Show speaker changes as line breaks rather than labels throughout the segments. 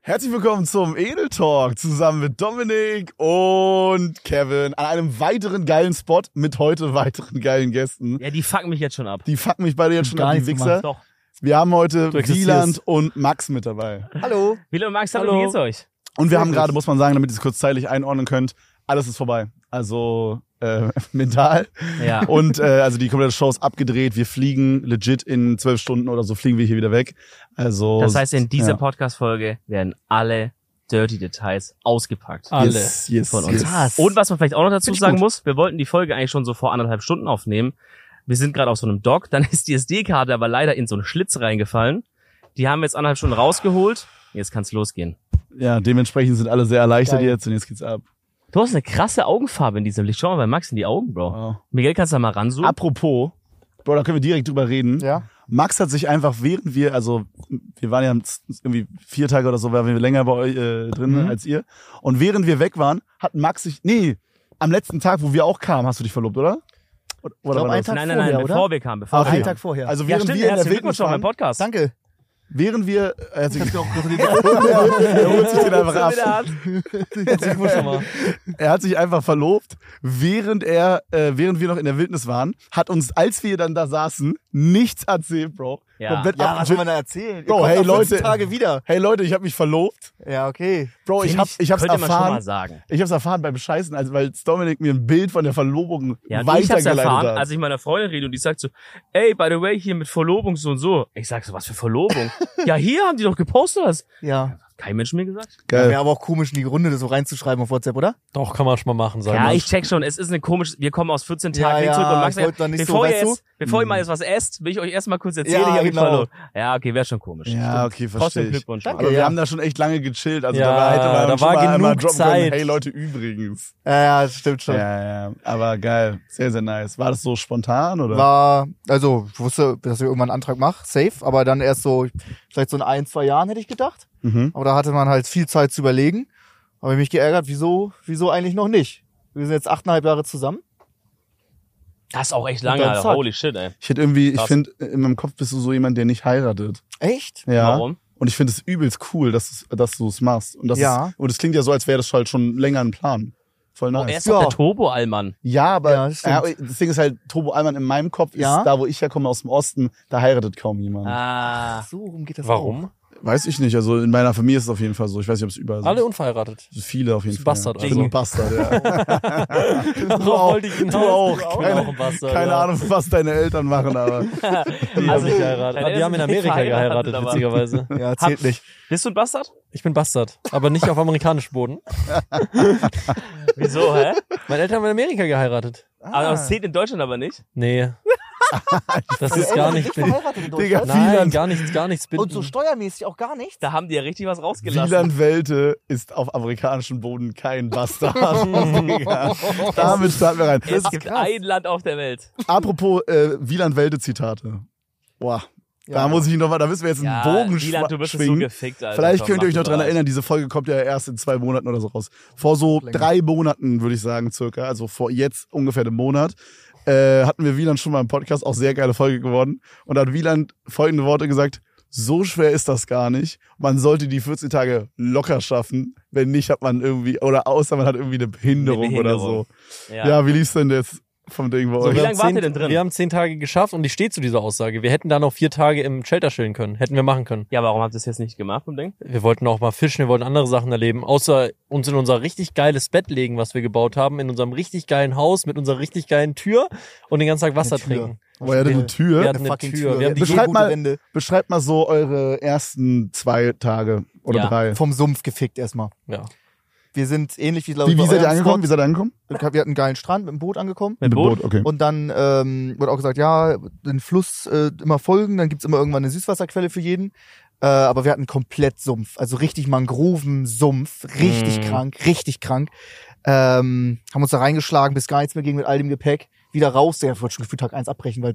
Herzlich willkommen zum Edel Talk zusammen mit Dominik und Kevin an einem weiteren geilen Spot mit heute weiteren geilen Gästen.
Ja, die fucken mich jetzt schon ab.
Die fucken mich beide jetzt schon ab, die Wichser.
Doch.
Wir haben heute
Du existierst.
Wieland und Max mit dabei.
Hallo.
Wille und Max, hallo,
Hallo.
wie geht's euch?
Und wir haben
gut.
gerade, muss man sagen, damit ihr es kurzzeitig einordnen könnt, alles ist vorbei. Also äh, mental.
Ja.
Und äh, also die komplette Show ist abgedreht. Wir fliegen legit in zwölf Stunden oder so fliegen wir hier wieder weg. Also
Das heißt, in dieser
ja.
Podcast-Folge werden alle Dirty Details ausgepackt.
Alle.
Yes, yes,
Von uns.
Yes.
Und was man vielleicht auch noch dazu
Find ich
sagen
gut.
muss, wir wollten die Folge eigentlich schon so vor anderthalb Stunden aufnehmen. Wir sind gerade auf so einem Dock, dann ist die SD-Karte aber leider in so einen Schlitz reingefallen. Die haben wir jetzt anderthalb Stunden rausgeholt. Jetzt kann's losgehen.
Ja, dementsprechend sind alle sehr erleichtert
Geil.
jetzt und jetzt geht's ab.
Du hast eine krasse Augenfarbe in diesem Licht. Schau mal bei Max in die Augen, Bro.
Wow.
Miguel, kannst du da mal ranzoomen?
Apropos, Bro, da können wir direkt drüber reden.
Ja.
Max hat sich einfach, während wir, also wir waren ja irgendwie vier Tage oder so, waren wir länger bei euch äh, drin
Mhm.
als ihr. Und während wir weg waren, hat Max sich, nee, am letzten Tag, wo wir auch kamen, hast du dich verlobt, oder? Oder
glaub,
war
ein
das?
Tag
Nein, nein, nein,
vorher,
bevor
oder?
wir kamen. Bevor
Okay.
wir
Einen
kamen.
Tag vorher.
Also
Ja,
während
stimmt,
wir in der
herzlichen Glückwunsch
Wildnis
schon beim
waren,
Podcast.
Danke.
während wir, äh,
Ich hab's
er
auch gratuliert.
holt sich den einfach ab.
Herzlichen Glückwunsch nochmal.
Er hat sich einfach verlobt, während er, äh, während wir noch in der Wildnis waren, hat uns, als wir dann da saßen, nichts erzählt, Bro.
Ja.
Komplett
Ah, Ja, was soll
abgejippt.
man da erzählen? Ihr
Bro,
kommt
hey,
nach 14
Leute.
Tage wieder.
Hey Leute, ich habe mich verlobt.
Ja, okay.
Bro, ich habe ich hab's
Könnte man schon mal
erfahren.
sagen.
Ich hab's erfahren beim Scheißen, also weil Dominik mir ein Bild von der Verlobung
Ja, und ich hab's
weitergeleitet
erfahren, also-
hat.
als ich meiner Freundin rede und die sagt so, ey, by the way, hier mit Verlobung so und so. Ich sag so, was für Verlobung? ja, hier haben die doch gepostet das.
Ja.
Kein Mensch mir gesagt.
Geil.
Wäre aber auch komisch, in die Runde das so reinzuschreiben auf WhatsApp, oder?
Doch, kann man schon mal machen, sagen
Ja,
wir.
ich check schon, es ist eine komische, wir kommen aus 14
Ja,
Tagen
ja,
zurück und Max
ich
sagt,
wollte doch nicht so,
bevor, ihr
weißt du? Mhm.
jetzt, bevor ihr mal jetzt was esst, will ich euch erstmal kurz erzählen,
Ja,
ich hab mich
genau.
verlobt. Ja, okay, wäre schon komisch.
ja, okay, verstehe
Trotzdem
ich.
Glückwunsch.
Danke.
Aber wir
Ja.
haben da schon echt lange gechillt. Also
Ja,
da war, hätte man
da
schon
war
mal
genug
einmal droppen Können.
Zeit.
Hey Leute, übrigens.
Ja, ja, stimmt schon.
Ja, ja, aber geil. Sehr, sehr nice. War das so spontan oder?
War, also, ich wusste, dass ich irgendwann einen Antrag mache, safe, aber dann erst so, vielleicht so in ein, zwei Jahren hätte ich gedacht.
Mhm.
Aber da hatte man halt viel Zeit zu überlegen. Aber ich hab mich geärgert, wieso, wieso eigentlich noch nicht? Wir sind jetzt achteinhalb Jahre zusammen.
Das ist auch echt
Und
lange,
dann
Alter.
zack.
holy shit, ey.
Ich hätte irgendwie, ich
Krass.
finde, in meinem Kopf bist du so jemand, der nicht heiratet.
Echt?
Ja.
Warum?
Und ich finde es übelst cool, dass, du's- dass du es machst. Und das,
Ja.
ist, und es klingt ja so, als wäre das halt schon länger ein Plan. Voll
Oh,
nice.
er ist
Ja.
doch der Turbo-Allmann.
Ja, aber
Ja,
ja,
das
das,
stimmt.
Ding ist halt, Turbo Allmann in meinem Kopf
Ja.
ist da, wo ich herkomme aus dem Osten, da heiratet kaum jemand.
Ah.
So, rum geht das auch.
Warum?
Weiß ich nicht. Also in meiner Familie ist es auf jeden Fall so. Ich weiß nicht, ob es überall so
Alle
ist.
unverheiratet.
Viele auf jeden
Ist
Fall.
Bastard
Ich bin
also.
ein Bastard, ja.
Darauf
auch.
wollte Oh, ich hinaus.
Du auch.
bin
Keine-
auch ein Bastard,
Keine
ja.
Ahnung, was deine Eltern machen, aber
Die haben,
Also,
nicht geheiratet. Ah, die haben in Amerika geheiratet,
aber-
witzigerweise.
Ja, zählt nicht.
Bist du ein Bastard?
Ich bin Bastard, aber nicht auf amerikanischem Boden.
Wieso, hä?
Meine Eltern haben in Amerika geheiratet.
Ah.
Aber das zählt in Deutschland aber nicht.
Nee. Das ist gar nicht.
Digga,
Nein,
Wieland,
gar nichts, gar nichts binden.
Und so steuermäßig auch gar nichts.
Da haben die ja richtig was rausgelassen.
Wieland Welte ist auf amerikanischem Boden kein Bastard. Digga. Damit starten wir rein.
Es gibt ein Land auf der Welt.
Apropos äh, Wieland Welte Zitate. Boah, da muss ich noch mal, da müssen wir jetzt einen Bogen schwa-
Wieland, du bist so
schwingen.
gefickt, Alter.
Vielleicht
Komm,
könnt ihr euch
mach
noch
du
dran
mal.
erinnern, diese Folge kommt ja erst in zwei Monaten oder so raus. Vor so
Länger.
drei Monaten, würde ich sagen, circa, also vor jetzt ungefähr einem Monat, äh, hatten wir Wieland schon mal im Podcast, auch sehr geile Folge geworden. Und da hat Wieland folgende Worte gesagt, so schwer ist das gar nicht. Man sollte die 14 Tage locker schaffen. Wenn nicht, hat man irgendwie, oder außer man hat irgendwie eine Behinderung,
Eine Behinderung.
oder so. Ja, wie lief's denn jetzt vom Ding bei
So,
euch?
wie
wir
lange
haben
wart ihr
zehn-
denn drin?
Wir haben zehn Tage geschafft und ich stehe zu dieser Aussage. Wir hätten da noch vier Tage im Shelter chillen können. Hätten wir machen können.
Ja, warum habt ihr das jetzt nicht gemacht vom Ding?
Wir wollten auch mal fischen, wir wollten andere Sachen erleben, außer uns in unser richtig geiles Bett legen, was wir gebaut haben, in unserem richtig geilen Haus mit unserer richtig geilen Tür und den ganzen Tag Wasser
Eine Tür.
trinken.
Boah, ihr hattet eine Tür.
Wir hatten eine Tür. Wir haben die
Beschreib mal-
Wände.
Beschreibt mal so eure ersten zwei Tage oder
Ja.
drei.
Vom Sumpf gefickt erstmal.
Ja.
Wir sind ähnlich wie, glaube
Wie,
ich,
Also
wie
bei
seid ihr
eurem
angekommen? Wie seid ihr angekommen?
Spot. Wir hatten einen geilen Strand mit dem Boot angekommen.
Mit dem Boot?
okay.
Und dann ähm, wurde auch gesagt, ja, den Fluss äh, immer folgen, dann gibt's immer irgendwann eine Süßwasserquelle für jeden. Äh, aber wir hatten komplett Sumpf, also richtig Mangrovensumpf, richtig
Mhm.
Mm.
krank, richtig krank. Ähm, haben uns da reingeschlagen, bis gar nichts mehr ging mit all dem Gepäck. Wieder raus, der wollte schon gefühlt Tag eins abbrechen, weil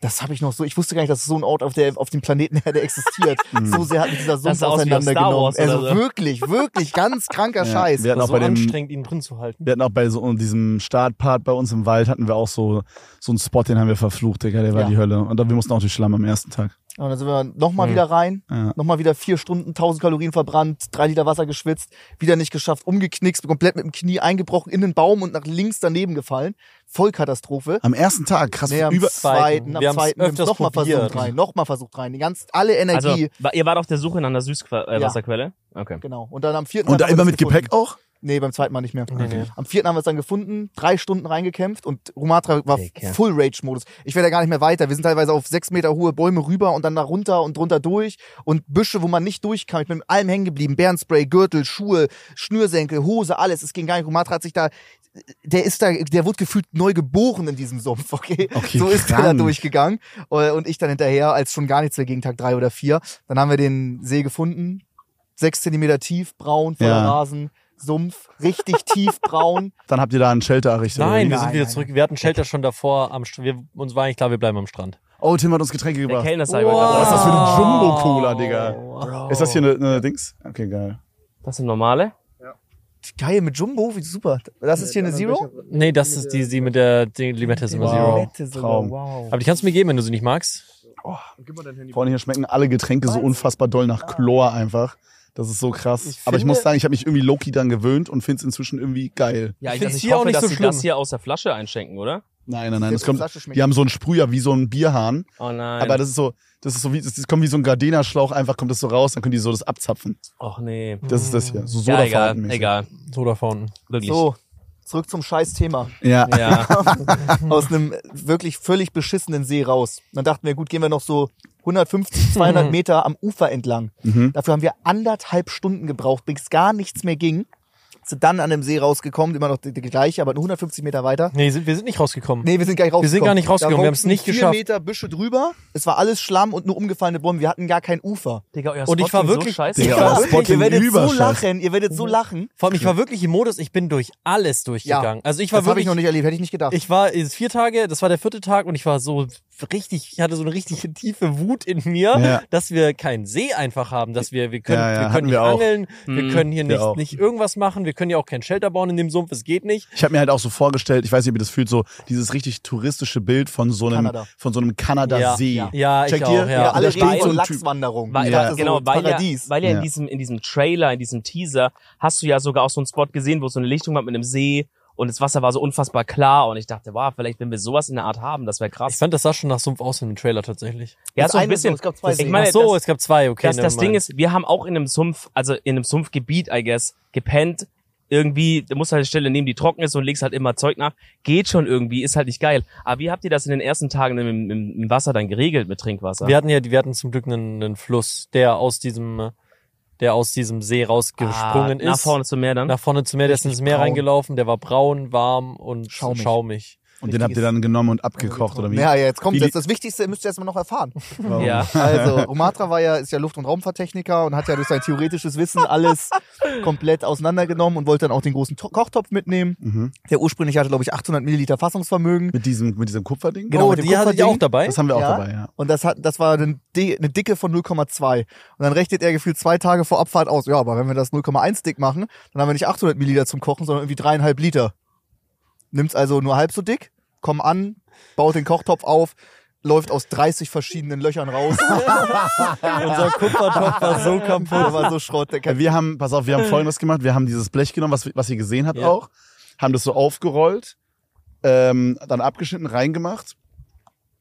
das habe ich noch so, ich wusste gar nicht, dass so ein Ort auf, der, auf dem Planeten Erde existiert.
Mhm.
so sehr hat mich dieser Sumpf
sah aus wie aus Star
auseinandergenommen.
Wars oder
Also
so.
wirklich, wirklich ganz kranker
Ja,
Scheiß.
wir hatten
War
auch
so
bei dem
anstrengend, ihn drin zu halten.
wir hatten auch bei so diesem Startpart bei uns im Wald hatten wir auch so so einen Spot, den haben wir verflucht, Digga, der war
Ja.
die Hölle. Und dann, wir mussten auch durch Schlamm am ersten Tag.
Und dann sind wir nochmal
Mhm.
wieder rein,
Ja.
nochmal wieder vier Stunden, 1000 Kalorien verbrannt, drei Liter Wasser geschwitzt, wieder nicht geschafft, umgeknickst, komplett mit dem Knie eingebrochen, in den Baum und nach links daneben gefallen. Vollkatastrophe.
Am ersten Tag, krass,
Nee, am
über.
zweiten, am
Wir haben's
zweiten, wir haben's
öfters
nochmal versucht
probiert.
rein, nochmal versucht rein. Die ganz, alle Energie,
Also, wa- ihr wart auf der Suche nach einer Süßwasserquelle? Äh,
Ja.
Wasserquelle? Okay.
genau. Und dann am vierten
Und da
Tag haben wir
immer
das
mit
gefunden.
Gepäck auch?
Nee, beim zweiten Mal nicht mehr.
Nee, nee.
Am vierten haben wir es dann gefunden, drei Stunden reingekämpft und Rumatra war
Dick, ja.
Full Rage-Modus. Ich werde da gar nicht mehr weiter. Wir sind teilweise auf sechs Meter hohe Bäume rüber und dann da runter und drunter durch und Büsche, wo man nicht durchkam. Ich bin mit allem hängen geblieben. Bärenspray, Gürtel, Schuhe, Schnürsenkel, Hose, alles. Es ging gar nicht. Rumatra hat sich da, der ist da, der wurde gefühlt neu geboren in diesem Sumpf, okay?
Okay,
so ist der da
krank.
durchgegangen. Äh, Und ich dann hinterher, als schon gar nichts mehr gegen Tag drei oder vier. Dann haben wir den See gefunden. Sechs Zentimeter tief, braun, voller
Ja.
Rasen. Sumpf, richtig tiefbraun.
Dann habt ihr da einen Shelter errichtet. oder wie?
Nein, wir sind
Nein,
wieder
nein.
zurück. Wir hatten Shelter schon davor am Strand. Wir, uns war eigentlich klar, wir bleiben am Strand.
Oh, Tim hat uns Getränke
Der
gebracht.
Kellner sei wow.
Was ist das für
gerade.
ein Jumbo-Cola, Digga?
Wow.
Ist das hier eine, eine Dings? Okay, geil.
Das sind normale?
Geil, mit Jumbo, wie super. Das ist hier eine Zero?
Nee, das ist die, die mit der die Limette ist immer
Wow.
Zero.
Nette sogar,
Traum.
Wow.
Aber die kannst du mir geben, wenn du sie nicht magst.
Vorne hier schmecken alle Getränke so unfassbar doll nach Chlor einfach. Das ist so krass.
Ich
Aber ich
finde-
muss sagen, ich habe mich irgendwie Loki dann gewöhnt und finde es inzwischen irgendwie geil.
Ja,
Ich
ich,
find's
ich, ich
hier auch
hoffe,
nicht
dass
so
sie
schlimm.
das hier aus der Flasche einschenken, oder?
Nein, nein, nein.
Die
Das kommt,
Flasche schmeckt-
die haben so einen Sprüher wie so ein Bierhahn.
Oh nein.
Aber das ist so, das ist so wie, das das kommt wie so ein Gardena-Schlauch, einfach kommt das so raus, dann können die so das abzapfen.
Och nee.
Das ist das hier. So
ja,
soda
egal, egal.
Soda Fountain.
Wirklich.
So, zurück zum scheiß Thema.
Ja.
Ja.
Mhm.
Aus einem wirklich völlig beschissenen See raus. Dann dachten wir, gut, gehen wir noch so 150,
Mhm.
200 Meter am Ufer entlang.
Mhm.
Dafür haben wir anderthalb Stunden gebraucht, bis gar nichts mehr ging. Sind dann an dem See rausgekommen, immer noch die, die gleiche, aber nur 150 Meter weiter.
Nee, sind, wir sind nicht rausgekommen.
Nee, wir sind gar nicht rausgekommen.
Wir sind gar nicht rausgekommen,
Da
wir haben's
rauchten
nicht
vier
geschafft.
Meter Büsche drüber. Es war alles Schlamm und nur umgefallene Bäume. Wir hatten gar kein Ufer.
Digga, euer
Und ich
Spot
war
ging
wirklich-
so scheiße.
Digga,
Ja.
das
Wirklich,
Spotting
ihr werdet so
überscheiß.
lachen, ihr werdet so lachen.
Vor allem, ich war wirklich im Modus, ich bin durch alles durchgegangen. Also ich war
Das habe
wirklich.
ich noch nicht erlebt, hätte ich nicht gedacht.
Ich war jetzt vier Tage, das war der vierte Tag und ich war so richtig, ich hatte so eine richtige tiefe Wut in mir,
Ja.
dass wir keinen See einfach haben, dass wir, wir können,
Ja, ja,
wir
hatten
können nicht
wir auch.
angeln, wir
Mhm,
können hier
wir
nicht,
auch.
nicht irgendwas machen, wir können ja auch kein Shelter bauen in dem Sumpf, es geht nicht.
Ich habe mir halt auch so vorgestellt, ich weiß nicht, ob ihr das fühlt, so dieses richtig touristische Bild von so einem,
Kanada.
von so einem Kanada-See.
Ja, ja, ich
Checkt
auch,
ihr?
ja. Also
ja, alle
da steht
reden
so
von
ein Typ.
Lachswanderung.
Weil,
Ich
Ja.
dachte so,
Genau, weil ja,
Paradies.
weil ja,
Ja.
In, diesem, in diesem Trailer, in diesem Teaser, hast du ja sogar auch so einen Spot gesehen, wo es so eine Lichtung war mit einem See und das Wasser war so unfassbar klar und ich dachte, wow, vielleicht wenn wir sowas in der Art haben, das wäre
Ich
krass.
fand, das sah schon nach Sumpf aus in dem Trailer tatsächlich.
Ja,
das
so ein
eine
bisschen.
so, es gab zwei
ich
Seen.
meine,
Ach so,
das,
es gab zwei, okay.
das, das
nevermind.
Ding ist, wir haben auch in einem Sumpf, also in einem Sumpfgebiet, I guess, gepennt. Irgendwie, du musst halt eine Stelle nehmen, die trocken ist und legst halt immer Zeug nach. Geht schon irgendwie, ist halt nicht geil. Aber wie habt ihr das in den ersten Tagen im, im, im Wasser dann geregelt mit Trinkwasser?
Wir hatten ja, wir hatten zum Glück einen, einen Fluss, der aus diesem, äh, der aus diesem See rausgesprungen
ah,
ist.
Nach vorne zum Meer dann?
Nach vorne zum Meer, der ist ins Meer
braun.
reingelaufen, der war braun, warm und
Schaumig.
schaumig.
Und den habt ihr dann genommen und abgekocht, oder wie?
Äh, Ja, ja, jetzt kommt
Wie
jetzt
die-
das Wichtigste, müsst ihr erstmal noch erfahren.
Warum?
ja.
Also, Romatra war ja, ist ja Luft- und Raumfahrttechniker und hat ja durch sein theoretisches Wissen alles komplett auseinandergenommen und wollte dann auch den großen To- Kochtopf mitnehmen.
Mhm.
Der ursprünglich hatte, glaube ich, 800 Milliliter Fassungsvermögen.
Mit diesem, mit diesem Kupferding?
Genau,
oh,
mit dem
die hatte ich
Kupferding.
auch dabei.
Das haben wir auch
Ja.
dabei, ja.
Und das hat, das war eine, Di- eine Dicke von 0,2. Und dann rechnet er gefühlt zwei Tage vor Abfahrt aus. Ja, aber wenn wir das 0,1 dick machen, dann haben wir nicht 800 Milliliter zum Kochen, sondern irgendwie dreieinhalb Liter. Nimmt's also nur halb so dick, komm an, baut den Kochtopf auf, läuft aus 30 verschiedenen Löchern raus.
Unser Kupfertopf war so kaputt.
Der war so Schrott. Der kann,
Wir haben, pass auf, wir haben folgendes gemacht. Wir haben dieses Blech genommen, was, was ihr gesehen habt
Ja.
auch, haben das so aufgerollt, ähm, dann abgeschnitten, reingemacht.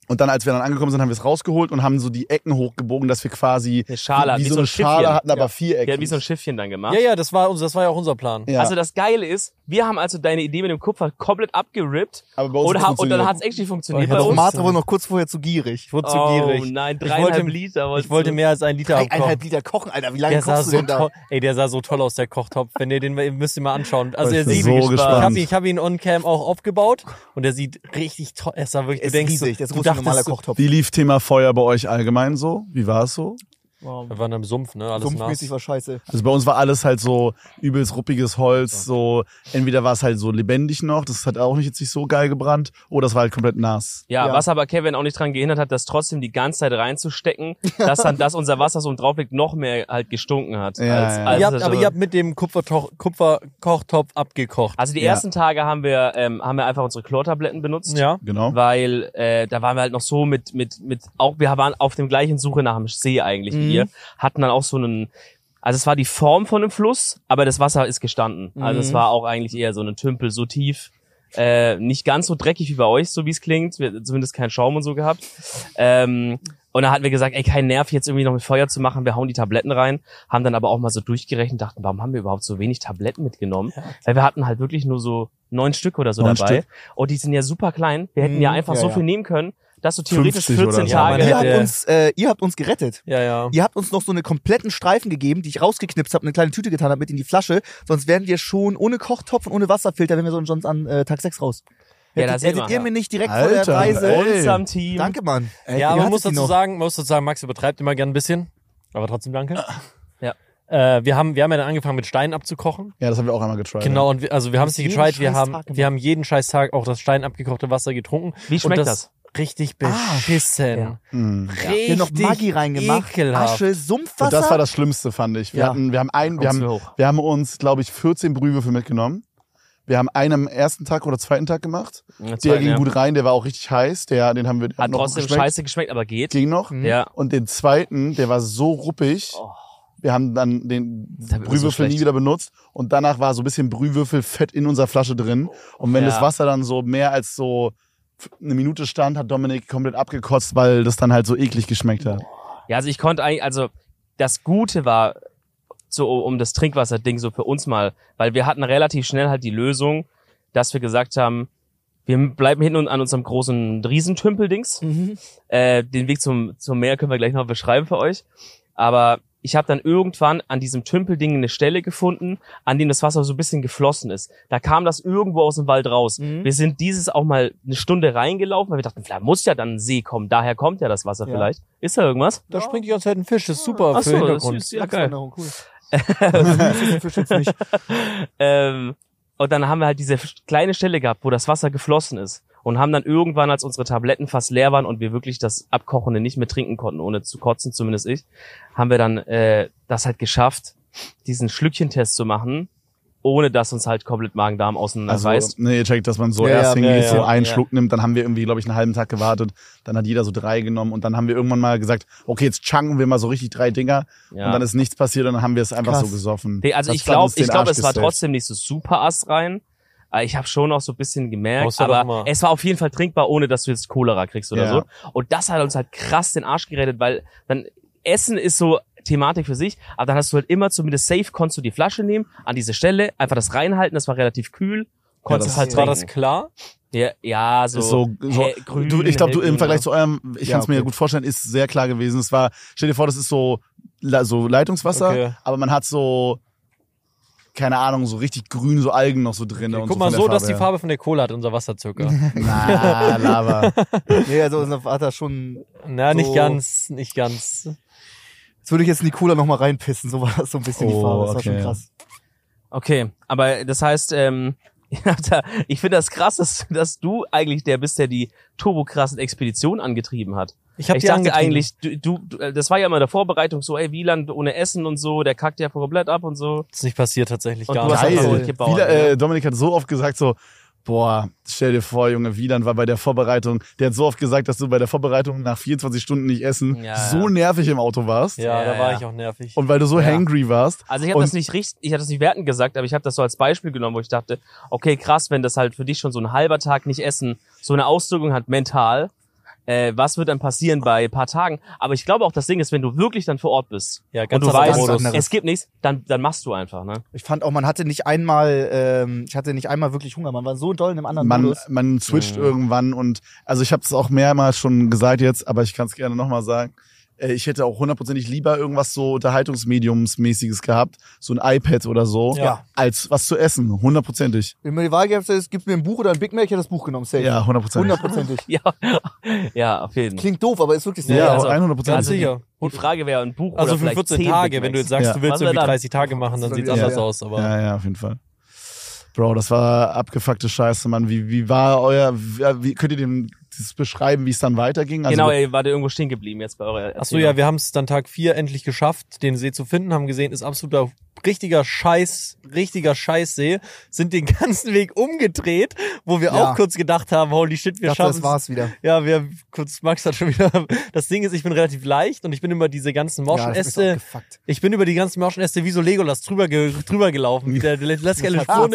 Und dann, als wir dann angekommen sind, haben wir es rausgeholt und haben so die Ecken hochgebogen, dass wir quasi
Eine Schale,
wie,
wie
so
so
eine
ein
Schale
Schiffchen.
hatten, aber
Ja.
vier Ecken.
Der hat wie so ein Schiffchen dann gemacht.
Ja, ja, das war, unser, das war ja auch unser Plan.
ja,
Also das Geile ist, wir haben also deine Idee mit dem Kupfer komplett abgerippt
aber bei uns
und,
hat's
ha und dann
funktioniert.
hat's actually
Oh,
funktioniert
ich
bei
hatte
uns.
Maß
Romatra wurde noch kurz vorher zu gierig.
Ich wurde zu
Oh
gierig.
nein,
Ich
dreieinhalb
wollte,
Liter. wolltest
ich wollte
du.
mehr als ein Liter abkochen.
Eineinhalb Liter kochen, Alter. Wie lange
oh Der sah
kochst du
so
denn da?
toll. Ey, der sah so toll aus, der Kochtopf. Wenn ihr den ihr müsst ihr mal anschauen. Also
Ich
er
bin
sieht,
so
ich
gespannt.
habe ihn, ich hab ihn on cam auch aufgebaut und er sieht richtig toll. Er sah
Der
wirklich, du
ist
denkst,
riesig.
so,
Das ist
du
ein normaler
dachtest, so,
Kochtopf.
Wie lief Thema Feuer bei euch allgemein so? Wie war es so?
Wow.
Wir waren im Sumpf, ne? Alles nass.
Sumpfmäßig war scheiße.
Also bei uns war alles halt so übelst ruppiges Holz, so entweder war es halt so lebendig noch, das hat auch nicht jetzt nicht so geil gebrannt, oder es war halt komplett nass.
Ja,
Ja.
was aber Kevin auch nicht dran gehindert hat, das trotzdem die ganze Zeit reinzustecken, dass dann dass unser Wasser so drauf liegt, noch mehr halt gestunken hat.
Ja,
als,
ja.
Als
Ihr habt,
es
aber
so-
ihr habt mit dem Kupfertoch- Kupferkochtopf abgekocht.
also die
Ja.
ersten Tage haben wir, ähm, haben wir einfach unsere Chlortabletten benutzt.
Ja.
Genau.
Weil äh, da waren wir halt noch so mit, mit, mit, auch wir waren auf dem gleichen Suche nach dem See eigentlich
Mhm.
wie ihr. Hatten dann auch so einen, also es war die Form von einem Fluss, aber das Wasser ist gestanden. Also es
Mhm.
war auch eigentlich eher so ein Tümpel, so tief. Äh, nicht ganz so dreckig wie bei euch, so wie es klingt. Wir hatten zumindest keinen Schaum und so gehabt. Ähm, und da hatten wir gesagt, ey, kein Nerv, jetzt irgendwie noch mit Feuer zu machen. Wir hauen die Tabletten rein. Haben dann aber auch mal so durchgerechnet, dachten, warum haben wir überhaupt so wenig Tabletten mitgenommen? Weil wir hatten halt wirklich nur so neun Stück oder so
Neun
dabei.
Stück.
Und Oh, die sind ja super klein. Wir hätten
Mhm,
ja einfach
ja,
so
ja.
viel nehmen können, dass du theoretisch
50 oder
14
so.
Tage...
Ja,
Ihr
man
habt,
hätte-
uns, äh, ihr habt uns gerettet.
Ja, ja.
Ihr habt uns noch so eine kompletten Streifen gegeben, die ich rausgeknipst habe, eine kleine Tüte getan habe mit in die Flasche. Sonst wären wir schon ohne Kochtopf und ohne Wasserfilter, wären wir so in Johns an äh, Tag 6 raus.
Ja, da
hättet,
sehen
hättet
wir,
ihr
ja.
mir nicht direkt vor
Alter,
der Reise.
ey.
Unserem Team.
Danke, Mann. Ey,
Ja,
ihr
aber man
hattet
muss
Äh, die
dazu
noch.
sagen, man muss dazu sagen, Max übertreibt immer gern ein bisschen. Aber trotzdem danke.
Ja.
Äh, wir, haben, wir haben ja dann angefangen mit Steinen abzukochen.
Ja, das haben wir auch einmal getried.
Genau, und wir, also wir haben es nicht
jeden
getried, wir
scheiß
haben,
Tag gemacht.
wir haben jeden scheiß Tag auch das Stein abgekochte Wasser getrunken.
Wie schmeckt
und
das?
das? Richtig
Ah,
beschissen.
ja.
Mhm.
Richtig
Hier noch Maggi reingemacht.
Ekelhaft.
Asche,
Und
Sumpfwasser.
das war das Schlimmste, fand ich. Wir
Ja.
hatten, wir haben ein, wir
Kommst
haben,
du hoch.
wir haben uns, glaube ich, 14 Brühwürfel mitgenommen. Wir haben einen am ersten Tag oder zweiten Tag gemacht.
Jetzt
Der
war-
ging
ja.
gut rein, der war auch richtig heiß. Der, den haben wir
ne? Hat
noch
trotzdem
geschmeckt.
scheiße geschmeckt, aber geht.
Ging noch.
Mhm.
Ja.
Und den zweiten, der war so ruppig.
Oh.
Wir haben dann den
Das ist so
Brühwürfel nie
schlecht.
wieder benutzt. Und danach war so ein bisschen Brühwürfelfett in unserer Flasche drin. Und wenn
Oh. Ja.
das Wasser dann so mehr als so eine Minute stand, hat Dominik komplett abgekotzt, weil das dann halt so eklig geschmeckt hat.
Ja, also ich konnte eigentlich, also das Gute war so um das Trinkwasserding so für uns mal, weil wir hatten relativ schnell halt die Lösung, dass wir gesagt haben, wir bleiben hinten an unserem großen Riesentümpel-Dings.
Mhm.
Äh, den Weg zum, zum Meer können wir gleich noch beschreiben für euch. Aber ich habe dann irgendwann an diesem Tümpelding eine Stelle gefunden, an dem das Wasser so ein bisschen geflossen ist. Da kam das irgendwo aus dem Wald raus.
Mhm.
Wir sind dieses auch mal eine Stunde reingelaufen, weil wir dachten, vielleicht muss ja dann ein See kommen, daher kommt ja das Wasser
Ja.
vielleicht. Ist da irgendwas?
Da springt die ganze Zeit ein Fisch, ist super
Ach
für
so,
den
das
Hintergrund.
ist ja geil.
Wanderung, cool. Süßes Fisch jetzt nicht.
Ähm, und dann haben wir halt diese kleine Stelle gehabt, wo das Wasser geflossen ist. Und haben dann irgendwann, als unsere Tabletten fast leer waren und wir wirklich das Abkochende nicht mehr trinken konnten, ohne zu kotzen, zumindest ich, haben wir dann äh, das halt geschafft, diesen Schlückchentest zu machen, ohne dass uns halt komplett Magen-Darm
Also,
auseinanderreißt.
nee, ihr checkt, dass man so
Ja,
erst
ja,
hingeht,
ja,
so
ja.
einen
Ja.
Schluck nimmt, dann haben wir irgendwie, glaube ich, einen halben Tag gewartet, dann hat jeder so drei genommen und dann haben wir irgendwann mal gesagt, okay, jetzt chunken wir mal so richtig drei Dinger
ja.
und dann ist nichts passiert und dann haben wir es einfach
Krass.
so gesoffen.
Nee, also
Das
ich
hat
glaube,
uns den
ich glaube,
Arsch
es war
gesaved.
trotzdem nicht so super ass rein. Aber Ich habe schon auch so ein bisschen gemerkt,
Brauchst du doch
aber
immer.
es war auf jeden Fall trinkbar, ohne dass du jetzt Cholera kriegst oder
Ja.
so. Und das hat uns halt krass den Arsch gerettet, weil dann Essen ist so Thematik für sich, aber dann hast du halt immer zumindest safe, konntest du die Flasche nehmen, an diese Stelle, einfach das reinhalten, das war relativ kühl, konntest
das-
halt
War
trinken.
das klar?
ja, ja, so,
Ist so, so
hell- grün,
du, ich glaube, du im
hellgrün,
Vergleich
ja.
zu eurem, ich
Ja,
kann es mir ja
okay.
gut vorstellen, ist sehr klar gewesen. Es war, stell dir vor, das ist so, Le- so Leitungswasser,
Okay.
aber man hat so, keine Ahnung, so richtig grün, so Algen noch so drin. und
Guck
so
mal
von der
so, dass die
her.
Farbe von der Cola hat, unser Wasser circa.
Na, Lava.
Nee, also unser Vater schon.
Na, nicht
So.
ganz, nicht ganz.
Jetzt würde ich jetzt in die Cola nochmal reinpissen. So war das so ein bisschen die
Oh,
Farbe. Das war
okay.
schon krass.
Okay, aber das heißt, ähm, ja, da- ich finde das krass, dass, dass du eigentlich der bist, der die turbokrassen Expedition angetrieben hat.
Ich habe
ich
die
dachte
angetrieben.
eigentlich, du, du, du- äh, das war ja immer in der Vorbereitung so, ey, Wieland ohne Essen und so, der kackt ja komplett ab und so.
Das ist nicht passiert tatsächlich
Und
gar
du hast
nicht.
einfach
Geil.
durchgebaut,
Wieder,
ne?
äh, Dominik hat so oft gesagt so, boah, stell dir vor, Junge, Wieland war bei der Vorbereitung, der hat so oft gesagt, dass du bei der Vorbereitung nach 24 Stunden nicht essen
Ja,
so
ja.
nervig im Auto warst.
ja,
Ja,
da war
ja.
ich auch nervig.
Und weil du so
Ja.
hangry warst.
Also ich habe
Und-
das nicht richtig, ich habe das nicht werten gesagt, aber ich habe das so als Beispiel genommen, wo ich dachte, okay, krass, wenn das halt für dich schon so ein halber Tag nicht essen, so eine Auswirkung hat mental, äh, was wird dann passieren bei paar Tagen? Aber ich glaube auch, das Ding ist, wenn du wirklich dann vor Ort bist
ja,
und
ganz
du
anderer
weißt,
Modus.
anderes.
es gibt nichts, dann, dann machst du einfach, ne?
Ich fand auch, man hatte nicht einmal, ähm, ich hatte nicht einmal wirklich Hunger. Man war so doll in einem anderen
Man,
Modus.
man switcht
Mhm.
irgendwann und also ich habe es auch mehrmals schon gesagt jetzt, aber ich kann es gerne nochmal sagen. Äh, Äh, ich hätte auch hundertprozentig lieber irgendwas so Unterhaltungsmediumsmäßiges gehabt, so ein iPad oder so,
Ja.
als was zu essen, hundertprozentig.
Wenn mir die Wahl gehabt hätte, es gibt mir ein Buch oder ein Big Mac, ich hätte das Buch genommen, safe.
Ja, hundertprozentig.
Hundertprozentig.
Ja, ja, auf jeden Fall.
Klingt doof, aber ist wirklich so.
Ja,
also-
100%.
Ganz
Also die,
sicher.
die Frage wäre ein Buch
Also
oder
für
vielleicht
14
10
Tage,
Big
wenn du jetzt
Macs.
sagst,
Ja.
du willst
Machen wir
irgendwie
dann.
30 Tage machen, dann
Das
sieht's
ist dann
anders
wieder-
aus. Aber
Ja, ja, auf jeden Fall. Bro, das war abgefuckte Scheiße, Mann. Wie, wie war euer, wie, wie- könnt ihr dem das beschreiben, wie es dann weiterging? Also,
Genau, ihr wart irgendwo stehen geblieben jetzt bei eurer
Achso,
Erzählung.
ja, wir haben es dann Tag 4 endlich geschafft, den See zu finden, haben gesehen, ist absoluter richtiger Scheiß, richtiger Scheißsee, sind den ganzen Weg umgedreht, wo wir
Ja.
auch kurz gedacht haben, holy shit, wir
Ich dachte, das
schaffen
war's wieder.
Ja, wir kurz Max hat schon wieder das Ding ist, ich bin relativ leicht und ich bin über diese ganzen
ja, das ist
Morschenäste,
auch gefuckt.
ich bin über die ganzen Morschenäste wie so Legolas drüber ge, drüber gelaufen. Der, der lässt keine
Ah,
Spur.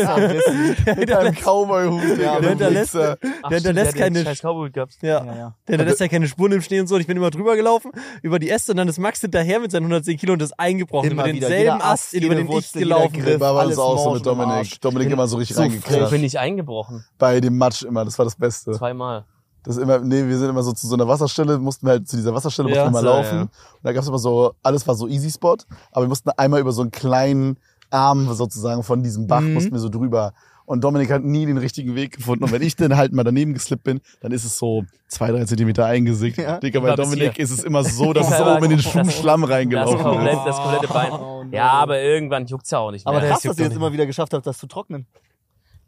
Mit einem Cowboy-Hut.
Ja,
Ja,
der
ja,
hinterlässt-
Wichser.
Ach,
der
stimmt,
hinterlässt
hat ja den
keine-
Scheiß Cowboy gehabt.
Ja.
ja.
Der lässt ja keine Spuren im Schnee und so. Und ich bin immer drüber gelaufen, über die Äste und dann ist Max hinterher mit seinen 110 Kilo und ist eingebrochen.
Immer
über
wieder,
denselben
jeder
Ast,
Ast,
über
jede
den ich
Wurzel, jeder
gelaufen
Griff.
bin.
War aber
alles
das auch so
Morgen
mit
im
Dominik.
Arsch.
Dominik immer so richtig
so
Ich
reingekriegt.
bin nicht eingebrochen.
Bei dem Matsch immer, das war das Beste.
Zweimal.
Das ist immer, nee, wir sind immer so zu so einer Wasserstelle, mussten wir halt zu dieser Wasserstelle
Ja,
mussten wir mal
so,
laufen.
ja.
Und da gab es immer so, alles war so Easy Spot, aber wir mussten einmal über so einen kleinen Arm sozusagen von diesem Bach,
Mhm.
mussten wir so drüber. Und Dominik hat nie den richtigen Weg gefunden. Und wenn ich dann halt mal daneben geslippt bin, dann ist es so zwei, drei Zentimeter eingesickt.
Ja.
Digga, bei
War bis
Dominik
hier.
ist es immer so, dass es
Ja,
oben in den
das-
Schuh Schlamm
Das
reingelaufen
komplett,
ist.
das komplette Bein.
Oh, no.
Ja, aber irgendwann juckt's ja auch nicht mehr.
Aber
Ja,
krass,
das juckt
dass ihr
doch
jetzt
nicht.
immer wieder geschafft habt, das zu trocknen.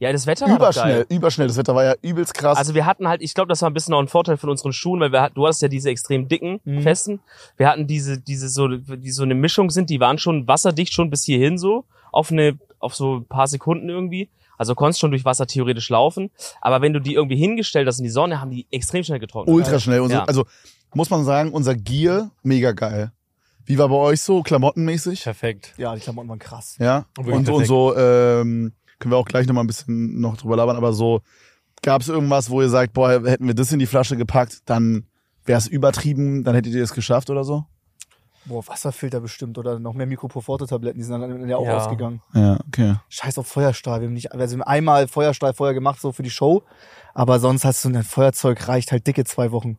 ja, das Wetter war doch
Überschnell,
geil.
überschnell. Das Wetter war ja übelst krass.
Also wir hatten halt, ich glaube, das war ein bisschen auch ein Vorteil von unseren Schuhen, weil wir hat, du hast ja diese extrem dicken,
Mhm.
festen. Wir hatten diese, diese so, die so eine Mischung sind, die waren schon wasserdicht schon bis hierhin so, auf eine, auf so ein paar Sekunden irgendwie. Also konntest schon durch Wasser theoretisch laufen. Aber wenn du die irgendwie hingestellt hast in die Sonne, haben die extrem schnell getrocknet.
ultra schnell. Und so,
Ja.
Also muss man sagen, unser Gear mega geil. Wie war bei euch so klamottenmäßig?
Perfekt.
Ja, die Klamotten waren krass.
Ja.
Wirklich
Und, und
perfekt.
so ähm, können wir auch gleich noch mal ein bisschen noch drüber labern, aber so gab es irgendwas, wo ihr sagt, boah, hätten wir das in die Flasche gepackt, dann wäre es übertrieben, dann hättet ihr es geschafft oder so?
Boah, Wasserfilter bestimmt oder noch mehr Mikroporforte-Tabletten, die sind dann ja auch
Ja.
ausgegangen.
Ja, okay.
Scheiß auf Feuerstahl. Wir haben nicht, also wir haben einmal Feuerstahl Feuer gemacht, so für die Show. Aber sonst hast du ein Feuerzeug, reicht halt dicke zwei Wochen.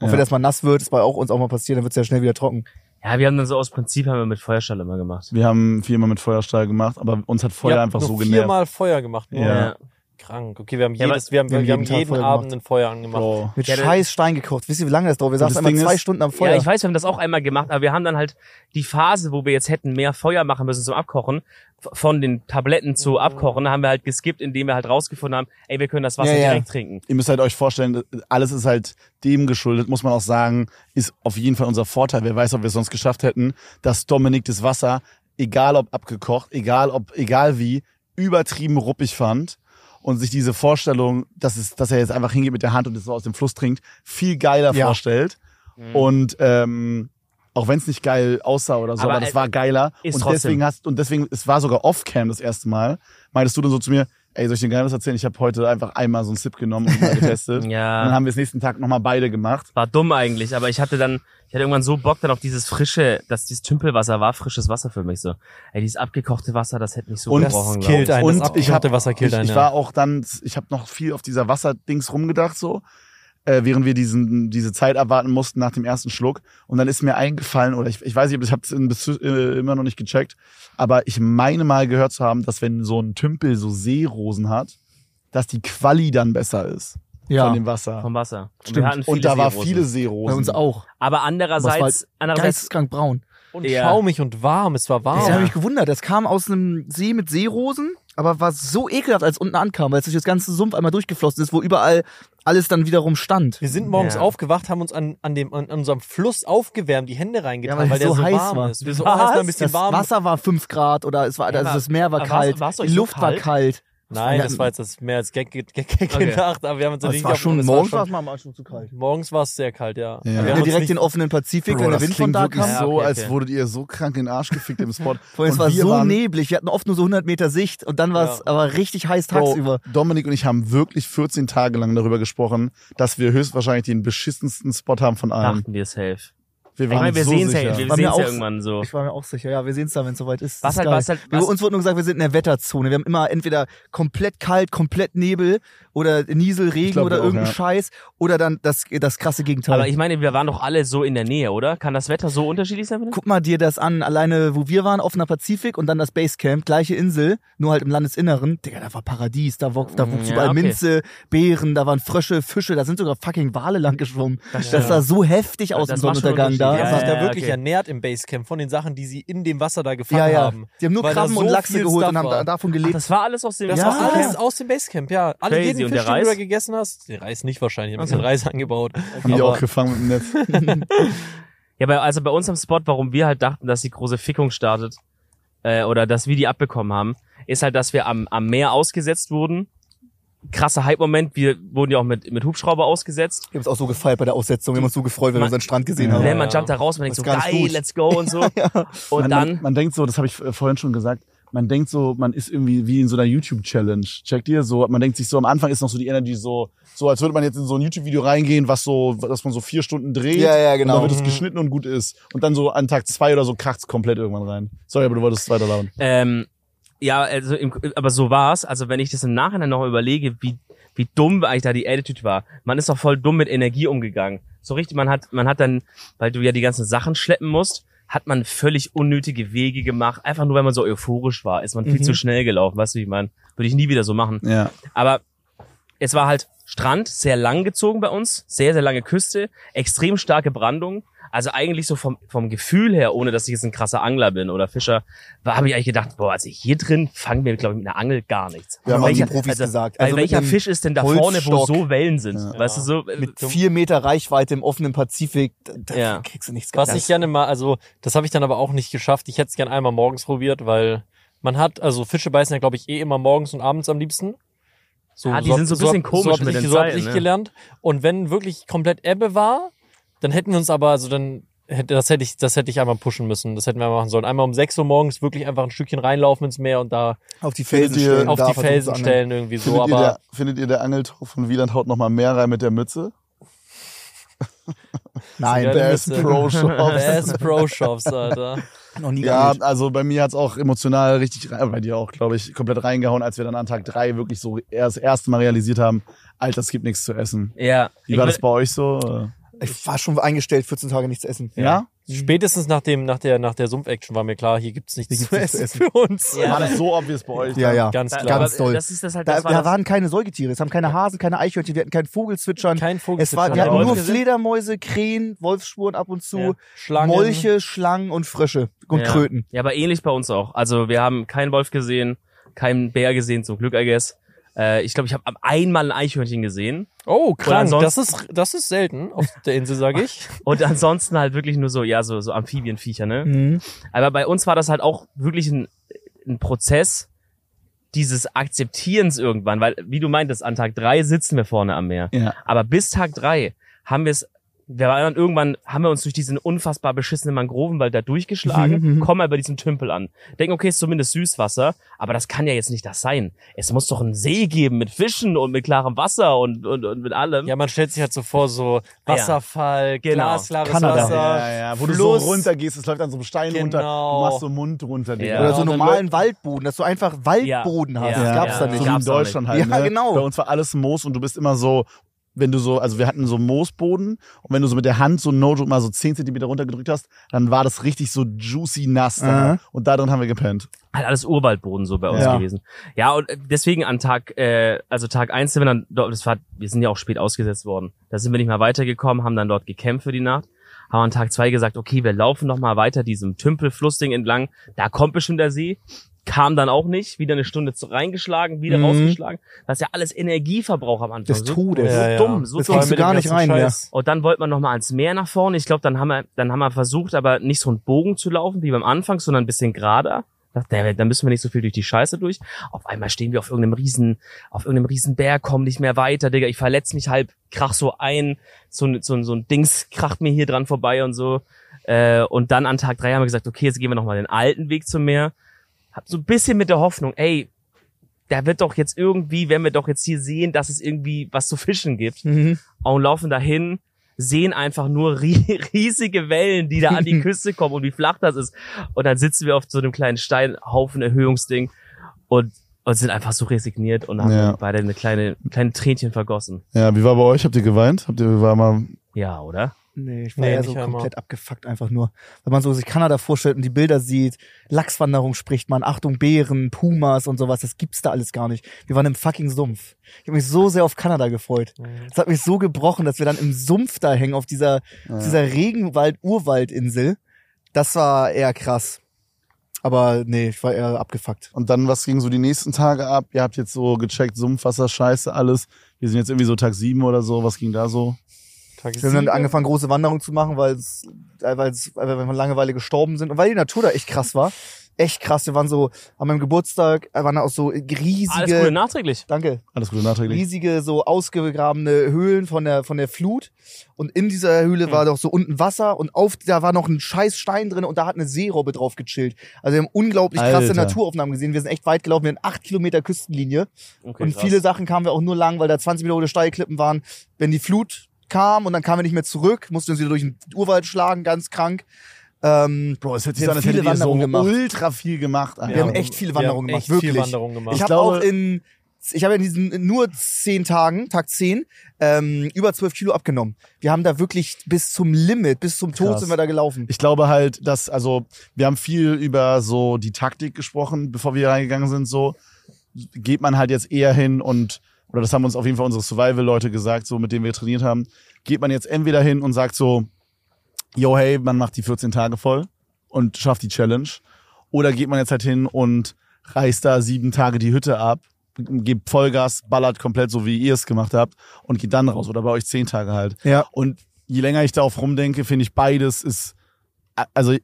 Und
Ja.
wenn das mal nass wird, ist bei auch uns auch mal passiert, dann wird's ja schnell wieder trocken.
Ja, wir haben dann so aus Prinzip haben wir mit Feuerstahl immer gemacht.
Wir haben viermal mit Feuerstahl gemacht, aber uns hat Feuer
Ihr habt
einfach
nur
so genervt.
viermal Feuer gemacht. nur.
Ja.
Krank. Okay, wir haben
Ja,
jedes, wir haben,
wir haben
wir haben
jeden Tag
jeden
Feuer
Abend
gemacht.
ein Feuer angemacht.
Bro.
Mit
Ja, der-
scheiß Stein gekocht. Wisst ihr, wie lange das dauert? Wir saßen
das
immer
Ding
zwei
ist-
Stunden am Feuer.
Ja, ich weiß, wir haben das auch einmal gemacht, aber wir haben dann halt die Phase, wo wir jetzt hätten mehr Feuer machen müssen zum Abkochen, f- von den Tabletten zu Abkochen, haben wir halt geskippt, indem wir halt rausgefunden haben, ey, wir können das Wasser
Ja, ja.
direkt trinken.
Ihr müsst halt euch vorstellen, alles ist halt dem geschuldet, muss man auch sagen, ist auf jeden Fall unser Vorteil. Wer weiß, ob wir es sonst geschafft hätten, dass Dominik das Wasser, egal ob abgekocht, egal ob, egal wie, übertrieben ruppig fand. Und sich diese Vorstellung, dass, es, dass er jetzt einfach hingeht mit der Hand und es so aus dem Fluss trinkt, viel geiler
Ja.
vorstellt. Und ähm, auch wenn es nicht geil aussah oder so, aber,
Aber,
das
äh,
war geiler.
ist
und
trotzdem.
deswegen hast und deswegen, es war sogar off-cam das erste Mal, meintest du dann so zu mir, ey, soll ich dir gar was erzählen? Ich habe heute einfach einmal so einen Sip genommen und mal getestet. Und dann
Ja,
haben wir es nächsten Tag nochmal beide gemacht.
war dumm eigentlich, aber ich hatte dann, ich hatte irgendwann so Bock dann auf dieses frische, dass dieses Tümpelwasser war, frisches Wasser für mich so. Ey, dieses abgekochte Wasser, das hätte mich so
Und
gebrochen,
das
glaub
killt
ich.
einen.
und
das
ich
abgekochte
habe
Wasser killt
ich,
einen,
ich
ja.
war auch dann, ich habe noch viel auf dieser Wasserdings rumgedacht so, äh, während wir diesen diese Zeit abwarten mussten nach dem ersten Schluck. Und dann ist mir eingefallen oder ich, ich weiß nicht, ob ich habe es äh, immer noch nicht gecheckt, aber ich meine mal gehört zu haben, dass wenn so ein Tümpel so Seerosen hat, dass die Quali dann besser ist von dem Wasser.
vom Wasser. Und wir
Stimmt.
hatten viele
Und da war
Seerosen. Mhm.
viele Seerosen.
Bei uns auch.
Aber
Aber
andererseits,
es
andererseits,
Geisteskrank braun.
Und
Ja.
schaumig und warm. Es war
Das
Oh.
habe
warm.
ich gewundert. Das kam aus einem See mit Seerosen, aber war so ekelhaft, als es unten ankam, weil es durch das ganze Sumpf einmal durchgeflossen ist, wo überall alles dann wiederum stand.
Wir sind morgens
Ja.
aufgewacht, haben uns an, an, dem, an, an unserem Fluss aufgewärmt, die Hände reingetan,
Ja, weil
weil,
es
der so,
so heiß
warm
war.
ist. Wir so, oh,
Was?
erstmal ein bisschen
Das
warm.
Wasser war fünf Grad oder es war,
Ja,
also
aber-
das Meer war
aber
kalt,
war's- war's euch
die
so
Luft war
kalt?
kalt.
Nein,
Ja.
das war jetzt das mehr als Gag, Gag, Gag
Okay.
gedacht, aber wir haben uns
Das
nicht
war schon
aufgenommen,
morgens
es war
war es mal schon zu kalt.
schon, morgens war es sehr kalt, ja.
Ja.
Wir
Wir
haben
haben
uns
direkt
nicht,
den offenen Pazifik,
Bro,
wenn der
das
Wind von
klingt
da
wirklich
kam.
Ja,
so,
okay,
als
okay.
wurdet ihr so krank in den Arsch gefickt im Spot.
Vor allem,
Und
es war
wir
so
waren-
neblig, wir hatten oft nur so 100 Meter Sicht und dann war es
Ja.
aber richtig heiß
Bro,
tagsüber.
Dominik und ich haben wirklich 14 Tage lang darüber gesprochen, dass wir höchstwahrscheinlich den beschissensten Spot haben von allen.
dachten wir safe.
Wir
Ich
waren
meine, wir
so
sehen's
sicher.
ja, wir
War mir
sehen's
auch-
ja irgendwann so.
Ich war mir auch sicher. Ja, wir sehen es dann, wenn es soweit ist.
Was
Das ist
halt-
geil.
was halt-
wir,
was-
uns wurde nur gesagt, wir sind in der Wetterzone. Wir haben immer entweder komplett kalt, komplett Nebel oder Niesel, Regen
glaub,
oder
wir auch,
irgendein
ja.
Scheiß oder dann das, das krasse Gegenteil.
Aber ich meine, wir waren doch alle so in der Nähe, oder? Kann das Wetter so unterschiedlich sein?
Guck mal dir das an, alleine wo wir waren, offener Pazifik und dann das Basecamp, gleiche Insel, nur halt im Landesinneren. Digga, da war Paradies, da, wo, da wuchs
Ja,
überall
okay.
Minze, Beeren, da waren Frösche, Fische, da sind sogar fucking Wale lang geschwommen. Das,
stimmt.
sah so heftig aus
Das
im
macht schon
Sonnenuntergang
Die
da.
Unterschied,
haben
Ja,
sich da
ja,
wirklich
okay.
ernährt im Basecamp von den Sachen, die sie in dem Wasser da gefangen
Ja, ja.
haben.
Die haben nur
Weil da
Krabben
so
und Lachse
viel
geholt
Stuff
und haben da,
war.
davon
Ach,
gelebt.
das war alles aus dem
Das
Ja.
war alles
Ja.
aus dem Basecamp, ja. Alle
Crazy.
jeden
Und
Fisch,
der
den du da
Reis?
gegessen hast. Den Reis nicht wahrscheinlich, ich hab ein
Also.
bisschen Reis angebaut.
Haben die
Aber-
auch gefangen mit dem Netz.
Ja, bei, also bei uns am Spot, warum wir halt dachten, dass die große Fickung startet äh, oder dass wir die abbekommen haben, ist halt, dass wir am, am Meer ausgesetzt wurden. Krasser Hype-Moment. Wir wurden ja auch mit, mit Hubschrauber ausgesetzt.
Wir haben es auch so gefeiert bei der Aussetzung. Wir haben uns so gefreut, wenn wir
Man-
unseren Strand gesehen
Ja.
haben.
Ne, man
ja.
jumpt da raus, man denkt
Das
so,
ist gar nicht
geil,
gut.
let's go und so. Und
man,
dann,
man, man denkt so, das habe ich äh, vorhin schon gesagt, man denkt so, man ist irgendwie wie in so einer YouTube-Challenge. Checkt ihr? So, man denkt sich so, am Anfang ist noch so die Energy so, so als würde man jetzt in so ein YouTube-Video reingehen, was so, was man so vier Stunden dreht.
Ja, ja, genau.
Und dann wird es geschnitten und gut ist. Und dann so an Tag zwei oder so kracht's komplett irgendwann rein. Sorry, aber du wolltest weiter labern.
ähm, ja, also im, aber so war's. Also wenn ich das im Nachhinein noch überlege, wie, wie dumm eigentlich da die Attitude war. Man ist doch voll dumm mit Energie umgegangen. So richtig, man hat, man hat dann, weil du ja die ganzen Sachen schleppen musst, hat man völlig unnötige Wege gemacht. Einfach nur, weil man so euphorisch war, ist man viel
Mhm.
zu schnell gelaufen. Weißt du, wie ich meine? Würde ich nie wieder so machen.
Ja.
Aber es war halt Strand, sehr lang gezogen bei uns, sehr, sehr lange Küste, extrem starke Brandung. Also eigentlich so vom, vom Gefühl her, ohne dass ich jetzt ein krasser Angler bin oder Fischer, war habe ich eigentlich gedacht, boah, also hier drin fangen wir, glaube ich, mit einer Angel gar nichts.
Ja, haben
Weil
die
welcher-
Profis gesagt.
Weil
Also mit
welcher
einem
Fisch ist denn da vorne, wo
Holzstock.
so Wellen sind?
Ja.
Weißt du, so äh,
mit vier Meter Reichweite im offenen Pazifik, da, da
Ja.
kriegst du nichts
Was
gebacken.
ich gerne mal, also das habe ich dann aber auch nicht geschafft. Ich hätte es gerne einmal morgens probiert, weil man hat, also Fische beißen ja, glaube ich, eh immer morgens und abends am liebsten. So,
Ah, die sind so ein bisschen komisch
so hab
mit
ich,
den
So hab
Zeiten,
ich
ne?
gelernt. Und wenn wirklich komplett Ebbe war, dann hätten wir uns aber, also dann hätte, das hätte ich, das hätte ich einmal pushen müssen. Das hätten wir mal machen sollen. Einmal um 6 Uhr morgens wirklich einfach ein Stückchen reinlaufen ins Meer und da
auf die
Findet
Felsen
ihr-
stellen.
auf
da
die
versucht zu
Felsen
angeln.
stellen irgendwie
Findet,
so.
ihr der,
Aber
findet ihr, der Angeltauch von Wieland haut nochmal mehr rein mit der Mütze?
Nein,
Ja,
der
Bass
ist
Mütze.
Pro Shops.
Bass Pro Shops, Alter.
noch nie
Ja,
geangelt.
also bei mir hat's auch emotional richtig, rein- bei dir auch, glaube ich, komplett reingehauen, als wir dann an Tag drei wirklich so erst, das erste Mal realisiert haben, Alter, es gibt nichts zu essen.
ja.
Wie
Ich
war
will-
das bei euch so?
Ich war schon eingestellt, 14 Tage nichts essen.
Äh, Ja?
Spätestens nach dem, nach der, nach der Sumpf-Action war mir klar, hier gibt's nichts
Hier
zu
gibt's
essen
nichts zu
für uns.
Ja,
War
aber-
das so obvious bei euch?
Ja, ja.
Ganz
Da-
klar.
Ganz
aber
doll.
Das ist das halt,
Da,
das war
da
das,
waren keine Säugetiere, es haben keine Hasen, keine Eichhörnchen, wir hatten kein Vogelzwitschern.
Kein Vogel.
es war, wir
Zwitschern,
hatten nur
Wolf
gesehen?
Fledermäuse, Krähen, Wolfsspuren ab und zu,
Schlangen.
Molche, Schlangen und Frösche und
ja.
Kröten.
Ja, aber ähnlich bei uns auch. Also wir haben keinen Wolf gesehen, keinen Bär gesehen, zum Glück, I guess. Äh, ich glaube, ich habe einmal ein Eichhörnchen gesehen.
Oh, krank.
Oder
Das ist, das ist selten auf der Insel, sage ich.
Und ansonsten halt wirklich nur so, ja, so, so Amphibienviecher, ne?
Mhm.
Aber bei uns war das halt auch wirklich ein, ein Prozess dieses Akzeptierens irgendwann, weil, wie du meintest, an Tag drei sitzen wir vorne am Meer.
Ja.
Aber bis Tag drei haben wir es, wir waren dann irgendwann, haben wir uns durch diesen unfassbar beschissenen Mangrovenwald da durchgeschlagen,
Mhm, mhm.
kommen aber diesen Tümpel an. Denken, okay, ist zumindest Süßwasser, aber das kann ja jetzt nicht das sein. Es muss doch einen See geben mit Fischen und mit klarem Wasser und, und, und mit allem.
Ja, man stellt sich halt so vor, so Wasserfall,
Genau.
glasklares
Kanada.
Wasser.
Ja, ja, wo du
Fluss.
so runtergehst, es läuft an so einem Stein
Genau.
runter, du machst so Mund runter. Digga.
Ja.
Oder so
Und dann
normalen Waldboden, dass du einfach Waldboden
Ja.
hast.
Ja.
Das
Ja.
gab's da
So
nicht.
wie in
Gab's auch
Deutschland halt.
nicht. Ja,
ne?
genau.
Bei uns war alles Moos und du bist immer so, wenn du so, also wir hatten so Moosboden und wenn du so mit der Hand so no joke mal so 10 Zentimeter runtergedrückt hast, dann war das richtig so juicy nass da.
Mhm.
Und darin haben wir gepennt.
halt alles Urwaldboden so bei uns
Ja.
gewesen. Ja, und äh, deswegen an Tag, äh, also Tag eins sind wir dann dort, das war, wir sind ja auch spät ausgesetzt worden. Da sind wir nicht mal weitergekommen, haben dann dort gekämpft für die Nacht. Haben an Tag zwei gesagt, okay, wir laufen noch mal weiter diesem Tümpelflussding entlang. Da kommt bestimmt der See. Kam dann auch nicht. Wieder eine Stunde zu- reingeschlagen, wieder
Mhm.
rausgeschlagen. Das ist ja alles Energieverbrauch am Anfang.
Des
so,
Todes.
So
Ja, ja.
dumm, so
Das
dumm.
kriegst du gar nicht rein, ne? ja.
Und dann wollte man nochmal ans Meer nach vorne. Ich glaube, dann haben wir, dann haben wir versucht, aber nicht so einen Bogen zu laufen wie beim Anfang, sondern ein bisschen gerader. Ich dachte, naja, dann müssen wir nicht so viel durch die Scheiße durch. Auf einmal stehen wir auf irgendeinem riesen, auf irgendeinem riesen Berg, kommen nicht mehr weiter, Digga. Ich verletz mich halb, krach so ein, so ein, so ein, so ein Dings kracht mir hier dran vorbei und so. Äh, und dann an Tag drei haben wir gesagt, okay, jetzt gehen wir nochmal den alten Weg zum Meer. Hab so ein bisschen mit der Hoffnung, ey, da wird doch jetzt irgendwie, wenn wir doch jetzt hier sehen, dass es irgendwie was zu fischen gibt
Mhm.
und laufen dahin. sehen einfach nur rie- riesige Wellen, die da an die Küste kommen und wie flach das ist. Und dann sitzen wir auf so einem kleinen Steinhaufen Erhöhungsding und, und sind einfach so resigniert und haben
Ja.
beide eine kleine, kleine Tränchen vergossen.
Ja, wie war bei euch? Habt ihr geweint? Habt ihr war mal
Ja, oder?
Nee, ich war
Nee,
eher so
nicht einmal.
komplett abgefuckt einfach nur. Wenn man so sich Kanada vorstellt und die Bilder sieht, Lachswanderung spricht man, Achtung Bären, Pumas und sowas, das gibt's da alles gar nicht. Wir waren im fucking Sumpf. Ich habe mich so sehr auf Kanada gefreut.
Mhm.
Das hat mich so gebrochen, dass wir dann im Sumpf da hängen, auf dieser,
äh,
auf dieser Regenwald-Urwaldinsel. Das war eher krass. Aber nee, ich war eher abgefuckt.
Und dann, was ging so die nächsten Tage ab? Ihr habt jetzt so gecheckt, Sumpfwasser, Scheiße, alles. Wir sind jetzt irgendwie so Tag sieben oder so. Was ging da so?
Tag
Wir haben dann
sieben.
angefangen, große Wanderungen zu machen, weil es, äh, weil es, weil wir von Langeweile gestorben sind und weil die Natur da echt krass war. Echt krass. Wir waren so an meinem Geburtstag, äh, waren da auch so
Alles Gute,
riesige,
ne?
nachträglich.
danke,
Alles Gute nachträglich.
riesige so ausgegrabene Höhlen von der von der Flut. Und in dieser Höhle war doch so unten Wasser und auf da war noch ein scheiß Stein drin und da hat eine Seerobbe drauf gechillt. Also wir haben unglaublich krasse
Alter.
Naturaufnahmen gesehen. Wir sind echt weit gelaufen, wir haben acht Kilometer Küstenlinie.
Okay,
und
krass.
viele Sachen kamen wir auch nur lang, weil da 20 Meter hohe Steilklippen waren. Wenn die Flut kam und dann kamen wir nicht mehr zurück, mussten uns wieder durch den Urwald schlagen, ganz krank. Ähm,
Bro, es hört
Wir haben viele Wanderungen gemacht.
ultra viel gemacht. Alter.
wir haben echt viele Wanderungen
wir haben echt
gemacht,
Viel
wirklich.
Wanderungen gemacht.
ich
Ich
habe
glaube-
auch in, ich habe in diesen in nur zehn Tagen, Tag zehn, ähm, über zwölf Kilo abgenommen. Wir haben da wirklich bis zum Limit, bis zum Tod
Krass.
sind wir da gelaufen.
Ich glaube halt, dass, also, wir haben viel über so die Taktik gesprochen, bevor wir reingegangen sind, so. Geht man halt jetzt eher hin und, oder das haben uns auf jeden Fall unsere Survival-Leute gesagt, so, mit denen wir trainiert haben. Geht man jetzt entweder hin und sagt so, yo, hey, man macht die 14 Tage voll und schafft die Challenge. Oder geht man jetzt halt hin und reißt da sieben Tage die Hütte ab, gibt Vollgas, ballert komplett so, wie ihr es gemacht habt und geht dann raus. Oder bei euch zehn Tage halt.
Ja.
Und je länger ich darauf rumdenke, finde ich beides ist, also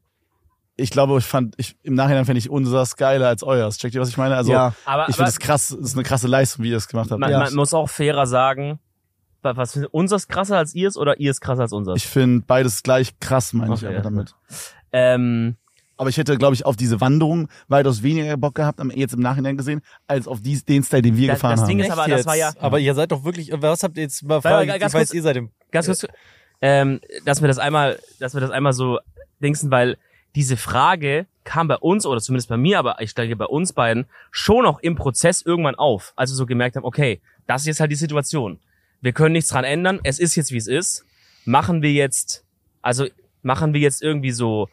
ich glaube, ich fand, ich, im Nachhinein fände ich unseres geiler als euers. Checkt ihr, was ich meine? Also
ja.
aber,
ich
aber
finde es krass, es ist eine krasse Leistung, wie ihr es gemacht habt.
man,
Ja.
man muss auch fairer sagen, wa- was unseres krasser als ihrs oder ihrs krasser als unseres?
Ich finde beides gleich krass, meine ich
Okay,
aber
ja.
damit.
ähm,
Aber ich hätte, glaube ich, auf diese Wanderung weitaus weniger Bock gehabt, am- jetzt im Nachhinein gesehen, als auf dies, den Style, den wir
Das-
gefahren
das Ding
haben.
ist- aber das
Echt
war ja-
jetzt? Aber ihr seid doch wirklich. Was habt ihr jetzt mal
Warte,
Frage,
ganz
Ich weiß,
kurz-
ihr seid im.
ganz kurz, ähm, dass wir das einmal, dass wir das einmal so dingsen, weil diese Frage kam bei uns oder zumindest bei mir, aber ich denke bei uns beiden schon auch im Prozess irgendwann auf, als wir so gemerkt haben, okay, das ist jetzt halt die Situation. Wir können nichts dran ändern. Es ist jetzt wie es ist. Machen wir jetzt, also machen wir jetzt irgendwie so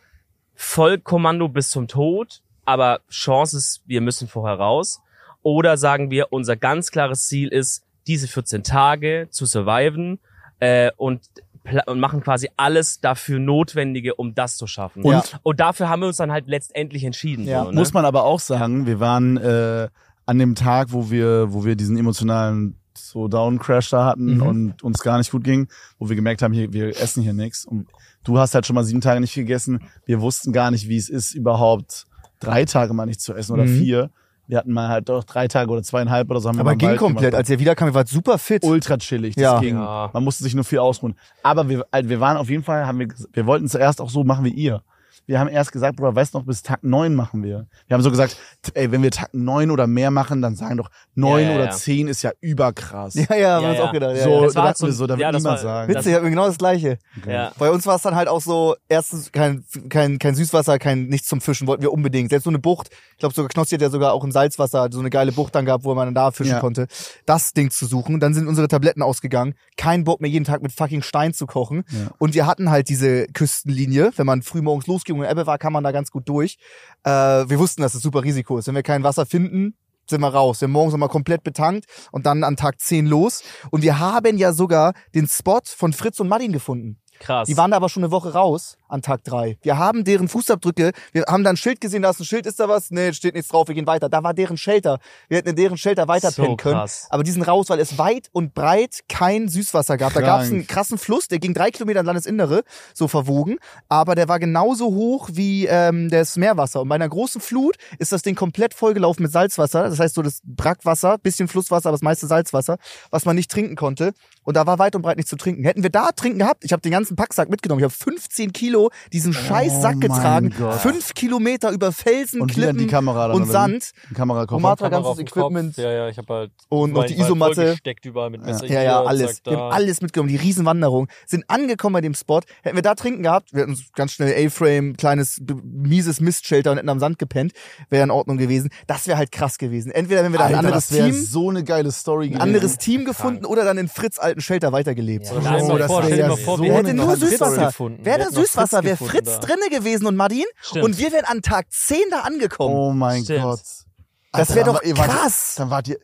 Vollkommando bis zum Tod, aber Chance ist, wir müssen vorher raus. Oder sagen wir, unser ganz klares Ziel ist, diese 14 Tage zu surviven äh, und, pla- und machen quasi alles dafür Notwendige, um das zu schaffen.
Und-
Ja.
Und dafür haben wir uns dann halt letztendlich entschieden.
Ja.
so, ne?
Muss man aber auch sagen, wir waren äh, an dem Tag, wo wir, wo wir diesen emotionalen so Down-Crash da hatten
Mhm.
und uns gar nicht gut ging, wo wir gemerkt haben, hier, wir essen hier nichts. Und du hast halt schon mal sieben Tage nicht gegessen. Wir wussten gar nicht, wie es ist, überhaupt drei Tage mal nicht zu essen oder
Mhm.
vier. Wir hatten mal halt doch drei Tage oder zweieinhalb oder so. Haben wir mal
Aber
im
ging
Wald
komplett.
gemacht.
Als ihr wiederkam, ihr wart super fit.
ultra chillig. Das
Ja.
ging.
Ja.
Man musste sich nur viel ausruhen. Aber wir, also wir waren auf jeden Fall, haben wir, ges- wir wollten zuerst auch so machen wie ihr. Wir haben erst gesagt, Bruder, weißt noch, bis Tag neun machen wir. Wir haben so gesagt, t- ey, wenn wir Tag neun oder mehr machen, dann sagen doch, neun
Ja, ja,
oder
ja.
zehn ist ja überkrass.
Ja, ja, haben wir
Ja,
uns
ja.
auch gedacht. Ja,
So,
Das
ja.
war
da
halt
dachten wir
so-
so, da wird
ja, das
niemand
war-
sagen.
Witzig, ich hab mir genau das gleiche.
ja.
Bei uns war es dann halt auch so, erstens kein, kein, kein Süßwasser, kein nichts zum Fischen wollten wir unbedingt. Selbst so eine Bucht, ich glaube sogar Knossi hat ja sogar auch im Salzwasser so eine geile Bucht dann gehabt, wo man da fischen
Ja.
konnte. Das Ding zu suchen, dann sind unsere Tabletten ausgegangen, kein Bock mehr jeden Tag mit fucking Stein zu kochen.
Ja.
Und wir hatten halt diese Küstenlinie, wenn man früh morgens losging und in Ebbe war, kam man da ganz gut durch. Äh, wir wussten, dass es das super Risiko ist. Wenn wir kein Wasser finden, sind wir raus. Wir haben morgens nochmal komplett betankt und dann an Tag 10 los. Und wir haben ja sogar den Spot von Fritz und Martin gefunden.
Krass.
Die waren da aber schon eine Woche raus an Tag drei. Wir haben deren Fußabdrücke, wir haben da ein Schild gesehen, da ist ein Schild, ist da was? Nee, steht nichts drauf, wir gehen weiter. Da war deren Shelter. Wir hätten in deren Shelter weiter
So
pennen können.
krass.
Aber die sind raus, weil es weit und breit kein Süßwasser gab. Da gab es
Krank.
einen krassen Fluss, der ging drei Kilometer ins Landesinnere, so verwogen. Aber der war genauso hoch wie ähm, das Meerwasser. Und bei einer großen Flut ist das Ding komplett vollgelaufen mit Salzwasser. Das heißt so das Brackwasser, bisschen Flusswasser, aber das meiste Salzwasser, was man nicht trinken konnte. Und da war weit und breit nichts zu trinken. Hätten wir da trinken gehabt, ich habe den ganzen Packsack mitgenommen. Ich habe 15 Kilo Kilo diesen scheiß Sack
Oh mein
getragen.
Gott.
Fünf Kilometer über Felsen,
und wie dann
Klippen
die Kamera dann
und
oder wie?
Sand.
Die Kamera kommt.
Omar-
Kamera
ganzes
auf dem
Equipment.
Kopf. Ja, ja, ich habe halt
Und noch
mein
die
Bein
Isomatte.
vollgesteckt überall mit Messer.
Ja,
hier,
ja, alles.
zack,
Wir
da.
haben alles mitgenommen, die Riesenwanderung. Sind angekommen bei dem Spot. Hätten wir da trinken gehabt, wir hätten uns ganz schnell A-Frame, kleines, b- mieses Mistshelter und hätten am Sand gepennt. Wäre in Ordnung gewesen. Das wäre halt krass gewesen. Entweder wenn wir da
Alter,
ein anderes
das wäre
Team,
so eine geile Story
ein
gewesen.
anderes Team gefunden oder dann in Fritz alten Shelter weitergelebt.
Ja, Stell dir mal
das
vor,
wär
stell dir mal
ja
vor,
so
wir
eine
Wer
hätten
hätte
noch
nur
eine Story
Süßwasser?
gefunden.
Wer
Wir
hätte
hätten noch
Süßwasser? Wäre
gefunden
Fritz
da.
drinne gewesen und Martin?
Stimmt.
Und wir wären an Tag 10 da angekommen.
Oh mein
Stimmt.
Gott.
Das
Alter,
wäre
dann
doch
war- ihr wart-
krass.
Dann wart ihr.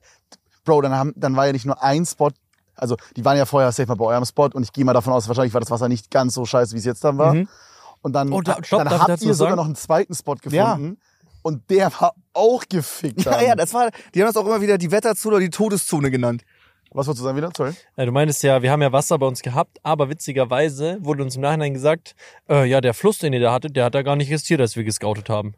Bro, dann, haben, dann war ja nicht nur ein Spot. Also, die waren ja vorher safe mal bei eurem Spot und ich gehe mal davon aus, wahrscheinlich war das Wasser nicht ganz so scheiße, wie es jetzt dann war.
Mhm.
Und dann,
Oh, da- stopp,
dann
darf ich
habt
dazu
ihr sogar
sagen?
noch einen zweiten Spot
Ja.
gefunden. Und der war auch gefickt.
Ja,
dann.
ja, das war, die haben das auch immer wieder die Wetterzone oder die Todeszone genannt.
Was wolltest du sagen wieder? Sorry.
Äh, Du meintest ja, wir haben ja Wasser bei uns gehabt, aber witzigerweise wurde uns im Nachhinein gesagt, äh, ja, der Fluss, den ihr da hattet, der hat da gar nicht existiert, als wir gescoutet haben.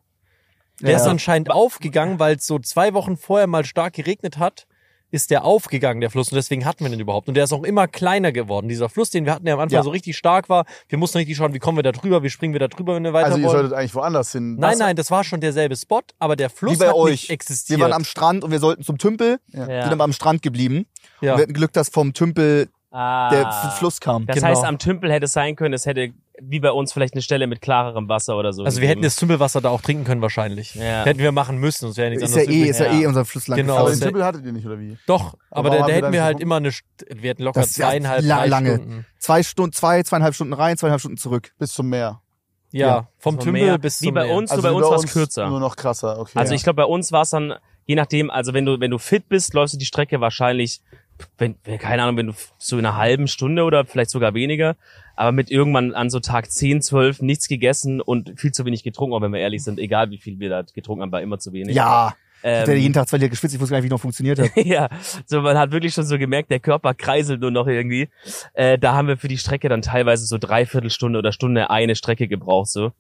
Der
Ja.
ist anscheinend aufgegangen, weil es so zwei Wochen vorher mal stark geregnet hat, ist der aufgegangen, der Fluss, und deswegen hatten wir den überhaupt. Und der ist auch immer kleiner geworden. Dieser Fluss, den wir hatten, der am Anfang
Ja.
so richtig stark war, wir mussten richtig schauen, wie kommen wir da drüber, wie springen wir da drüber, wenn wir weiter
Also, ihr
wollen.
solltet eigentlich woanders hin. Also,
Nein, nein, das war schon derselbe Spot, aber der Fluss
Wie bei
hat
euch.
nicht existiert.
Wir waren am Strand und wir sollten zum Tümpel, sind aber am Strand geblieben.
ja.
Wir hatten Ne, Glück, dass vom Tümpel
Ah.
der F- Fluss kam.
Das
Genau.
heißt, am Tümpel hätte es sein können, es hätte wie bei uns vielleicht eine Stelle mit klarerem Wasser oder so.
Also wir hätten
gegeben.
das Tümpelwasser da auch trinken können wahrscheinlich.
Ja.
Hätten wir machen müssen, sonst wäre nichts
Ist ja,
anderes
eh,
übrig.
ist ja
Ja.
eh unser Fluss lang
Genau.
Aber
gefahren.
den
Außer-
Tümpel hattet ihr nicht, oder wie?
Doch, aber
warum
da,
haben
da
wir
hätten
dann
wir halt
gefunden?
immer eine, St- wir hätten locker
Das ist ja
zweieinhalb,
la-
drei
lange.
Stunden.
Zwei Stunden, zwei, zweieinhalb Stunden rein, zweieinhalb Stunden zurück.
Bis zum Meer. Also,
Ja,
Ja.
vom
Zum
Tümpel
Meer.
bis
Wie
zum
bei
Meer.
uns? So, bei uns war's kürzer.
Nur noch krasser, okay.
Also ich glaube, bei uns war es dann, je nachdem, also wenn du, wenn du fit bist, läufst du die Strecke wahrscheinlich, wenn, wenn, keine Ahnung, wenn du f- so in einer halben Stunde oder vielleicht sogar weniger, aber mit irgendwann an so Tag 10, 12 nichts gegessen und viel zu wenig getrunken, auch wenn wir ehrlich sind, egal wie viel wir da getrunken haben, war immer zu wenig.
Ja. Ich hätte jeden
ähm,
Tag zwei Liter geschwitzt, ich wusste gar nicht, wie ich noch funktioniert hat.
ja, so man hat wirklich schon so gemerkt, der Körper kreiselt nur noch irgendwie. Äh, da haben wir für die Strecke dann teilweise so dreiviertel Stunde oder Stunde eine Strecke gebraucht so.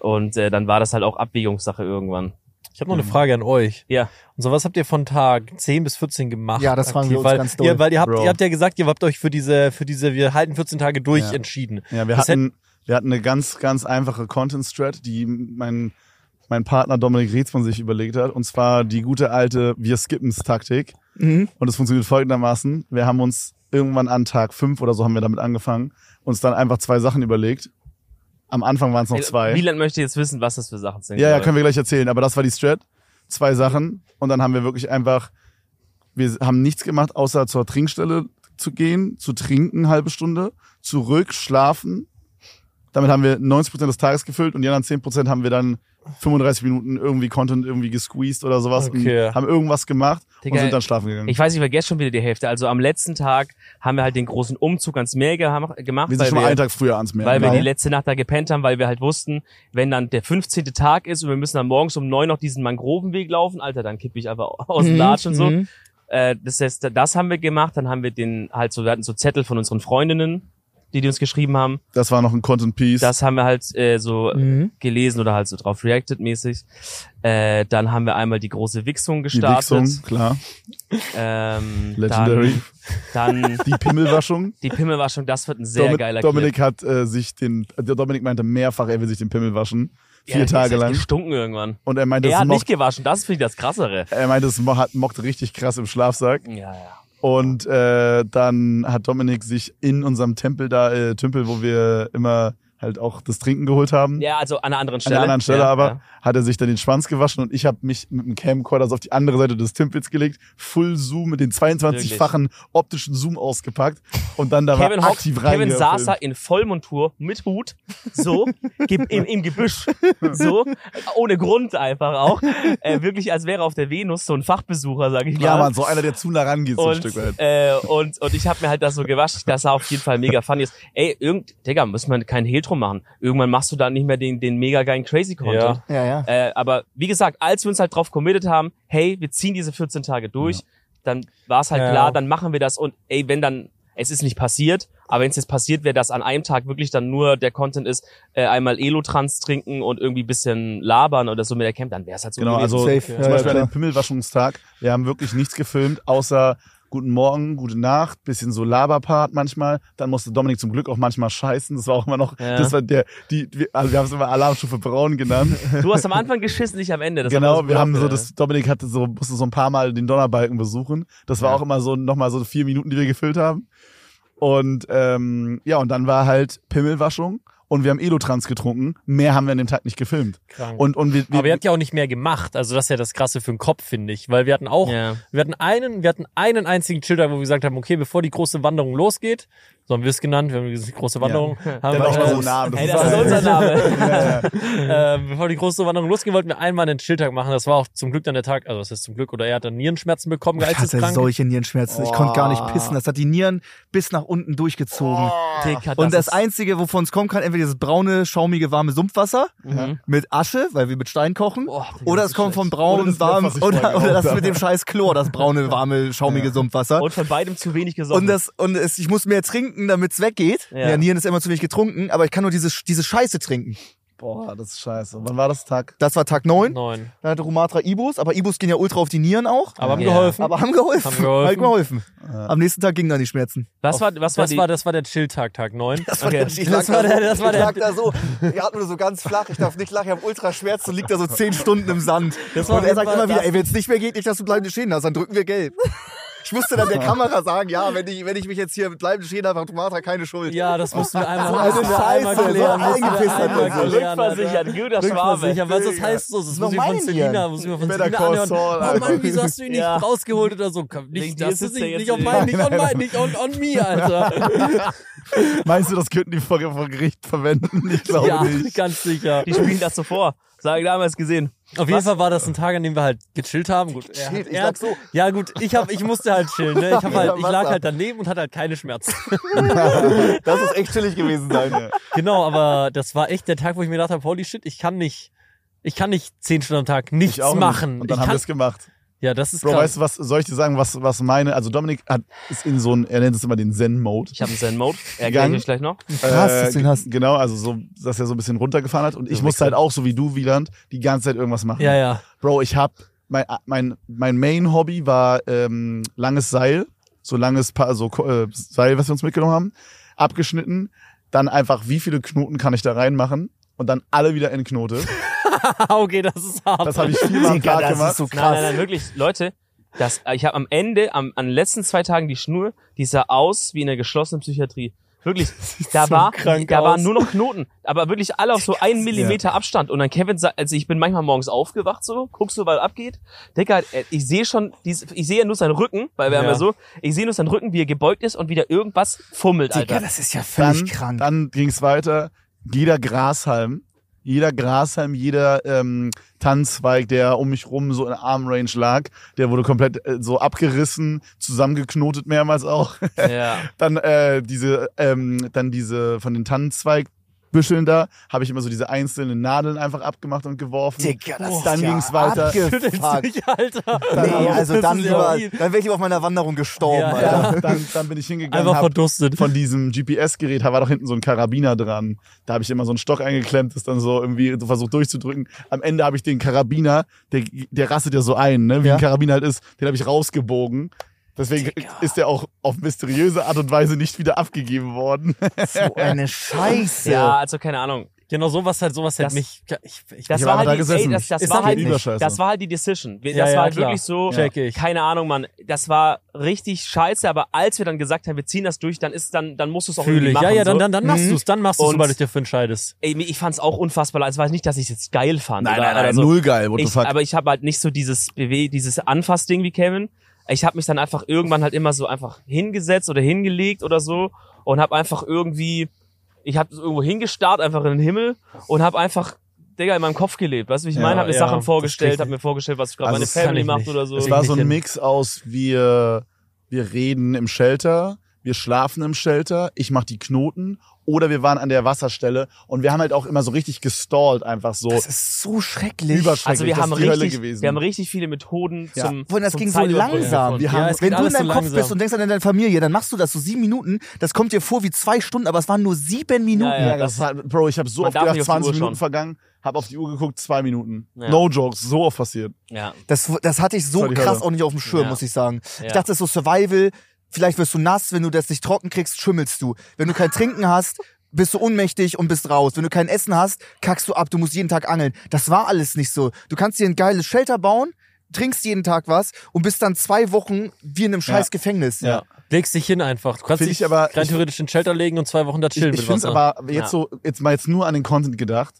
Und äh, dann war das halt auch Abwägungssache irgendwann.
Ich habe noch
Mhm.
eine Frage an euch.
Ja.
Und so, was habt ihr von Tag 10 bis 14 gemacht?
Ja, das fragen wir uns
weil,
ganz doll.
ja, weil ihr habt,
Bro.
ihr habt ja gesagt, ihr habt euch für diese, für diese, wir halten 14 Tage durch
Ja.
entschieden.
Ja, wir
Das
hatten, wir hatten eine ganz, ganz einfache Content-Strat, die mein, mein Partner Dominik Rietzmann sich überlegt hat. Und zwar die gute alte Wir skippen's Taktik.
Mhm.
Und es funktioniert folgendermaßen. Wir haben uns irgendwann an Tag fünf oder so haben wir damit angefangen, uns dann einfach zwei Sachen überlegt. Am Anfang waren es noch
Äh,
zwei.
Wieland möchte jetzt wissen, was das für Sachen sind.
Ja, ja,
glaub ich.
können wir gleich erzählen. Aber das war die Strat. Zwei Sachen. Und dann haben wir wirklich einfach, wir haben nichts gemacht, außer zur Trinkstelle zu gehen, zu trinken, eine halbe Stunde, zurück, schlafen. Damit haben wir 90% des Tages gefüllt und die anderen 10% haben wir dann 35 Minuten irgendwie Content irgendwie gesqueezed oder sowas
Okay.
und haben irgendwas gemacht
Digga,
und sind dann schlafen gegangen.
Ich weiß, ich vergesse schon wieder die Hälfte. Also am letzten Tag haben wir halt den großen Umzug ans Meer geha- gemacht,
wir sind
weil,
schon mal einen
wir,
Tag früher Genau. ans Meer.
weil wir
gegangen.
die letzte Nacht da gepennt haben, weil wir halt wussten, wenn dann der 15. Tag ist und wir müssen dann morgens um neun noch diesen Mangrovenweg laufen, Alter, dann kippe ich einfach aus dem Latsch und so.
Mhm.
Äh, das heißt, das haben wir gemacht. Dann haben wir den halt so, wir hatten so Zettel von unseren Freundinnen, die die uns geschrieben haben.
das war noch ein Content Piece.
Das haben wir halt äh, so
Mhm.
gelesen oder halt so drauf reacted mäßig. Äh, dann haben wir einmal die große Wichsung
die
gestartet.
Wichsung, klar.
Ähm,
Legendary.
Dann, dann
Die Pimmelwaschung.
die Pimmelwaschung, das wird ein sehr
Domin-
geiler
Dominik
Clip.
hat äh, sich den, der Dominik meinte mehrfach, er will sich den Pimmel waschen. Vier
Ja,
Tage
das hat
lang.
gestunken irgendwann.
Und er meinte,
er
es
hat nicht
mockt,
gewaschen, das finde ich das Krassere.
er meinte, es mo- hat, mockt richtig krass im Schlafsack.
Ja, ja.
Und äh, dann hat Dominik sich in unserem Tempel da, äh, Tümpel, wo wir immer halt auch das Trinken geholt haben.
Ja, also an einer anderen
An
Stelle.
der anderen Stelle
ja,
aber
Ja.
hat er sich dann den Schwanz gewaschen und ich habe mich mit dem Camcorder so auf die andere Seite des Tempels gelegt, Full Zoom mit den 22-fachen optischen Zoom ausgepackt und dann da
Kevin,
war
Hock,
aktiv rein.
Kevin saß halt da in Vollmontur mit Hut, so, ge im, im Gebüsch, so, ohne Grund einfach auch. Äh, wirklich, als wäre auf der Venus so ein Fachbesucher, sage ich mal.
Ja, man, so einer, der zu nah rangeht, so ein
und,
Stück weit.
äh, und, und ich habe mir halt das so gewascht, das sah auf jeden Fall mega funny ist. Ey, irgend, Digga, muss man keinen Hehl drum machen. Irgendwann machst du da nicht mehr den, den mega geilen Crazy Content.
Ja, ja.
Äh, aber wie gesagt, als wir uns halt drauf committed haben, hey, wir ziehen diese 14 Tage durch, dann war es halt
Ja.
klar, dann machen wir das und ey, wenn dann, es ist nicht passiert, aber wenn es jetzt passiert wäre, dass an einem Tag wirklich dann nur der Content ist, äh, einmal Elotrans trinken und irgendwie bisschen labern oder so mit der Camp, dann wäre es halt so
Genau,
gewesen.
also
Safe.
zum
Ja, ja,
Beispiel an
klar.
dem Pimmelwaschungstag, wir haben wirklich nichts gefilmt, außer guten Morgen, gute Nacht, bisschen so Laberpart manchmal. Dann musste Dominik zum Glück auch manchmal scheißen. Das war auch immer noch,
Ja.
das war der, die, wir, also wir haben es immer Alarmstufe Braun genannt.
Du hast am Anfang geschissen, ich am Ende. Das hat
genau,
man
wir haben so,
gedacht,
das, Dominik hatte so, musste so ein paar Mal den Donnerbalken besuchen. Das war
Ja.
auch immer so, nochmal so vier Minuten, die wir gefüllt haben. Und, ähm, ja, und dann war halt Pimmelwaschung. Und wir haben Elotrans getrunken. Mehr haben wir an dem Tag nicht gefilmt.
Krank.
Und, und wir, wir,
aber ihr habt ja auch nicht mehr gemacht. Also das ist ja das Krasse für den Kopf, finde ich. Weil wir hatten auch,
äh.
Oh,
Ja.
wir hatten einen, wir hatten einen einzigen Chilltag, wo wir gesagt haben, okay, bevor die große Wanderung losgeht, so haben wir es genannt, wir haben gesagt, die große Wanderung, haben
dann
wir,
auch noch so
äh,
einen Namen.
Ey,
ist
das ist
geil.
unser Name.
äh, bevor die große Wanderung losgeht, wollten wir einmal einen Chilltag machen. Das war auch zum Glück dann der Tag, also das ist zum Glück, oder er hat dann Nierenschmerzen bekommen,
Ich hatte
geisteskrank.
solche Nierenschmerzen. Ich konnte gar nicht pissen. Das hat die Nieren bis nach unten durchgezogen.
Dicker,
Und das
Oh, ist-
Einzige, wovon es kommen kann, entweder dieses braune, schaumige, warme Sumpfwasser
Mhm.
mit Asche, weil wir mit Stein kochen.
Boah, Digga,
Oder
das
es
ist
kommt
schlecht.
von braun,
Oder das Bett,
warm
was ich
oder,
vorhin
oder das
auch
mit dem scheiß Chlor, das braune, warme, schaumige Sumpfwasser.
Und von beidem zu wenig gesoffen.
Und das und es, ich muss mehr trinken, damit es weggeht.
Ja.
Ja. Nieren ist immer zu wenig getrunken, aber ich kann nur diese diese Scheiße trinken.
Boah, das ist scheiße. Wann war das Tag?
Das war Tag 9.
Neun.
Dann hatte Rumatra Ibus, aber Ibus gehen ja ultra auf die Nieren auch.
Aber haben
Ja.
geholfen.
Aber haben geholfen.
Haben geholfen.
Haben geholfen.
Ja.
Am nächsten Tag gingen dann die Schmerzen.
was war, was war
das
die,
war, das war der Chilltag, Tag neun.
Das war,
Okay.
der, ich lag
Das war
da
der-
so,
das war
ich
der-
lag da so, ich atme so ganz flach, ich darf nicht lachen, ich habe ultra Schmerzen und liegt da so zehn Stunden im Sand.
Das war
und er sagt
auf jeden
immer
Fall
wieder, ey, wenn es nicht mehr geht, nicht, dass du bleibende Schäden hast, dann drücken wir gelb. Ich musste dann der Kamera sagen, ja, wenn ich, wenn ich mich jetzt hier mit bleibenden Schäden habe, hat Rumatra keine Schuld.
Ja, das mussten wir einmal,
So eine
mussten wir
Scheiße,
einmal
so
klären. mussten wir
eingepisst hat
einmal
er sich.
klären, also. Alter.
Rückversichert, guter Schwabe.
Rückversichern, was das heißt so, das muss ich von
meine
Selina,
Nieren.
muss ich mir von
Better
Selina
Call
anhören.
Saul,
oh Mann,
Alter.
wieso hast du ihn nicht
Ja.
rausgeholt oder so? Komm,
Wegen
Nicht,
dir
das
sitzt
ist
er
nicht, nicht
jetzt
auf meinen, nicht on meinen, nicht on, on me, Alter.
Meinst du, das könnten die vor, vor Gericht verwenden? Ich glaube
ja,
nicht.
ganz sicher.
Die spielen das so vor. Das habe ich damals gesehen.
Auf jeden Fall war das ein Tag, an dem wir halt gechillt haben. Gut, er hat-
Shit, ich
er
lag
hat,
so.
ja gut, ich, hab, ich musste halt chillen. Ne? Ich, hab
Ja,
halt, ich lag
Wasser.
halt daneben und hatte halt keine Schmerzen.
Das ist echt chillig gewesen sein.
genau, aber das war echt der Tag, wo ich mir gedacht habe, holy shit, ich kann nicht, ich kann nicht zehn Stunden am Tag nichts
Ich auch nicht.
machen.
Und dann
ich
haben wir
kann,
es gemacht.
ja, das ist
Bro,
krass.
weißt du, was soll ich dir sagen, was, was meine, also Dominik hat, ist in so ein, er nennt es immer den Zen-Mode.
Ich habe einen Zen-Mode. Erkläre ich
Gegangen.
euch gleich noch.
Krass, dass du ihn hast.
Genau, also so, dass er so ein bisschen runtergefahren hat. Und ich
Ja,
musste halt
wechseln.
auch, so wie du, Wieland, die ganze Zeit irgendwas machen.
ja, ja.
Bro, ich hab, mein, mein, mein Main-Hobby war ähm, langes Seil, so langes pa so, Ko- äh, Seil, was wir uns mitgenommen haben, abgeschnitten. Dann einfach, wie viele Knoten kann ich da reinmachen? Und dann alle wieder in Knote.
Ah, okay, das ist hart.
Das habe ich viermal am Tag gemacht.
Nein, nein, nein, wirklich, Leute. Das, ich habe am Ende, am, an den letzten zwei Tagen die Schnur, die sah aus wie in der geschlossenen Psychiatrie. Wirklich, da,
so
war,
krank
da
aus.
waren nur noch Knoten, aber wirklich alle auf so einen Millimeter Abstand. Und dann Kevin sagt, also ich bin manchmal morgens aufgewacht so, guckst du, weil abgeht. Digga, äh, ich sehe schon, dies- ich sehe ja nur seinen Rücken, weil wir haben
Ja.
ja so, ich sehe nur seinen Rücken, wie er gebeugt ist und wieder irgendwas fummelt,
Digga,
Alter.
das ist ja
Dann,
völlig krank.
dann ging es weiter. Jeder Grashalm, jeder Grashalm, jeder ähm, Tanzzweig, der um mich rum so in Armrange lag, der wurde komplett äh, so abgerissen, zusammengeknotet mehrmals auch.
ja.
Dann äh, diese, ähm, dann diese von den Tannenzweigbüscheln da, habe ich immer so diese einzelnen Nadeln einfach abgemacht und geworfen.
Digga, das
dann
ja
ging's weiter.
Schüttelst
Abgefuckt.
dich, Alter.
Nee, also
Das
dann
ist
lieber,
ja
dann
viel.
wäre ich lieber auf meiner Wanderung gestorben,
Ja,
Alter.
dann, dann, dann bin ich hingegangen,
Einfach
hab
verdurstet.
von diesem GPS-Gerät war doch hinten so ein Karabiner dran. Da habe ich immer so einen Stock eingeklemmt, das dann so irgendwie so versucht durchzudrücken. Am Ende habe ich den Karabiner, der, der rastet ja so ein, ne? wie
Ja.
ein Karabiner halt ist, den habe ich rausgebogen. Deswegen ist der auch auf mysteriöse Art und Weise nicht wieder abgegeben worden.
So eine Scheiße.
ja, also keine Ahnung.
Genau, sowas halt, sowas
Das-
halt mich. Ich, ich,
Das
Ich
war,
hab aber
halt
da
die, ey,
gesessen.
das, das,
Ist
war
das
halt,
geht
nicht.
das war halt die Decision. Wir-
Ja,
Das
ja,
war halt
klar.
wirklich so,
Check ich.
keine Ahnung, Mann. Das war richtig scheiße, aber als wir dann gesagt haben, wir ziehen das durch, dann ist dann, dann musst du es auch
fühle
irgendwie
ich.
machen.
Ja, ja, dann,
so.
dann, dann machst
Mhm.
du es, dann machst du es,
Und-
sobald du dich dafür entscheidest.
Ey, ich fand's auch unfassbar. leid. Es war nicht, dass ich jetzt geil fand. oder,
also
oder so.
geil, what
ich, aber ich habe halt nicht so dieses Bewe dieses Anfassding wie Kevin. Ich habe mich dann einfach irgendwann halt immer so einfach hingesetzt oder hingelegt oder so und habe einfach irgendwie, ich habe irgendwo hingestarrt, einfach in den Himmel und habe einfach, Digga, in meinem Kopf gelebt. Weißt du, wie ich
Ja,
meine? Habe mir
ja,
Sachen
das
vorgestellt,
krieg-
habe mir vorgestellt, was gerade
Also
meine
das kann
Family
ich
macht
nicht.
oder so.
Es war so ein
Mädchen.
Mix aus, wir, wir reden im Shelter, wir schlafen im Shelter, ich mache die Knoten oder wir waren an der Wasserstelle und wir haben halt auch immer so richtig gestallt, einfach so
Das ist so schrecklich.
überschrecklich.
Also wir
das
haben,
ist die Hölle
richtig,
gewesen.
wir haben richtig viele Methoden
Ja.
zum
Vor allem, das
zum
ging so
Zeitüberbrücken
langsam.
gefunden.
Wir
ja,
haben-
es
Wenn
geht
du in
alles
deinem
so
Kopf
langsam.
bist und denkst an deine Familie, dann machst du das so sieben Minuten. Das kommt dir vor wie zwei Stunden, aber es waren nur sieben Minuten.
Ja,
ja, das hat, Bro, ich habe so
Man
oft
darf
gedacht,
nicht auf die
20
Uhr
Minuten
schauen.
vergangen, habe auf die Uhr geguckt, zwei Minuten.
Ja.
No jokes, so oft passiert.
ja.
Das, das hatte ich
Das
so
war die
krass
Hölle.
auch nicht auf dem Schirm,
Ja.
muss ich sagen.
Ja.
Ich dachte, das ist so Survival. Vielleicht wirst du nass, wenn du das nicht trocken kriegst, schimmelst du. Wenn du kein Trinken hast, bist du ohnmächtig und bist raus. Wenn du kein Essen hast, kackst du ab. Du musst jeden Tag angeln. Das war alles nicht so. Du kannst dir ein geiles Shelter bauen, trinkst jeden Tag was und bist dann zwei Wochen wie in einem scheiß Gefängnis.
Ja.
Legst dich hin einfach. Du kannst
Find
dich
ich aber-
rein
ich-
theoretisch in den Shelter legen und zwei Wochen da chillen
Ich, ich
mit
finde es
Wasser.
aber jetzt
Ja.
so, jetzt mal jetzt nur an den Content gedacht.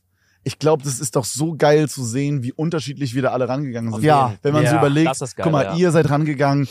Ich glaube, das ist doch so geil zu sehen, wie unterschiedlich wir da alle rangegangen sind.
Ja.
Wenn man so
Ja,
überlegt,
das ist geil,
guck mal,
ja.
ihr seid rangegangen,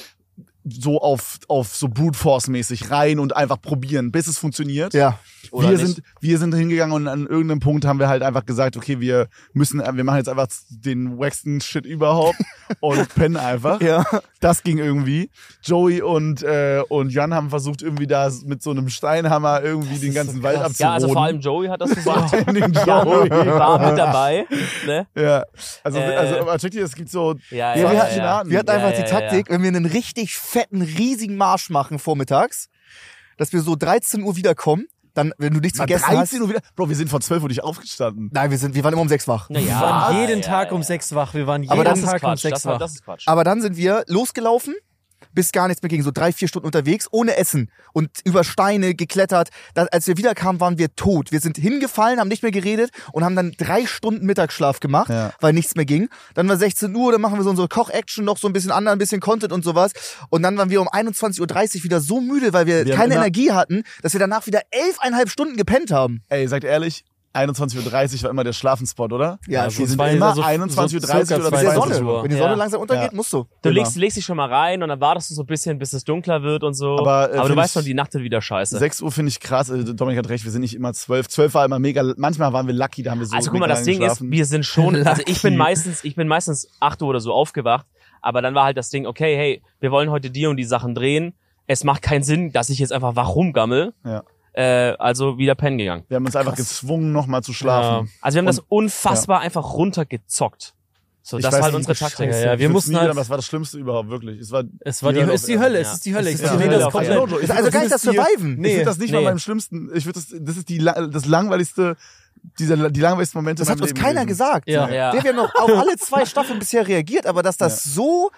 so auf, auf so Brute Force mäßig rein und einfach probieren, bis es funktioniert.
Ja.
Oder
wir,
nicht.
sind, wir sind hingegangen und an irgendeinem Punkt haben wir halt einfach gesagt, okay, wir müssen, wir machen jetzt einfach den wacksten Shit überhaupt und pennen einfach.
Ja.
Das ging irgendwie. Joey und, äh, und Jan haben versucht, irgendwie da mit so einem Steinhammer irgendwie den ganzen Wald abzuroden.
ja, also vor allem Joey hat das gesagt.
Finding
Ja,
Joey.
war mit dabei. Ne?
Ja, also,
Äh.
also aber checkt ihr, es gibt so.
Ja, ja,
Ja, wir
ja,
hatten-
ja.
Wir hatten
Ja,
einfach
ja,
die
ja,
Taktik, wenn wir einen richtig fetten, riesigen Marsch machen vormittags, dass wir so 13 Uhr wiederkommen, dann, wenn du nichts
Na,
vergessen
13
hast.
Uhr wieder. Bro, wir sind vor 12 Uhr nicht aufgestanden.
Nein, wir sind, wir waren immer um sechs wach.
Na ja.
wir waren
Ja,
jeden
ja,
Tag
ja,
um
ja.
sechs wach. Wir waren jeden
Aber das ist
Tag um
Quatsch,
sechs
das, war,
wach.
das ist Quatsch.
Aber dann sind wir losgelaufen, bis gar nichts mehr ging, so drei, vier Stunden unterwegs, ohne Essen und über Steine geklettert. Da, als wir wiederkamen, waren wir tot. Wir sind hingefallen, haben nicht mehr geredet und haben dann drei Stunden Mittagsschlaf gemacht,
Ja.
weil nichts mehr ging. Dann war 16 Uhr, dann machen wir so unsere Koch-Action, noch so ein bisschen anderen, ein bisschen Content und sowas. Und dann waren wir um 21.30 Uhr wieder so müde, weil wir,
Wir haben
keine
immer-
Energie hatten, dass wir danach wieder elfeinhalb Stunden gepennt haben.
Ey, sagt ehrlich, 21.30 Uhr war immer der Schlafenspot, oder?
Ja,
wir
so
sind
zwei-
immer
also so
21.30 Uhr
circa
oder
Mit der
22
22
Uhr.
Sonne.
Uhr.
Wenn die
Ja.
Sonne langsam untergeht, musst du.
Du
Genau.
legst, legst dich schon mal rein und dann wartest du so ein bisschen, bis es dunkler wird und so.
Aber, äh,
du
find
weißt
ich-
schon, die Nacht wird wieder scheiße.
6 Uhr finde ich krass. Äh, Dominik hat recht, wir sind nicht immer 12. 12 war immer mega. Manchmal waren wir lucky, da haben wir so
also guck mal,
mega
das
lange
Ding
geschlafen.
ist, wir sind schon, also ich bin
Lucky.
meistens, ich bin meistens 8 Uhr oder so aufgewacht, aber dann war halt das Ding, okay, hey, wir wollen heute die und die Sachen drehen. Es macht keinen Sinn, dass ich jetzt einfach wach rumgammel.
Ja.
Äh, also wieder pennen gegangen.
wir haben uns einfach
Krass.
gezwungen, nochmal zu schlafen.
Also wir haben
Und-
das unfassbar einfach runtergezockt. So,
Ich
das
weiß
war halt
nicht,
unsere
wie
Taktik.
scheiße. Ja, wir
Ich find's
mussten
mega,
halt-
aber das war das Schlimmste überhaupt, wirklich. Es war
Es war die,
Hölle
ist die
auf
Hölle,
Ja.
es ist die Hölle, es
Ja.
ist die
Ja.
Hölle.
Ja.
es kommt
Ja.
nicht.
Ich-
Ist also
das
gar nicht
ist
das
hier-
Surviven.
ich
Nee,
finde das nicht mal
nee.
beim schlimmsten. Ich würde das, das ist die, la- das langweiligste, dieser, die langweiligsten Momente.
Das
in
hat
meinem
uns
Leben
keiner
gewesen.
gesagt.
Ja.
Ja.
Der wir noch auf alle zwei Staffeln bisher reagiert, aber dass das so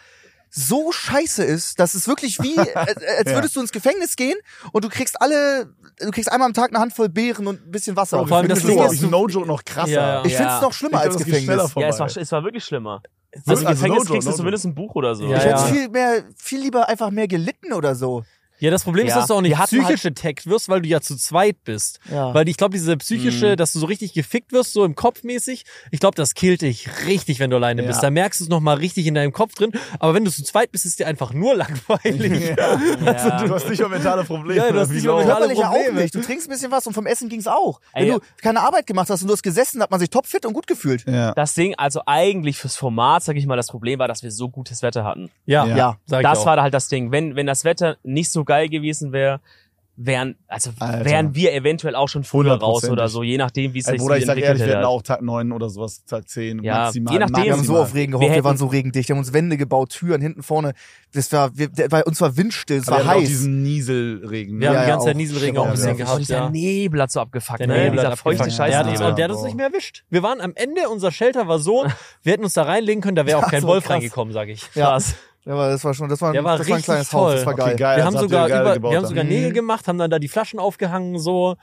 so scheiße ist, dass es wirklich wie, äh, als als
Ja.
würdest du ins Gefängnis gehen und du kriegst alle, du kriegst einmal am Tag eine Handvoll Beeren und ein bisschen Wasser.
Bro,
Vor allem
ich
das
finde
Ding
das
ist,
ist No-Joke noch krasser.
Ja.
ich find's
Ja.
noch schlimmer
Ich glaub,
als
das geht schneller
Gefängnis.
vorbei.
Ja, es war, es war wirklich schlimmer.
Also
Also, im
no
Gefängnis
joke,
kriegst
no
du
joke.
zumindest ein Buch oder so.
Ja,
Ich
ja.
hätte viel mehr, viel lieber einfach mehr gelitten oder so.
Ja, das Problem ist,
Ja.
dass du auch nicht
Wir hatten halt
psychisch attackt wirst, weil du ja zu zweit bist.
Ja.
Weil ich glaube, diese psychische,
Mhm.
dass du so richtig gefickt wirst, so im Kopf mäßig, ich glaube, das killt dich richtig, wenn du alleine
Ja.
bist. Da merkst du es nochmal richtig in deinem Kopf drin. Aber wenn du zu zweit bist, ist dir einfach nur langweilig.
Also, du hast nicht mal mentale Probleme.
Ja, du hast
Wie
nicht mal
low.
mentale-
Körperlich ja auch
Probleme.
nicht. Du trinkst ein bisschen was und vom Essen ging's auch. Wenn
Ey,
du keine Arbeit gemacht hast und du hast gesessen, hat man sich topfit und gut gefühlt.
Ja.
Das Ding, also eigentlich fürs Format, sag ich mal, das Problem war, dass wir so gutes Wetter hatten.
Ja,
Ja.
Ja.
Sag ich
das
auch.
war da halt das Ding. Wenn, wenn das Wetter nicht so geil gewesen wäre, wären, also
Alter.
wären wir eventuell auch schon früher raus
Hundertprozentig.
oder so, je nachdem, wie es
Ey,
sich
Bruder, ich sag
entwickelt
ehrlich, wir hätten
hätte.
auch Tag 9 oder sowas, Tag 10
Ja,
maximal.
je nachdem.
Wir haben so
maximal.
auf Regen gehofft, wir,
hätten-
waren so regendicht. Wir haben uns Wände gebaut, Türen hinten vorne. Das war, wir, der, bei uns war windstill, es
Aber wir
war
hatten auch
heiß.
diesen Nieselregen. ne?
wir haben
Ja,
die
ja,
ganze Zeit
auch.
Nieselregen
Ja,
auch ein
ja,
bisschen
ja.
Oh,
gehabt,
dieser
ja.
Nebel hat so abgefuckt,
Der
ne?
Nebel
dieser
hat
feuchte
abgefangen. Der hat uns,
Scheißnebel.
und der hat uns nicht mehr erwischt. Wir waren am Ende, unser Shelter war so, wir hätten uns da reinlegen können, da wäre auch
Ja,
kein
so
Wolf
krass.
reingekommen, sag ich.
Ja. Ja, aber das war schon, das war,
Der war
das war ein
richtig
kleines Haus,
toll.
das war
Okay,
geil.
geil,
wir
das
haben
habt ihr
sogar,
geil
über,
gebaut
wir haben
dann.
sogar Nägel
Mhm.
gemacht, haben dann da die Flaschen aufgehangen so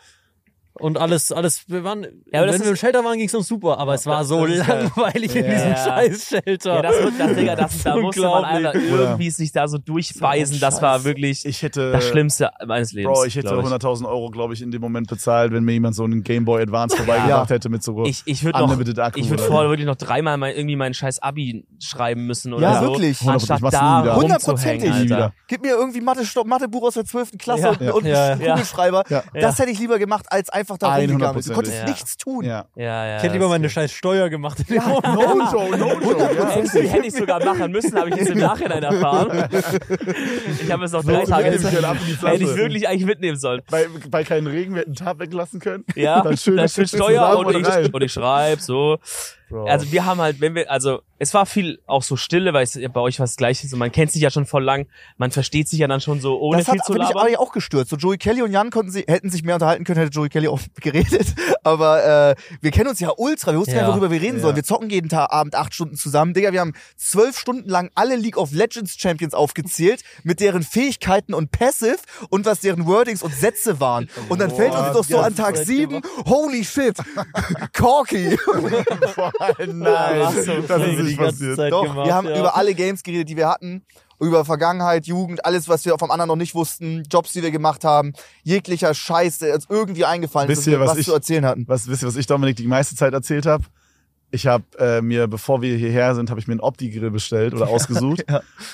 und alles, alles. Wir waren,
aber das
wenn wir im
ist-
Shelter waren, ging es uns super, aber es war so
das ist geil.
langweilig in
Ja.
diesem
Ja.
scheiß Shelter.
Ja, das, wird- das, Digga, das, da musste man
Unglaublich.
einfach irgendwie sich da so durchbeißen. Das war wirklich
Ich hätte,
das Schlimmste meines Lebens.
Bro, ich hätte
glaub
100.000 Euro, glaube ich, in dem Moment bezahlt, wenn mir jemand so einen Game Boy Advance vorbeigebracht hätte mit so
Ich, ich würde noch,
Unlimited Akku.
ich würde
oder
vorher wirklich noch dreimal mein, irgendwie meinen scheiß Abi schreiben müssen oder
Ja,
so.
wirklich.
Hundertprozentig,
Anstatt
machst du nie
da
wieder.
rumzuhängen,
Hundertprozentig.
Nie wieder.
Alter.
Gib mir irgendwie Mathe, Stopp, Mathebuch aus der 12. Klasse
Ja.
und, und
Ja.
einen Kugelschreiber.
Ja.
Das hätte ich lieber gemacht, als einfach da rumgegangen bist.
100%.
Du konntest
Ja.
nichts tun.
Ja.
Ja, ja.
Ich hätte lieber
das-
meine scheiß Steuer gemacht. in dem Moment.
No Joe, no Joe.
Ja,
Ja.
hätte ich- hätte ich sogar machen müssen, habe ich jetzt im Nachhinein erfahren. Ich habe es noch drei
So,
Tage.
nehme ich halt ab in die
Hätte ich
Flasche.
wirklich eigentlich mitnehmen sollen.
Bei, bei keinem Regen, wir hätten Tab weglassen können.
Ja,
dann schön,
dann schön Steuer
zusammen
und ich,
rein.
und ich schreibe so. Also wir haben halt, wenn wir, also es war viel auch so Stille, weil es bei euch was Gleiches und man kennt sich ja schon voll lang, man versteht sich ja dann schon so, ohne
Das
viel
hat
zu
mich
labern.
eigentlich auch gestört. So Joey Kelly und Jan konnten sie, hätten sich mehr unterhalten können, hätte Joey Kelly auch geredet. Aber äh, wir kennen uns ja ultra, wir wussten ja.
Ja.
nicht, worüber wir reden
Ja.
sollen. Wir zocken jeden Tag Abend acht Stunden zusammen. Digga, wir haben zwölf Stunden lang alle League of Legends Champions aufgezählt, mit deren Fähigkeiten und Passive und was deren Wordings und Sätze waren. Und dann fällt uns
Oh,
Boah,
doch so
das
an Tag
ist
sieben, holy shit, Corky.
Boah, Nein, das
so
ist
Pflege die
nicht
ganze
passiert.
Zeit
Doch,
gemacht,
wir haben
ja.
über alle Games geredet, die wir hatten. Über Vergangenheit, Jugend, alles, was wir vom anderen noch nicht wussten, Jobs, die wir gemacht haben, jeglicher Scheiß, der uns irgendwie eingefallen
Wisst
ist,
ihr, was
was
ich-
zu erzählen hatten.
Was, wisst ihr, was ich Dominik die meiste Zeit erzählt habe? Ich habe äh, mir, bevor wir hierher sind, habe ich mir einen Opti-Grill bestellt oder ausgesucht.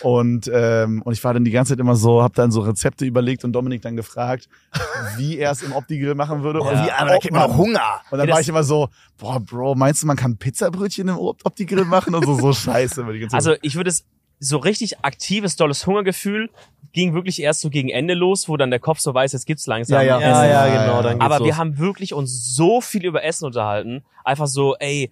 und, ähm, und ich war dann die ganze Zeit immer so, habe dann so Rezepte überlegt und Dominik dann gefragt, wie er es im Opti-Grill machen würde. Und,
Wie, aber da
ob
kriegt man auch Hunger.
und dann
Ja,
war
das-
ich immer so, boah, Bro, meinst du, man kann Pizzabrötchen im Op- Opti-Grill machen? Und so, so scheiße. Über die ganze Zeit.
Also ich würde es so richtig aktives, dolles Hungergefühl ging wirklich erst so gegen Ende los, wo dann der Kopf so weiß, jetzt gibt's langsam.
Ja,
Essen.
Ja,
Ja,
ja,
ja.
genau. Dann geht's
Aber
los.
wir haben wirklich uns so viel über Essen unterhalten. Einfach so, ey,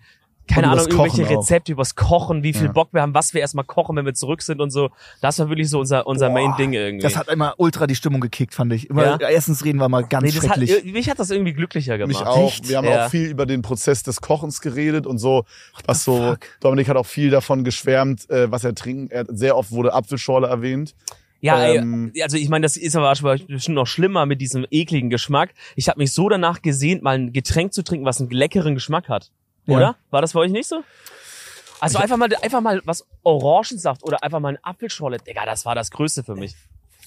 keine
Und
Ahnung,
übers
irgendwelche
Kochen auch.
Rezepte übers Kochen, wie viel
Ja.
Bock wir haben, was wir erstmal kochen, wenn wir zurück sind und so. Das war wirklich so unser, unser
Boah,
Main-Ding irgendwie.
Das hat immer ultra die Stimmung gekickt, fand ich. Immer
Ja.
Essensreden war mal ganz
nee, das hat,
schrecklich.
mich hat das irgendwie glücklicher gemacht.
Mich auch. Wir haben
Ja.
auch viel über den Prozess des Kochens geredet und so. Was so Dominik hat auch viel davon geschwärmt, äh, was er trinken. Er, sehr oft wurde Apfelschorle erwähnt.
Ja,
Ähm,
ey, also ich meine, das ist aber schon bestimmt noch schlimmer mit diesem ekligen Geschmack. Ich habe mich so danach gesehnt, mal ein Getränk zu trinken, was einen leckeren Geschmack hat.
Ja.
Oder? War das bei euch nicht so? Also einfach mal, einfach mal was Orangensaft oder einfach mal ein Apfelschorle. Digga, das war das Größte für mich.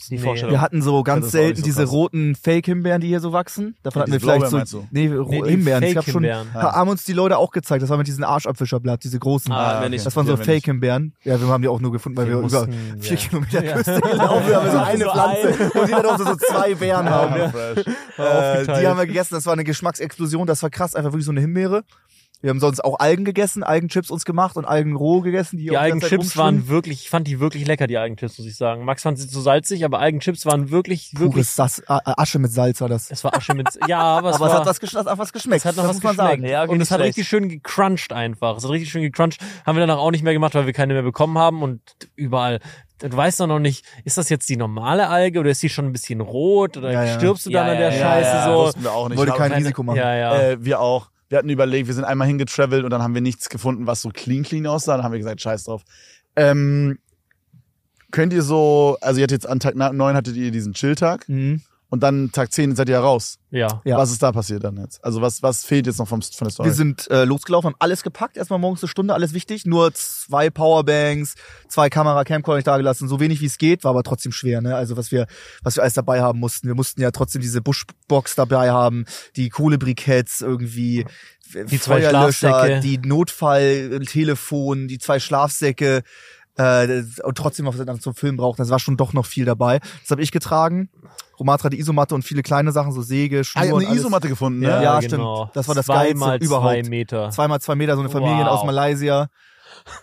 Die
Nee.
Vorstellung.
Wir hatten so
Genau.
ganz
das war auch nicht
selten
so
diese
krass.
roten Fake-Himbeeren, die hier so wachsen. Davon
Ja,
hatten wir
diese
vielleicht
Blaubeeren
so.
meinst
Nee, ro-
Nee, die
Himbeeren. Ich hab schon,
Fake-Himbeeren.
ha- haben uns die Leute auch gezeigt. Das war mit diesen Arschabfischerblatt, diese großen.
Ah,
Ah,
wenn
okay.
ich-
Das waren so
Ja, wenn ich-
Fake-Himbeeren. Ja, wir haben die auch nur gefunden, weil wir,
Wir
über
mussten,
vier
ja.
Kilometer Küste gelaufen sind. Wir haben so
So
eine Pflanze und jeder durfte so zwei Beeren haben.
Ah, fresh.
Äh, die
aufgeteilt.
haben wir gegessen. Das war eine Geschmacksexplosion. Das war krass. Einfach wirklich so eine Himbeere. Wir haben sonst auch Algen gegessen, Algenchips uns gemacht und Algen roh gegessen. Die,
Die
auch ganze Zeit
Eigenchips
rumschwimmen.
waren wirklich, ich fand die wirklich lecker, die Eigenchips, muss ich sagen. Max fand sie zu salzig, aber Eigenchips waren wirklich, wirklich.
Pures Sass, äh, Asche mit Salz war das.
Es war Asche mit. Ja, aber es,
Aber es
war,
hat, was, gesch- es hat was geschmeckt.
es hat noch
das
was
muss man
geschmeckt.
sagen.
Ja, okay,
und
nicht
es hat
schlecht.
richtig schön gecrunched einfach. Es hat richtig schön gecrunched. Haben wir danach auch nicht mehr gemacht, weil wir keine mehr bekommen haben und überall. Du weißt doch noch nicht, ist das jetzt die normale Alge oder ist die schon ein bisschen rot oder
Ja, ja.
stirbst du
Ja,
dann an
ja,
der
ja,
Scheiße
ja.
so?
Wussten wir auch nicht.
Wollte
Aber
kein
keine-
Risiko machen.
Ja, ja.
äh, wir auch. Wir hatten überlegt, wir sind einmal hingetravelt und dann haben wir nichts gefunden, was so clean, clean aussah. Dann haben wir gesagt, scheiß drauf. Ähm, könnt ihr so, also ihr hattet jetzt an Tag 9 hattet ihr diesen Chill-Tag
Mhm.
und dann Tag 10 seid ihr ja raus.
ja.
Ja.
Was ist da passiert dann jetzt? Also was, was fehlt jetzt noch vom, von der Story?
Wir sind äh, losgelaufen, haben alles gepackt, erstmal morgens eine Stunde, alles wichtig. Nur zwei Powerbanks, zwei Kamera, Camcorder nicht da gelassen, so wenig wie es geht, war aber trotzdem schwer, ne? Also was wir, was wir alles dabei haben mussten. Wir mussten ja trotzdem diese Buschbox dabei haben, die Kohlebriketts irgendwie, äh,
Die zwei Schlafsäcke.
die Notfalltelefon, die zwei Schlafsäcke. Äh, und trotzdem noch was wir dann zum Film brauchten. Das war schon doch noch viel dabei. Das habe ich getragen. Romatra die Isomatte und viele kleine Sachen, so Säge, Schnur
ah, ihr habt
und
eine
alles.
Isomatte gefunden, ne?
Ja,
Ja,
stimmt.
genau.
Das war das
Zwei
Geilste
mal
überhaupt.
Zwei
Ah.
Meter.
Zweimal zwei Meter, so eine Familie
Wow.
aus Malaysia.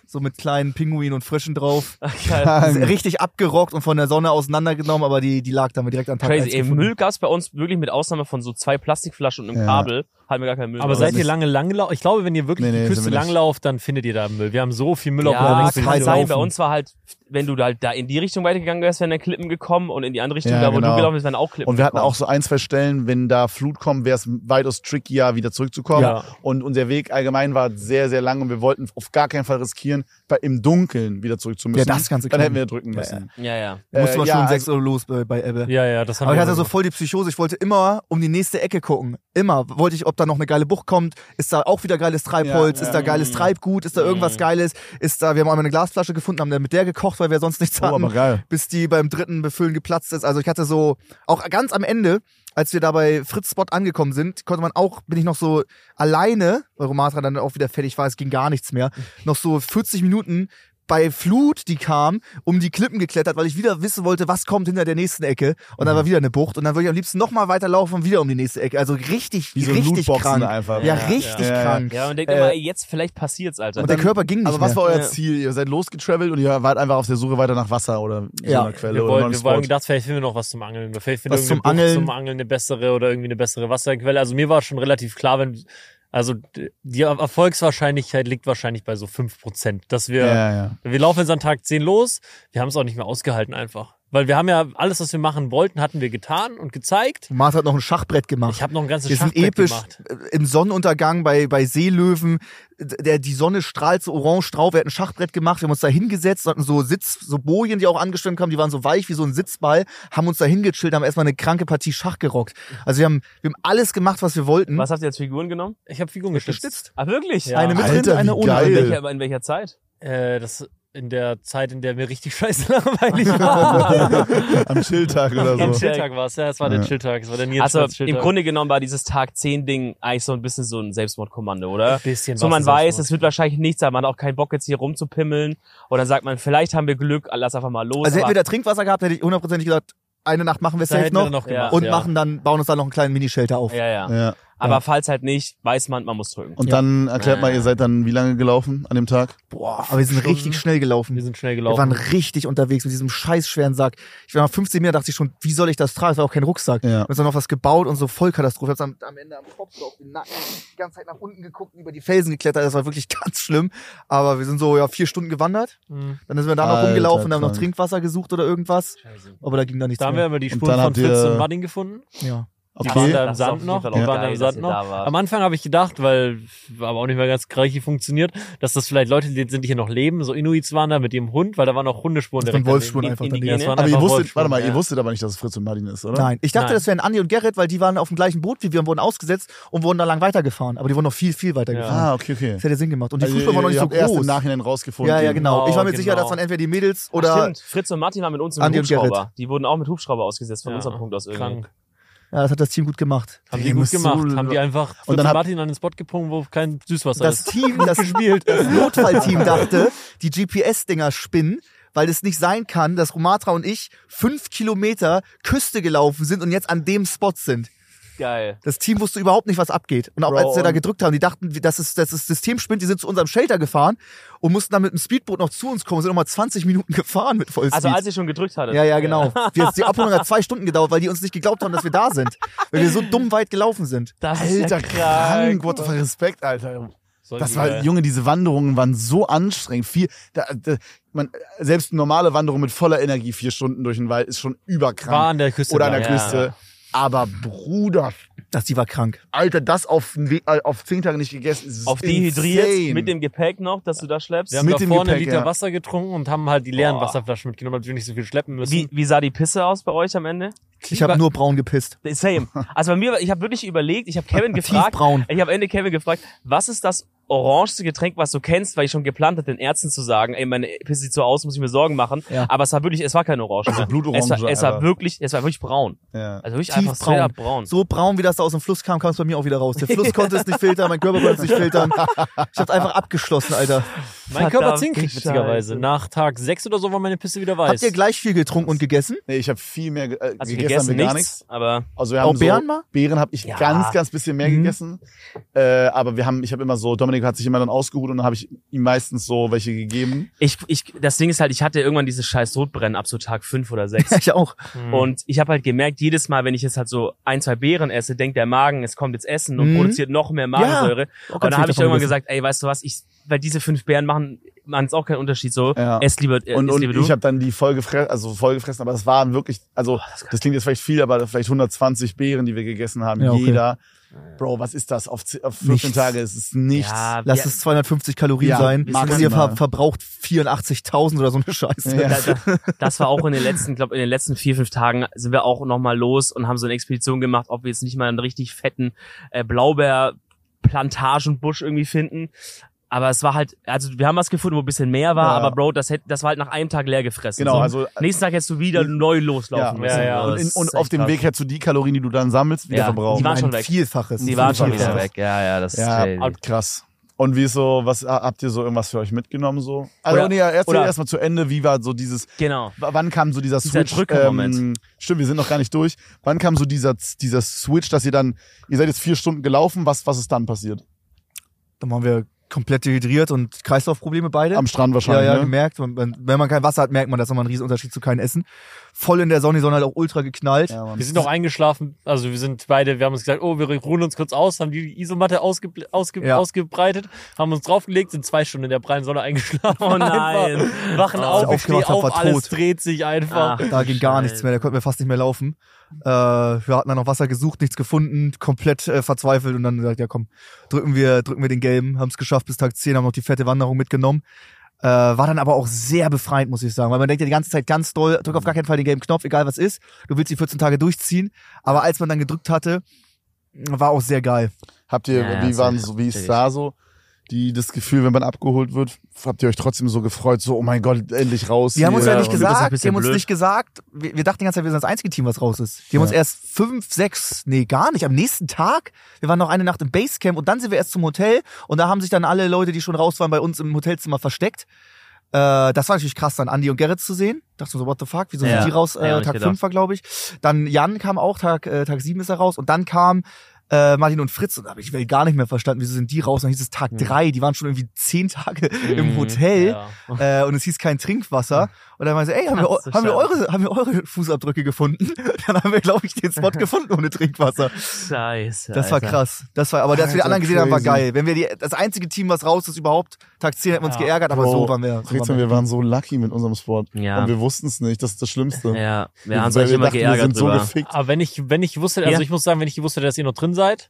So mit kleinen Pinguinen und Frischen drauf.
Geil.
Ist Richtig abgerockt und von der Sonne auseinandergenommen, aber die, die lag da haben wir direkt an Tag
Crazy.
eins
Ey,
gefunden.
Müll gab's bei uns wirklich mit Ausnahme von so zwei Plastikflaschen und einem
Ja.
Kabel. Haben wir gar keinen Müll.
Aber
mehr.
seid ihr
nicht.
lange lang gelaufen? Ich glaube, wenn ihr wirklich
Nee, nee, sind
die Küste
wir nicht.
lang lauft, dann findet ihr da Müll. Wir haben so viel Müll auf der
Ja,
Welt.
nicht
kann
frei
sein.
laufen.
Bei uns war halt, wenn du halt da in die Richtung weitergegangen wärst, wären dann Klippen gekommen und in die andere Richtung,
Ja,
da wo
genau.
du gelaufen bist, wären auch Klippen
Und wir hatten
gekommen.
auch so ein, zwei Stellen, wenn da Flut kommt, wäre es weitaus trickier, wieder zurückzukommen.
Ja.
Und unser Weg allgemein war sehr, sehr lang und wir wollten auf gar keinen Fall riskieren, bei, im Dunkeln wieder zurück zu müssen.
das Ganze
Dann
kann-
hätten wir drücken müssen.
Ja, ja.
Äh,
Musste man
ja,
schon um
also-
6 Uhr los bei, bei Ebbe.
Ja, ja, das haben
Aber ich
wir.
hatte so
gemacht.
voll die Psychose, ich wollte immer um die nächste Ecke gucken. Immer. Wollte ich, ob da noch eine geile Bucht kommt, ist da auch wieder geiles Treibholz,
Ja, ja.
ist da geiles Treibgut, ist da
Mhm.
irgendwas Geiles, ist da, wir haben einmal eine Glasflasche gefunden, haben dann mit der gekocht, weil wir sonst nichts
Oh,
hatten.
aber geil.
bis die beim dritten Befüllen geplatzt ist. Also ich hatte so, auch ganz am Ende, als wir da bei Fritz Spot angekommen sind, konnte man auch, bin ich noch so alleine, weil Romatra dann auch wieder fertig war, es ging gar nichts mehr, noch so 40 Minuten bei Flut, die kam, um die Klippen geklettert, weil ich wieder wissen wollte, was kommt hinter der nächsten Ecke. Und
Mhm.
dann war wieder eine Bucht. Und dann würde ich am liebsten nochmal weiterlaufen und wieder um die nächste Ecke. Also richtig,
Wie so
richtig
Lootboxen
krank.
einfach.
Ja,
Ja,
richtig
ja, ja.
krank.
Ja, man denkt
Äh,
immer, ey, jetzt vielleicht passiert's, Alter.
Und der Körper ging nicht
Aber Also was
mehr.
war euer
Ja.
Ziel? Ihr seid losgetraveled und ihr wart einfach auf der Suche weiter nach Wasser oder
Ja.
so einer Quelle
Wir
oder
wollen,
einem
wir wollen
Spot.
gedacht, vielleicht finden wir noch was zum Angeln. Oder vielleicht finden
Was
wir
zum
irgendeine Bucht
Angeln.
zum Angeln eine bessere oder irgendwie eine bessere Wasserquelle. Also mir war schon relativ klar, wenn also d- die Er- Erfolgswahrscheinlichkeit liegt wahrscheinlich bei so 5%, dass
Ja,
wir
ja, ja.
wir laufen jetzt an Tag 10 los. Wir haben es auch nicht mehr ausgehalten einfach, weil wir haben ja alles, was wir machen wollten, hatten wir getan und gezeigt.
Martha hat noch ein Schachbrett gemacht.
Ich habe noch ein ganzes
Wir sind
Schachbrett
episch
gemacht.
äh, im Sonnenuntergang bei, bei Seelöwen. D- Der, die Sonne strahlt so orange drauf. Wir hatten ein Schachbrett gemacht. Wir haben uns da hingesetzt, hatten so Sitz, so Bojen, die auch angestemmt haben. Die waren so weich wie so ein Sitzball. Haben uns da hingechillt, haben erstmal eine kranke Partie Schach gerockt. Also wir haben, wir haben alles gemacht, was wir wollten.
Was habt ihr als Figuren genommen?
Ich habe Figuren gestützt.
Ah, wirklich?
Ja.
Eine mit
Alter,
Rinde, eine
wie
ohne
geil.
In
Rinde.
welcher, in welcher Zeit?
Äh, das in der Zeit, in der mir richtig scheiße langweilig war.
Am Chilltag
Am
oder so.
Chilltag war es, ja, es war der
Also Ja.
Chilltag, es war der
Also
Nierenschmerz-Chilltag.
im Grunde genommen war dieses Tag 10-Ding eigentlich so ein bisschen so ein Selbstmordkommando, oder?
ein bisschen
So,
was
man
ist das
weiß,
schon.
es wird wahrscheinlich nichts sein. Man hat auch keinen Bock, jetzt hier rumzupimmeln. Oder sagt man, vielleicht haben wir Glück, lass einfach mal los.
Also hätten
aber
wir da Trinkwasser gehabt, hätte ich hundertprozentig gesagt, eine Nacht machen wir
Da
safe
hätten wir
noch.
dann noch gemacht,
und
ja.
machen dann, bauen uns dann noch einen kleinen Minishelter auf.
ja, ja.
Ja.
Aber falls halt nicht, weiß man, man muss drücken.
Und dann erklärt mal, ihr seid dann wie lange gelaufen an dem Tag?
Boah, aber wir sind richtig schnell gelaufen.
Wir sind schnell
Wir
gelaufen.
waren richtig unterwegs mit diesem scheiß schweren Sack. Ich war nach 15 Meter, dachte ich schon, wie soll ich das tragen? Es war auch kein Rucksack.
Ja.
Wir haben uns dann noch was gebaut und so Vollkatastrophe. Ich hab's am, am Ende am Kopf so auf den Nacken die ganze Zeit nach unten geguckt, über die Felsen geklettert. Das war wirklich ganz schlimm. Aber wir sind so ja vier Stunden gewandert.
Mhm.
Dann sind wir da noch
Alter,
rumgelaufen, haben noch
krank.
Trinkwasser gesucht oder irgendwas. Aber da ging dann nichts
Da haben wir
mehr.
immer die
Und
Spuren
dann
von
habt ihr-
Fritz und Martin gefunden.
Ja.
Die waren
Okay.
da im
Das ist auf
Sand
jeden
noch.
Fall
Die
auch
waren da
geil,
im
dass
Sand
ihr
noch.
da wart.
Am Anfang habe ich gedacht, weil aber auch nicht mehr ganz richtig funktioniert, dass das vielleicht Leute sind, die hier noch leben. So Inuits waren da mit ihrem Hund, weil da waren auch Hundespuren
Das
direkt.
waren Wolfsspuren
daneben.
einfach
Indigene.
daneben.
Das waren
Aber ihr
einfach
wusstet,
Wolfsspuren,
warte mal, ihr
ja.
wusstet aber nicht, dass es Fritz und Martin ist, oder?
Nein, ich dachte,
Nein.
das wären Andi und Gerrit, weil die waren auf dem gleichen Boot wie wir und wurden ausgesetzt und wurden dann lang weitergefahren. Aber die wurden noch viel, viel weitergefahren.
Ah, okay, okay.
Das hätte Sinn gemacht. Und die
Also
Fußball
ihr-
war noch
ihr
nicht so
habt erst im
groß.
Nachhinein rausgefunden.
Ja, ja, genau. Ich war mir
Genau,
sicher,
genau.
das waren entweder die Mädels
Ach,
oder
Stimmt, Fritz und Martin waren mit uns im
Andi und
Hubschrauber. Die wurden auch mit Hubschrauber ausgesetzt von
Ja.
unserem Punkt aus irgendwie.
Krank.
Ja, das hat das Team gut gemacht.
Haben
Ihr
die gut
müsst so-
gemacht. haben die einfach Fritz
dann
und
habt-
Martin an den Spot gepunkt, wo kein Süßwasser
Das
ist.
Team, das, das Notfallteam dachte, die GPS-Dinger spinnen, weil es nicht sein kann, dass Romatra und ich fünf Kilometer Küste gelaufen sind und jetzt an dem Spot sind.
Geil.
Das Team wusste überhaupt nicht, was abgeht. Und auch
Bro,
als wir da
und-
gedrückt haben, die dachten, das ist, das ist System spinnt, die sind zu unserem Shelter gefahren und mussten dann mit dem Speedboot noch zu uns kommen, sind nochmal 20 Minuten gefahren mit Vollspeed.
Also als ihr schon gedrückt hattet.
ja, ja, genau. Wir- Die Abholung hat zwei Stunden gedauert, weil die uns nicht geglaubt haben, dass wir da sind. Weil wir so dumm weit gelaufen sind.
Das ist ja
Alter, krank. What the fuck, Respekt, Alter.
Sollen
Das
die
war, halt,
mal-
Junge, diese Wanderungen waren so anstrengend. Vier, da, da, man, selbst eine normale Wanderung mit voller Energie vier Stunden durch den Wald ist schon überkrank.
war an der Küste.
Oder an der
da.
Ja.
Küste. Aber Bruder,
Das, die war krank.
Alter, das auf, den We- äh, auf zehn Tage nicht gegessen ist
Auf
insane.
dehydriert mit dem Gepäck noch, dass du da schleppst.
Wir haben
Mit
da
dem
vorne einen
Gepäck,
Liter
ja.
Wasser getrunken und haben halt die leeren
Boah.
Wasserflaschen mitgenommen, damit wir nicht so viel schleppen müssen.
Wie, wie sah die Pisse aus bei euch am Ende?
Ich habe nur braun gepisst.
Same. Also bei mir, war- ich habe wirklich überlegt, ich habe Kevin gefragt,
Tiefbraun.
ich habe Ende Kevin gefragt, was ist das orangeste Getränk, was du kennst, weil ich schon geplant hatte, den Ärzten zu sagen, ey, meine Pisse sieht so aus, muss ich mir Sorgen machen.
Ja.
Aber es war wirklich, es war kein Orange.
Also Blutorange,
es war, es war
Alter.
wirklich, es war wirklich braun.
Ja.
Also wirklich
Tiefbraun.
einfach straight up braun.
So braun, wie das da aus dem Fluss kam, kam es bei mir auch wieder raus. Der Fluss konnte es nicht filtern, mein Körper konnte es nicht filtern. Ich hab's einfach abgeschlossen, Alter.
mein Körper
Verdammte
hat hingekriegt,
Scheiße.
witzigerweise. Nach Tag 6 oder so war meine Pisse wieder
Habt
weiß.
ihr gleich viel getrunken und gegessen?
Nee, ich habe viel mehr ge äh,
Also
gegessen, haben wir gar nichts.
aber
Also wir
Auch
haben so,
Beeren mal?
Beeren habe ich
Ja.
ganz, ganz bisschen mehr
Mhm.
gegessen. Äh, aber wir haben, ich habe immer so, Dominik hat sich immer dann ausgeruht und dann habe ich ihm meistens so welche gegeben.
ich, ich, das Ding ist halt, ich hatte irgendwann dieses scheiß Rotbrennen ab so Tag fünf oder sechs.
Ich auch.
Hm.
Oh,
Und ich habe halt gemerkt, jedes Mal, wenn ich jetzt halt so ein, zwei Beeren esse, denkt der Magen, es kommt jetzt Essen und
Mhm.
produziert noch mehr Magensäure.
Auch
und Oh
ganz
dann habe ich
viel
irgendwann
davon gegessen.
gesagt, ey, weißt du was, ich, weil diese fünf Beeren machen, machen es auch keinen Unterschied so.
Ja.
Ess lieber, äh,
Und,
ess
und
lieber du.
ich habe dann die voll gefressen, also voll gefressen, aber es waren wirklich, also das klingt jetzt vielleicht viel, aber vielleicht 120 Beeren, die wir gegessen haben,
Ja, okay.
jeder. Bro, was ist das? Auf, ze- auf 14
Nichts.
Tage ist es nichts.
ja,
Lass
ah, ja,
es 250 Kalorien
Ja,
sein.
maximal.
Ihr ver verbraucht 84.000 oder so eine Scheiße.
Ja.
da, da, das war auch in den letzten, glaube in den letzten vier, fünf Tagen sind wir auch nochmal los und haben so eine Expedition gemacht, ob wir jetzt nicht mal einen richtig fetten äh, Blaubeerplantagenbusch irgendwie finden. Aber es war halt, also wir haben was gefunden, wo ein bisschen mehr war,
Ja.
aber Bro, das, hätte, das war halt nach einem Tag leer gefressen.
Genau,
so.
also
Nächsten Tag hättest du wieder neu loslaufen
Ja,
müssen.
ja, ja.
und,
Also, das
in,
ist
und
echt
auf dem
krass.
Weg hättest du die Kalorien, die du dann sammelst, wieder
Ja.
verbrauchen.
Die waren
Ein
schon weg.
Vielfaches.
Die waren schon
Vielfaches.
wieder weg. Ja, ja, das
ja,
ist crazy.
krass. Und wie ist so, was habt ihr so irgendwas für euch mitgenommen so? Also
Oder-
nee, erzähl
oder-
erstmal zu Ende, wie war so dieses
Genau.
W- wann kam so dieser
Dieser
Switch? ähm,
Drückmoment.
stimmt, wir sind noch gar nicht durch. Wann kam so dieser, dieser Switch, dass ihr dann, ihr seid jetzt vier Stunden gelaufen, was, was ist dann passiert?
Dann waren wir komplett dehydriert und Kreislaufprobleme beide.
Am Strand
ja,
wahrscheinlich,
ja,
ne?
gemerkt. Man, man, wenn man kein Wasser hat, merkt man, das ist nochmal ein riesen Unterschied zu keinem Essen. Voll in der Sonne, die Sonne hat auch ultra geknallt.
Ja, Mann.
Wir sind auch eingeschlafen, also wir sind beide, wir haben uns gesagt, oh, wir ruhen uns kurz aus, haben die Isomatte ausge, ausge,
Ja.
ausgebreitet, haben uns draufgelegt, sind zwei Stunden in der prallen Sonne eingeschlafen.
Oh nein.
Einfach Wachen
Als
wir
auf, ich steh
aufgewacht haben,
auf,
war
alles
tot.
dreht sich einfach.
Da ging gar nichts
mehr.
mehr, da konnten wir fast nicht mehr laufen. Äh, wir hatten dann noch Wasser gesucht, nichts gefunden, komplett äh, verzweifelt und dann gesagt, ja komm, drücken wir, drücken wir den gelben, haben es geschafft bis Tag 10, haben noch die fette Wanderung mitgenommen. Äh, war dann aber auch sehr befreiend, muss ich sagen, weil man denkt ja die ganze Zeit ganz doll, drück auf gar keinen Fall den gelben Knopf, egal was ist, du willst die 14 Tage durchziehen, aber als man dann gedrückt hatte, war auch sehr geil.
Habt ihr,
Ja, ja,
wie
das
waren
ist-
so, wie ist
natürlich.
da so? Die, das Gefühl, wenn man abgeholt wird, habt ihr euch trotzdem so gefreut, so, oh mein Gott, endlich raus.
Die haben uns ja,
Ja,
nicht
und- Das ist ein
gesagt, die
bisschen
haben uns
blöd.
nicht gesagt. Wir, wir dachten die ganze Zeit, wir sind das einzige Team, was raus ist. Die haben uns erst fünf, sechs, nee, gar nicht. Am nächsten Tag, wir waren noch eine Nacht im Basecamp und dann sind wir erst zum Hotel und da haben sich dann alle Leute, die schon raus waren, bei uns im Hotelzimmer versteckt. Äh, das war natürlich krass, dann Andi und Gerrit zu sehen. Dachte so, what the fuck, wieso
Ja.
sind die raus? Äh,
Ja, hab ich
Tag
gedacht.
5 war, glaube ich. Dann Jan kam auch, Tag, äh, Tag 7 ist er raus. Und dann kam äh, Martin und Fritz. Und da habe ich Welt gar nicht mehr verstanden, wieso sind die raus? Und dann hieß es Tag 3, die waren schon irgendwie zehn Tage im
Mhm,
Hotel
Ja.
äh, und es hieß kein Trinkwasser. Und dann meinte sie, ey, haben wir, eu-
Ach, so
haben wir,
schade.
eure, haben wir eure Fußabdrücke gefunden? Dann haben wir, glaube ich, den Spot gefunden ohne Trinkwasser.
Scheiße.
Das war
Alter.
krass. Das war, aber dass wir die
Alter,
anderen gesehen haben, war
crazy.
geil. Wenn wir die, das einzige Team, was raus ist überhaupt, Tag 10 hätten wir uns
Ja.
geärgert, aber
Bro,
so waren wir. So
Fritz,
waren wir.
wir waren so lucky mit unserem Sport.
Ja.
Und wir wussten es nicht, das ist das Schlimmste.
Ja, wir haben uns
Weil
eigentlich immer
dachten,
geärgert
Wir sind so
drüber.
gefickt.
Aber wenn ich, wenn ich wusste, also
Ja.
ich muss sagen, wenn ich gewusst hätte, dass ihr noch drin seid,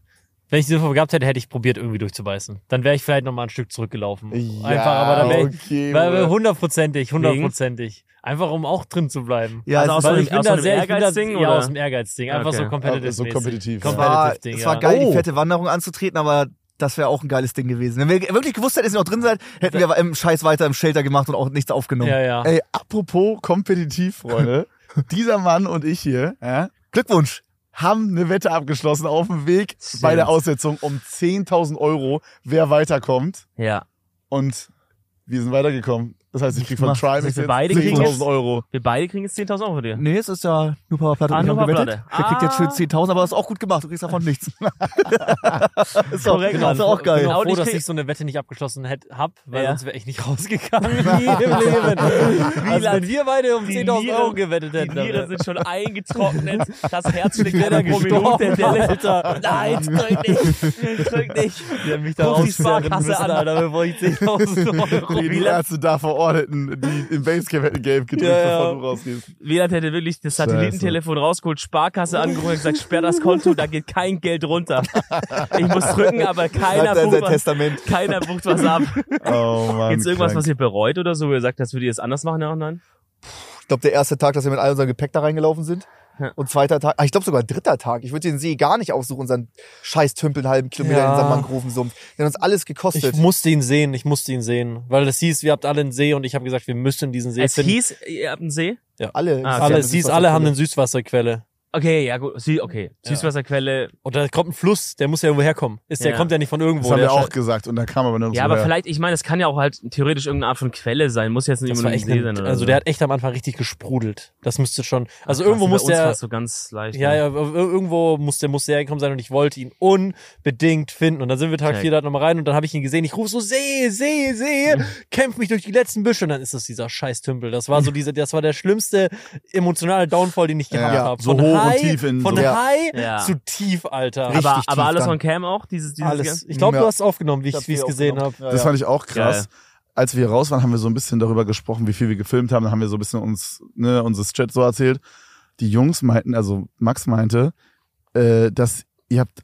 wenn ich diese Info gehabt hätte, hätte ich probiert, irgendwie durchzubeißen. Dann wäre ich vielleicht noch mal ein Stück zurückgelaufen. Einfach, aber dann wäre ich,
okay,
Weil weil
Bruder.
hundertprozentig, hundertprozentig. Einfach um auch drin zu bleiben.
Ja,
Also
es
weil
ist-
ich bin
aus
da
einem
sehr, ich bin da,
Ehrgeizding,
ja,
oder?
aus dem Ehrgeizding. Einfach
Okay.
so competitive.
So kompetitiv,
es
ja.
war,
Competitive Ding,
es war
ja.
geil,
Oh.
die fette Wanderung anzutreten, aber das wäre auch ein geiles Ding gewesen. Wenn wir wirklich gewusst hätten, dass ihr noch drin seid, hätten wir aber im Scheiß weiter im Shelter gemacht und auch nichts aufgenommen.
Ja, ja.
Ey, apropos kompetitiv, Freunde. dieser Mann und ich hier, ja,
Glückwunsch!
haben eine Wette abgeschlossen auf dem Weg bei der Aussetzung um 10.000 Euro, wer weiterkommt.
Ja. Und
Wir sind weitergekommen. Das heißt, ich krieg von
Mach-
Trimax
Sind wir
jetzt
beide kriegen
10.000
jetzt-
Euro.
wir beide kriegen jetzt 10.000 Euro von dir.
Nee, es ist ja nur Platte.
Ah,
Ah,
Nupper
gewettet.
Platte.
Der kriegt jetzt schön
Ah.
10.000, aber das ist auch gut gemacht. Du kriegst davon nichts. ist, auch,
Korrekt,
genau, ist
Mann.
auch
Ich
geil.
bin auch
Und
froh,
ich
dass
krieg-
ich so eine Wette nicht abgeschlossen hätte, hab, weil
Ja.
sonst wäre ich nicht rausgegangen. Nie
Also
im Leben. Wie
lang-
wenn wir beide um
die
10.000 Euro
Nieren-
gewettet
Die
hätten.
Nieren sind schon eingetrocknet. Das Herz schlägt
Wäre
schneller
da
pro Minute.
gestorben, Alter.
Nein, drück nicht. Drück nicht.
Die haben mich da
Ruf die
rauszerren
Sparkasse
müssen,
an.
Alter, bevor ich
Genau.
10.000 Euro
Die, die
wieder-
Ärzte da vor Ort hätten, die im Basecamp hätten gelb gedrückt,
Ja, ja.
bevor du rausgehst.
Wieland hätte wirklich das
Scheiße.
Satellitentelefon rausgeholt, Sparkasse angerufen und gesagt, sperr das Konto, da geht kein Geld runter. Ich muss drücken, aber keiner
Schreibt er in
bucht
sein
was,
Testament.
keiner bucht was ab.
Oh Mann.
Gibt's irgendwas,
krank.
was ihr bereut oder so, wo ihr sagt, das würdet ihr jetzt anders machen? Ja, nein.
Ich glaube, der erste Tag, dass wir mit all unserem Gepäck da reingelaufen sind.
Ja.
Und zweiter Tag, ah, ich glaube sogar dritter Tag. Ich würde den See gar nicht aufsuchen, unseren scheiß Tümpel einen halben Kilometer
Ja.
in unseren Mangrovensumpf. Der hat uns alles
Ich
gekostet.
musste ihn sehen, ich musste ihn sehen. Weil es hieß, wir habt alle einen See und ich habe gesagt, wir müssen diesen See
Es
finden.
hieß, ihr habt einen See? Ah,
alle. Sie
alle,
haben
es hieß,
Süßwasser-
alle haben eine Süßwasserquelle.
Okay, ja gut, Sü okay. Süßwasserquelle.
Und da kommt ein Fluss, der muss ja irgendwo herkommen. Ist, der
Ja.
kommt ja nicht von irgendwo.
Das haben
der halt-
wir auch gesagt und da kam aber nirgendwo
Ja, aber
her.
vielleicht, ich meine, es kann ja auch halt theoretisch irgendeine Art von Quelle sein, muss jetzt nicht
das
immer nur
war
ein
echt
See sein
ein,
oder
also
so.
der hat echt am Anfang richtig gesprudelt. Das müsste schon. Also
Krass,
irgendwo
bei
muss
uns
der.
war's so ganz leicht.
Ja,
ne?
ja, ir- irgendwo muss der muss der hergekommen sein und ich wollte ihn unbedingt finden. Und dann sind wir Tag
Check.
4 da nochmal rein und dann habe ich ihn gesehen. Ich rufe so, sehe, sehe, sehe, kämpf mich durch die letzten Büsche. Und dann ist das dieser scheiß Tümpel. Das war so diese, das war der schlimmste emotionale Downfall, den ich gehabt
Ja,
habe.
so
von
hoch und
high,
tief in
von
so-
high
Ja.
zu tief, Alter.
Richtig
aber,
tief
aber alles
dann.
on Cam auch? Dieses, dieses
Alles. Ich glaube,
Ja.
du hast aufgenommen, wie
Ich
ich
hab
es
viel
gesehen habe.
aufgenommen. Ja,
Das
ja.
fand ich auch krass.
Geil.
Als wir raus waren, haben wir so ein bisschen darüber gesprochen, wie viel wir gefilmt haben. Dann haben wir so ein bisschen uns, ne, unseres Chat so erzählt. Die Jungs meinten, also Max meinte, äh, dass ihr habt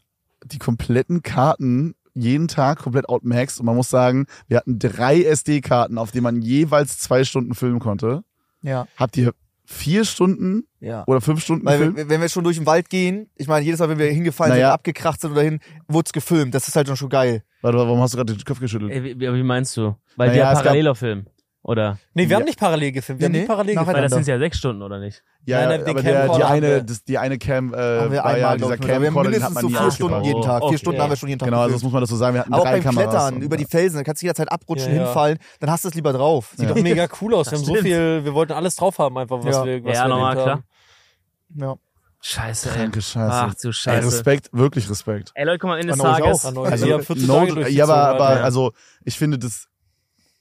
die kompletten Karten jeden Tag komplett outmaxed. Und man muss sagen, wir hatten drei SD-Karten, auf denen man jeweils zwei Stunden filmen konnte.
Ja.
Habt ihr vier Stunden
Ja.
oder fünf Stunden
Weil
gefilmt?
wenn- wenn wir schon durch den Wald gehen, ich meine, jedes Mal, wenn wir hingefallen sind,
Naja.
abgekracht sind oder hin, wurde es gefilmt. Das ist halt schon geil. Äh,
Warte, warum hast du gerade den Kopf geschüttelt?
Ey, Äh, wie, wie wie meinst du? Weil
Naja,
der
es gab-
Parallelerfilm. Oder?
Nee, wir
Ja.
haben nicht parallel gefilmt.
Nee,
Wir haben nicht
nee,
parallel
nachher-
gefilmt.
Weil das
Miteinander.
sind ja sechs Stunden, oder nicht?
Ja,
Nein, der- die
aber der, die,
Camcorder haben wir-
eine, das, die eine Cam äh,
haben wir
war ja dieser
einmal, glaube ich, nur. wir
Camcorder,
haben
den hat
mindestens
man
so
nie
vier Stunden
ausgebaut.
jeden Tag.
Okay.
Vier Stunden haben wir schon jeden Tag
Genau, also das
gefilmt.
muss man das so sagen. Wir hatten
Auch
drei
beim
Kameras.
Klettern
und-
über die Felsen, da kannst du jederzeit abrutschen,
Ja, ja.
hinfallen, dann hast du es lieber drauf.
Sieht doch mega cool aus. Wir haben so
Stimmt.
viel, wir wollten alles drauf haben, einfach, was
Ja.
wir, was
Ja,
wir
normal,
erlebt haben.
Ja.
Scheiße, ey.
Kranke Scheiße.
Ach
Ey,
du Ah, Scheiße.
Respekt, wirklich Respekt.
Ey, Leute, guck mal, am Ende des
An euch
Tages.
auch.
An euch.
Also,
ihr habt 14
No-
Tage durchgezogen,
ja, aber, aber
Alter.
also ich finde das,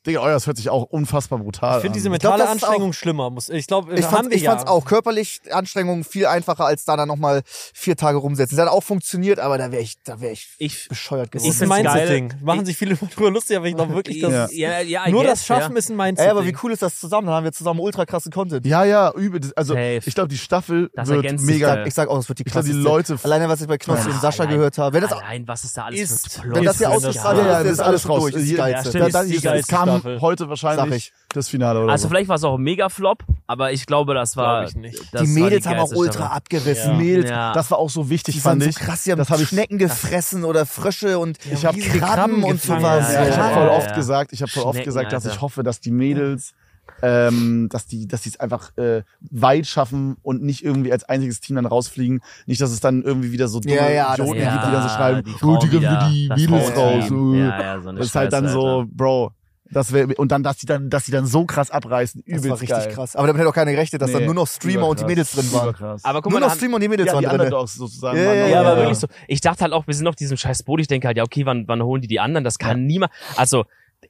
Digga, euer, das hört sich auch unfassbar brutal
Ich finde diese
an.
Ähm, glaub,
mentale
das ist
Anstrengung schlimmer. Muss- Ich glaube,
Ich
haben
fand's,
wir
ich
ja.
fand's auch körperlich Anstrengungen viel einfacher, als da dann nochmal vier Tage rumsetzen. Das hat auch funktioniert, aber da wäre ich, da wäre ich
Ich,
bescheuert
Das ist ein
geworden.
find's geil.
Mindset-Ding. Machen
Ich-
sich viele drüber lustig, aber ich glaube wirklich, dass
ja. Ja, ja, I
nur
guess,
das Schaffen
ja.
ist ein Mindset.
Ey, aber wie cool ist das zusammen? Dann haben wir zusammen ultra krasse Content.
Ja, ja, übel. Das- Also
Safe.
ich glaube, die Staffel
Das
wird
ergänzt
mega.
sich geil.
Ich sag auch, es wird die
Ich glaub, die
krasseste.
Leute-
Alleine, was ich bei Knossi
Ja,
und Sascha
allein-
gehört habe. Wenn das,
Allein, was ist da alles
ist,
für
wenn das hier
Plot-
ausgestrahlt
Ja,
wird,
ja,
ist
das
alles raus. Ist
Je-
das
Ja,
Geilste.
stimmt.
Da,
ist
da,
die
es
geilste
kam
Staffel.
heute
Sag
wahrscheinlich
ich.
das Finale oder
Also
so.
vielleicht war es auch ein Mega-Flop, aber ich glaube, das war.
Glaub ich nicht.
Das
die
war
Mädels haben auch
geilste
ultra
Staffel.
abgerissen.
Ja.
Mädels,
Ja.
Das war auch so wichtig,
die
fand
fand
ich.
so krass. Die haben
das hab ich-
Schnecken gefressen oder Frösche und
Ich hab
riesige
Krabben
Krabben und
gefangen.
sowas.
Ja, ich habe
Ja,
voll
ja,
oft
ja.
gesagt, ich habe voll oft
Schnecken,
gesagt, dass
Alter.
ich hoffe, dass die Mädels, ähm, dass die, dass die es einfach äh, weit schaffen und nicht irgendwie als einziges Team dann rausfliegen. Nicht, dass es dann irgendwie wieder so dumme
Ja, ja, das-
Idioten
Ja,
gibt, die dann so schreiben,
die äh."
oh,
Frauen
Digga,
wieder,
wir die
das
Mädels
Frauenteam.
raus. uh.
Ja, ja, so eine
das ist halt dann
Scheiße,
so,
Alter.
Bro. Das wär, und dann, dass die dann, dass die dann so krass abreißen,
Das
übelst
war richtig
geil.
krass. Aber damit hat auch keiner gerechnet, dass dann
Nee,
nur noch Streamer und die
überkrass.
Mädels drin waren.
Überkrass.
Aber guck
Nur
mal, da
noch
haben-
Streamer und die Mädels
ja, die
waren drin.
Underdogs sozusagen.
Ja,
waren
ja,
auch-
Ja, aber
Ja.
wirklich so. Ich dachte halt auch, wir sind auf diesem scheiß Boot. Ich denke halt, ja, okay, wann, wann holen die die anderen? Das kann niemand. Also,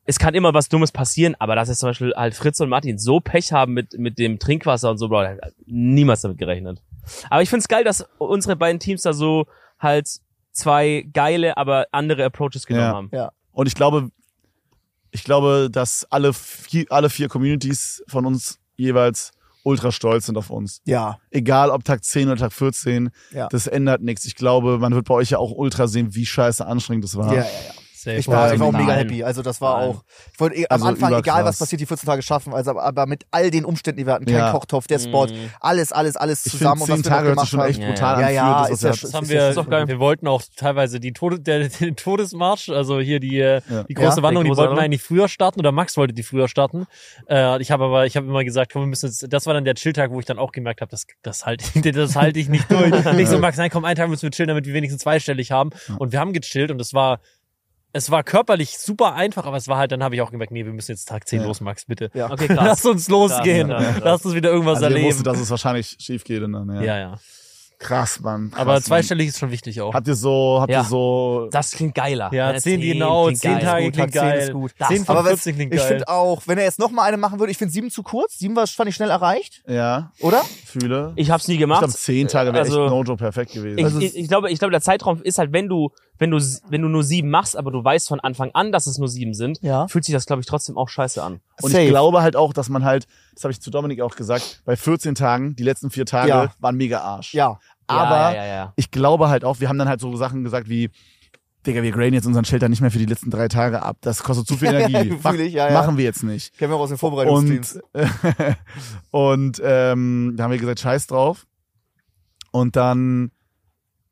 es kann immer was Dummes passieren, aber dass jetzt zum Beispiel halt Fritz und Martin so Pech haben mit, mit dem Trinkwasser und so, Bro, da hab ich niemals damit gerechnet. Aber ich find's geil, dass unsere beiden Teams da so halt zwei geile, aber andere Approaches genommen
Ja.
haben.
Und ich glaube, ich glaube, dass alle vier, alle vier Communities von uns jeweils ultra stolz sind auf uns.
Ja,
Egal ob Tag 10 oder Tag 14,
Ja.
das ändert nichts. Ich glaube, man wird bei euch ja auch ultra sehen, wie scheiße anstrengend das war.
ja, ja.
Safe.
Ich war, ich war auch
Nein.
mega happy. Also das war
Nein.
auch. Ich wollte eh,
Also
am Anfang, egal was
überkrass.
passiert, die 14 Tage schaffen. Also aber- aber mit all den Umständen, die wir hatten, kein
Ja.
Kochtopf, der Spot, alles, alles, alles
Ich
zusammen
finde,
und
zehn
was wir noch
Tage hört sich
gemacht
schon echt
haben.
Ja,
brutal
ja.
an.
Ja,
für
ja,
das,
ist
was
ja
ihr
schon-
Das
habt.
haben
ist ja
wir,
schon
geil.
wir wollten auch teilweise die, Tode, der, den Todesmarsch, also hier die, äh,
Ja.
die große
Ja,
Wanderung,
die
die
große
wollten wir
Wanderung.
eigentlich früher starten oder Max wollte die früher starten. Äh, ich habe aber, ich habe immer gesagt, komm, wir müssen jetzt, das war dann der Chilltag, wo ich dann auch gemerkt habe, das, das halte ich, das halte ich nicht durch. nicht so, Max, nein, komm, einen Tag müssen wir chillen, damit wir wenigstens zweistellig haben. Und wir haben gechillt und es war, es war körperlich super einfach, aber es war halt, dann habe ich auch gemerkt, nee, wir müssen jetzt Tag 10
Ja.
los, Max, bitte.
Ja.
Okay,
Lass
krass.
uns losgehen.
Krass, krass, krass.
Lass uns wieder irgendwas
Also ihr
erleben.
wusstet, dass es wahrscheinlich schief geht. Und dann, ja.
ja, ja.
Krass, Mann. Krass,
Aber
Mann.
zweistellig ist schon wichtig auch.
Habt ihr so, habt
Ja.
ihr so,
Das klingt geiler.
Ja, zehn genau,
klingt
zehn
geil.
Tage
Gut,
klingt
Tag 10
geil.
ist gut.
10 von
Aber was,
14 klingt
ich
geil.
finde auch, wenn er jetzt noch mal eine machen würde, ich finde sieben zu kurz. Sieben war, fand ich schnell erreicht,
ja,
oder?
fühle.
Ich hab's nie
ich
gemacht.
glaube, zehn Tage wäre
Also-
echt Nojo perfekt gewesen.
Ich,
Also,
ich, ich glaube, ich glaube, der Zeitraum ist halt, wenn du, wenn du, s- wenn du nur sieben machst, aber du weißt von Anfang an, dass es nur sieben sind,
Ja.
fühlt sich das, glaube ich, trotzdem auch scheiße an.
Und
Safe.
ich glaube halt auch, dass man halt, das habe ich zu Dominik auch gesagt, bei 14 Tagen, die letzten vier Tage
Ja.
waren mega Arsch.
Ja.
Aber
ja, ja, ja, ja.
ich glaube halt auch, wir haben dann halt so Sachen gesagt wie, Digga, wir graden jetzt unseren Shelter nicht mehr für die letzten drei Tage ab. Das kostet zu viel Energie.
Fühl
Mach,
ich, ja, ja.
Machen wir jetzt nicht.
Kennen wir auch aus den Vorbereitungsstreams.
Und, und ähm, da haben wir gesagt, scheiß drauf. Und dann,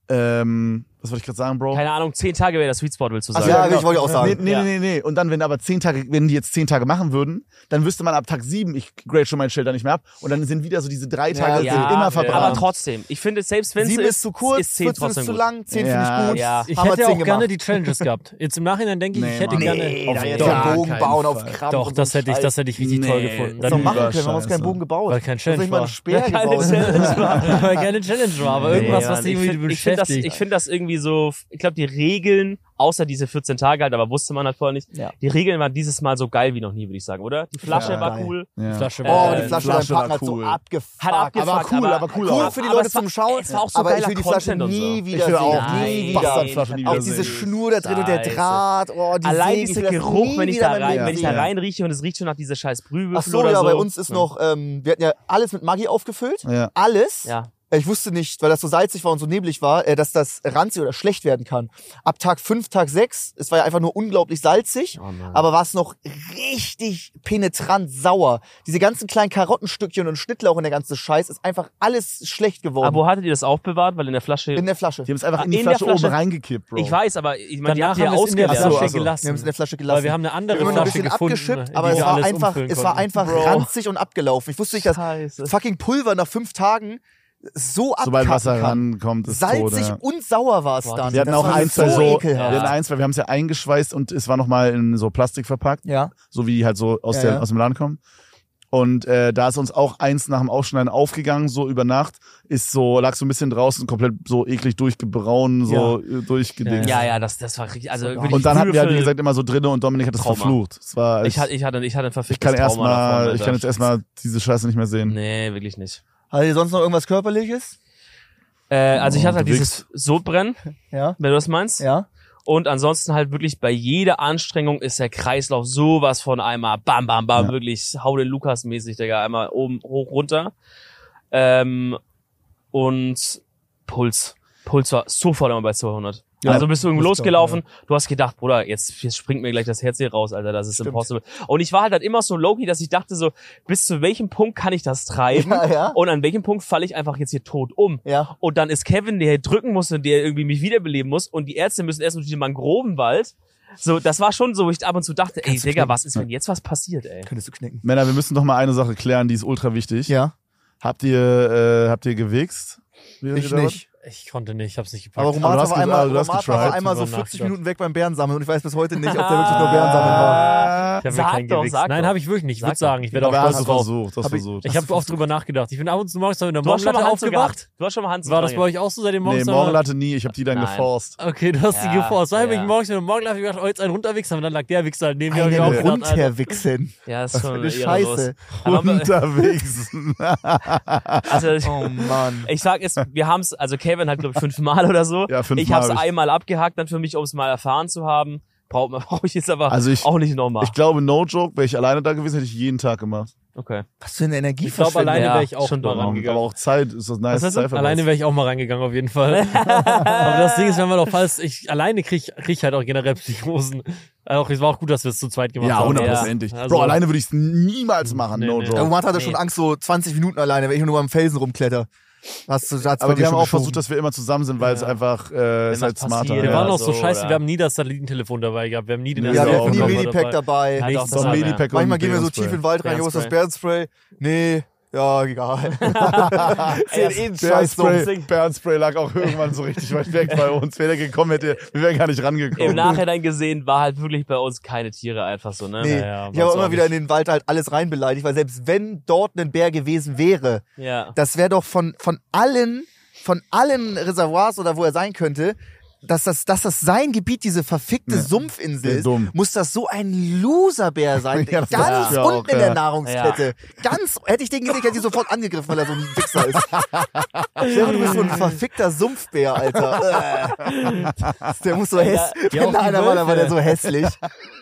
ähm, was wollte ich gerade sagen, Bro?
Keine Ahnung, zehn Tage wäre der Sweet Spot, willst du
Ach
sagen.
so,
Also
ja, ich wollte auch
genau.
sagen.
Nee, nee, nee,
Ja.
nee. Und dann, wenn aber zehn Tage, wenn die jetzt zehn Tage machen würden, dann wüsste man ab Tag sieben, ich grade schon mein Shelter nicht mehr ab. Und dann sind wieder so diese drei Tage
Ja,
sind immer verbrannt.
Aber trotzdem, ich finde, selbst wenn es
Sieben ist zu kurz,
ist zehn
14 ist
trotzdem
zu
gut.
lang, zehn
Ja.
finde ich gut.
Ja.
Ich
Haben wir
hätte auch
10
gerne
gemacht.
die Challenges gehabt. Jetzt im Nachhinein denke ich,
Nee,
ich hätte
Mann.
gerne.
Nee, da
Auf
jetzt
gar
einen Bogen
keinen
bauen auf
Fall.
Krampf.
doch,
und
das
so
hätte ich, das hätte ich richtig toll
Nee, das
gefunden.
hätte ich
ist
Dann,
doch
machen können, wir haben uns
Scheiße.
keinen Bogen gebaut.
Weil kein
Wir haben uns nicht mal
Challenge
einen Speer
war. Keine
gebaut.
Challenge war.
weil keine Challenge war, aber irgendwas, was
Mann,
dich
ich
irgendwie
find- ich finde das, ich
beschäftigt.
find das irgendwie so, ich glaube, die Regeln, außer diese 14 Tage halt, aber wusste man halt vorher nicht,
Ja.
die Regeln waren dieses Mal so geil wie noch nie, würde ich sagen, oder? Die Flasche
Ja.
war
Geil.
cool.
Ja.
Flasche
Oh, aber
Wein.
die Flasche, Flasche
war
dein Partner
cool.
so abgefuckt.
Hat abgefuckt,
cool,
aber
aber cool
Cool
auch.
für die
Aber
Leute
es war-
zum Schauen.
es war auch so
aber ich
geiler
will die Flasche
Content und so.
nie
Ich
wieder
will auch
sehen.
Nein.
nie wieder.
Bastardflasche nie
Auch
wieder
diese
sehen.
Schnur da drin und der
Scheiße.
Draht. Oh, die
Allein
Säge, ich will
dieser
das
Geruch,
nie
wenn ich
wieder
da
in meinem
rein,
Leben
wenn ich
sehen.
da reinrieche und es riecht schon nach dieser scheiß Brühwürfel
Ach so,
oder
ja,
so.
bei uns ist noch, ähm, wir hatten ja alles mit Maggi aufgefüllt.
Ja.
Alles.
Ja.
Ich wusste nicht, weil das so salzig war und so neblig war, äh, dass das ranzig oder schlecht werden kann. Ab Tag fünf, Tag sechs, es war ja einfach nur unglaublich salzig,
Oh nein.
aber war es noch richtig penetrant sauer. Diese ganzen kleinen Karottenstückchen und Schnittlauch und der ganze Scheiß ist einfach alles schlecht geworden.
Aber wo hattet ihr das aufbehrt? Weil in der Flasche.
Ah, in der Flasche.
Die
Wir
haben es einfach in die
In der
Flasche, oben
Flasche-
reingekippt, Bro.
ich weiß, aber ich meine, die
Danach
habt ihr
haben wir es in der
ausgelassen.
Ach so, ach so.
haben
Flasche
es in
gelassen.
der Flasche gelassen.
Weil wir haben eine
Wir
andere
haben
Flasche
noch ein bisschen
gefunden.
abgeschippt,
die
aber
wir
es war
alles
einfach,
umfüllen
es war
konnten.
einfach
Bro.
ranzig und abgelaufen. Ich wusste nicht, dass
Scheiße.
fucking Pulver nach fünf Tagen so
Sobald
abkacken
Wasser
kann.
rankommt, ist tot,
Salzig
ja.
und sauer war es
Boah,
dann.
Wir hatten
Das
auch
war
ein,
so
zwei so, wir
ekelhaft.
hatten eins, weil wir haben es ja eingeschweißt und es war nochmal in so Plastik verpackt,
Ja.
so wie die halt so aus,
Ja,
der,
ja.
aus dem Laden kommen. Und äh, da ist uns auch eins nach dem Aufschneiden aufgegangen, so über Nacht, ist so, lag so ein bisschen draußen, komplett so eklig durchgebraun, so äh, durchgedingt.
Ja, ja, das, das war richtig. Also wirklich
Und dann hatten wir halt, wie
Würfel-
gesagt, immer so drinne und Dominik hat das
Trauma.
verflucht. Es war,
Ich hatte, ich hatte, ich hatte ein
ich
verficktes
kann
Trauma davon,
erstmal, ich
Alter.
kann jetzt erstmal diese Scheiße nicht mehr sehen.
Nee, wirklich nicht.
Hattet ihr sonst noch irgendwas Körperliches?
Äh, also ich hatte halt
Oh, du
dieses Sodbrennen,
Ja.
wenn du das meinst.
Ja.
Und ansonsten halt wirklich bei jeder Anstrengung ist der Kreislauf sowas von einmal bam, bam, bam,
Ja.
wirklich hau den Lukas mäßig, Digga, einmal oben, hoch, runter. Ähm, und Puls. Puls war sofort einmal bei 200.
Ja,
also bist du irgendwo
muss ich auch,
losgelaufen, du hast gedacht, Bruder, jetzt, jetzt springt mir gleich das Herz hier raus, Alter, das ist impossible. Und ich war halt dann immer so low-key, dass ich dachte so, bis zu welchem Punkt kann ich das treiben?
Ja, ja.
Und an welchem Punkt falle ich einfach jetzt hier tot um?
Ja.
Und dann ist Kevin, der drücken muss und der irgendwie mich wiederbeleben muss. Und die Ärzte müssen erst durch den Mangrovenwald. So, das war schon so, wo ich ab und zu dachte, ey,
Kannst du
Digga,
knicken.
was ist, wenn jetzt was passiert, ey?
Könntest du knicken.
Männer, wir müssen doch mal eine Sache klären, die ist ultra wichtig.
Ja.
Habt ihr, äh, habt ihr gewichst? während
Ich
ihr da wart?
nicht.
Ich konnte nicht, ich hab's nicht gepackt.
Aber
Aber
Romata
du hast
war
ge-
einmal,
aber du hast
Romata war
getried.
einmal so
Drüber
40
nachgedacht.
Minuten weg beim Bärensammeln und ich weiß bis heute nicht, ob der wirklich
Ah.
nur Bärensammeln war.
ich hab mir
Sag
kein
doch,
Gewichs.
sag
Nein,
doch.
habe ich wirklich nicht. Ich
Sag
würde sagen, ich werde
Aber
auch
hast
stolz
du
drauf.
versucht, hast
Hab ich-
versucht.
Ich habe oft drüber nachgedacht. Ich bin ab und zu morgens noch in der
Du hast schon
Morgenlatte
mal Handschuhe
aufgewacht.
gehabt. Du hast schon mal Handschuhe
War das bei
dran
euch auch so, seit ihr morgens
Nee,
noch mal-
Morgenlatte nie, ich habe die dann
Nein.
geforst.
Okay, du hast die
Ja,
geforst. Dann bin
ja.
ich morgens mit dem Morgenlauf gedacht, oh, jetzt ein runterwichsen. Und dann lag der Wichser halt neben mir.
Einen
Hab ich auch gedacht, Alter.
runterwichsen.
gehabt? Ja, ist
Für
schon
eine
ehrenlos.
Scheiße.
Aber-
Unterwegs.
Also,
Oh
Um.
Mann.
ich sag jetzt, wir haben's, also Kevin hat, glaube ich, fünfmal oder so.
Ja, fünfmal
ich hab's
hab ich-
einmal abgehakt, dann für mich, um es mal erfahren zu haben. Braucht man, brauche ich jetzt aber
Also ich-
auch nicht nochmal.
ich glaube, no joke, wäre ich alleine da gewesen, hätte ich jeden Tag gemacht.
Okay.
Was für eine Energie
Ich glaube, alleine
Ja,
wäre ich auch
schon
mal
dumm.
rangegangen.
Aber auch Zeit ist das nice.
Was hast du?
Zeit
Alleine wäre ich auch mal reingegangen, auf jeden Fall. Aber das Ding ist, wenn man doch falls ich alleine krieg, krieg ich halt auch generell Psychosen. Also auch, es war auch gut, dass wir es zu zweit gemacht
ja,
haben.
hundertprozentig.
Ja. Also-
Bro, alleine würde ich es niemals machen,
Nee,
no
nee.
joke.
Der Roman hatte
Nee.
schon Angst, so 20 Minuten alleine, wenn ich nur am Felsen rumkletter. Hast du, hat's bei
Aber
dir
wir haben
schon
auch
geschoben.
versucht, dass wir immer zusammen sind, weil es
Ja.
einfach äh, ist
was
halt smarter.
passiert,
Wir
Ja,
waren
ja.
auch so
so,
scheiße,
oder?
wir haben nie das Satellitentelefon dabei gehabt. Wir haben nie den
Ja,
Ja,
wir
wir
auch
hatten nie
noch
Medipack dabei.
Ja,
Nichts
doch,
von
das
So ein
war- ja.
Medipack und
Manchmal gehen wir so
Bärenspray.
tief in den Wald rein, jo, ist das Bärenspray? Nee, ja, egal.
Ey,
Zehn Scheiß
Bärenspray, Bärenspray lag auch irgendwann so richtig weit weg bei uns. Wäre der gekommen hätte, wir wären gar nicht rangekommen.
Im Nachhinein gesehen war halt wirklich bei uns keine Tiere einfach so, ne?
Nee,
ja,
ich habe
weiß
immer
auch
wieder in den Wald halt alles reinbeleidigt, weil selbst wenn dort ein Bär gewesen wäre,
Ja.
das wäre doch von, von allen, von allen Reservoirs oder wo er sein könnte, dass das, dass das sein Gebiet, diese verfickte
Ja.
Sumpfinsel
Ja,
ist,
dumm.
muss das so ein Loserbär sein.
Ja, das
ganz
dachte ich auch,
unten in der
ja.
Nahrungskette. Ganz, hätte ich den gesehen, ich hätte ich sofort angegriffen, weil er so ein Wichser ist. Stell dir, du bist so ein verfickter Sumpfbär, Alter. Äh. der muss so hässlich.
ja, auch
Wenn
die
da einer war, dann war der
Wölfe.
so hässlich.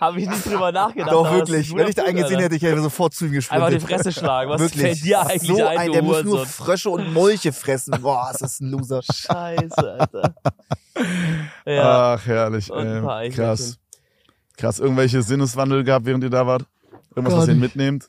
Habe ich nicht drüber nachgedacht.
Doch,
aber das ist
wirklich.
ein guter
Wenn ich da einen
Punkt,
gesehen
Alter.
hätte, ich hätte sofort zu ihm
Einfach die
gesprintet.
Fresse schlagen. Was
Wirklich.
fällt dir eigentlich
so
ein,
ein,
du
der muss nur
Hurensohn? Oh,
Frösche und Molche fressen. Boah, ist das ein Loser.
Scheiße, Alter.
Äh,
Ja.
Ach, herrlich.
Und ein paar
Ey,
Eichhörnchen.
krass. Krass. Irgendwelche Sinneswandel gehabt, während ihr da wart? Irgendwas,
Gar
was ihr
nicht.
mitnehmt?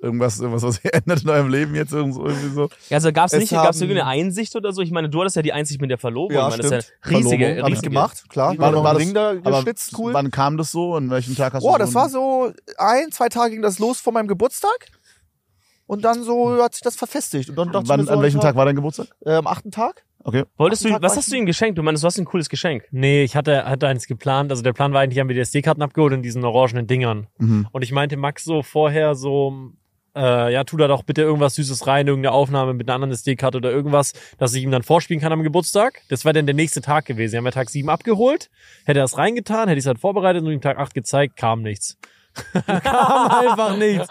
Irgendwas, irgendwas, was ihr ändert in eurem Leben jetzt irgend- irgendwie so?
Also gab's
Es
nicht, gab's
haben-
irgendeine Einsicht oder so? Ich meine, du hattest ja die Einsicht mit der Verlobung.
Ja,
ich meine, das ist ja
stimmt. Verlobung
riesige, riesige.
hab
Hab ich gemacht, klar. War
War-
noch
war
ein
das-
Ring da
Aber
geschnitzt, cool.
Wann kam das so? An welchem Tag hast du
Boah,
so
das
ein-
war so ein, zwei Tage ging das los vor meinem Geburtstag. Und dann so hat sich das verfestigt. Und dann dachte
Wann,
ich mir so,
an welchem
Alter,
Tag war dein Geburtstag?
Äh, am achten Tag.
Okay.
Wolltest du,
Tag
was
war
hast
ich-
du ihm geschenkt? Du meinst, du hast ein cooles Geschenk.
Nee, ich hatte, hatte eins geplant. Also der Plan war eigentlich, ich habe mir die SD-Karten abgeholt in diesen orangenen Dingern.
Mhm.
Und ich meinte Max so vorher so, äh, ja, tu da doch bitte irgendwas Süßes rein, irgendeine Aufnahme mit einer anderen SD-Karte oder irgendwas, dass ich ihm dann vorspielen kann am Geburtstag. Das war dann der nächste Tag gewesen. Wir haben ja Tag 7 abgeholt, hätte er es reingetan, hätte ich es halt vorbereitet und ihm Tag 8 gezeigt, kam nichts. kam einfach nichts.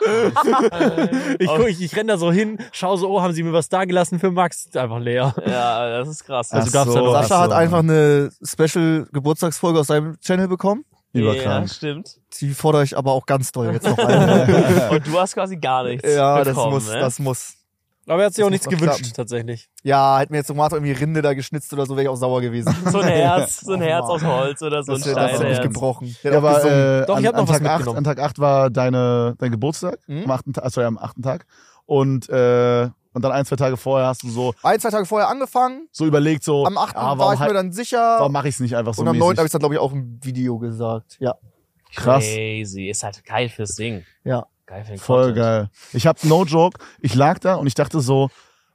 ich, guck, ich, ich renn da so hin, schau so, oh, haben sie mir was da gelassen für Max? Ist Einfach leer.
Ja, das ist krass.
Also
Ach
gab's da
so,
noch-
ach
Sascha hat
so.
einfach eine Special Geburtstagsfolge aus seinem Channel bekommen.
ja,
Überkrank.
stimmt.
Die fordere ich aber auch ganz doll jetzt noch ein.
Und du hast quasi gar nichts.
ja, das
bekommen,
muss,
ne?
das muss.
Aber er hat sich
Das
auch
muss
nichts
noch
gewünscht,
klappen.
tatsächlich.
Ja, hätten wir jetzt Tomato irgendwie Rinde da geschnitzt oder so, wäre ich auch sauer gewesen.
So ein Herz, so ein
Oh,
Herz
Mann.
aus Holz oder so ein
das das hätte mich
Steinherz.
gebrochen. Der
Ja,
hat auch
aber
gesungen.
äh,
Doch,
an,
ich hab noch
an,
was
Tag 8,
mitgenommen.
an Tag 8 war deine, dein Geburtstag,
Mhm.
am achten Tag, sorry, am achten Tag. Und, äh, und dann ein, zwei Tage vorher hast du so,
ein, zwei Tage vorher angefangen.
so überlegt,
Oh.
so,
Am 8.
ah, warum,
war ich
halt-
mir dann sicher.
warum mache ich es nicht einfach so
und am 9.
mäßig?
habe ich dann, glaube ich, auch im Video gesagt. Ja.
Krass.
Crazy. Ist halt geil fürs Singen.
Ja.
Geil für den
Voll
Content.
geil. Ich hab no joke, ich lag da und ich dachte so,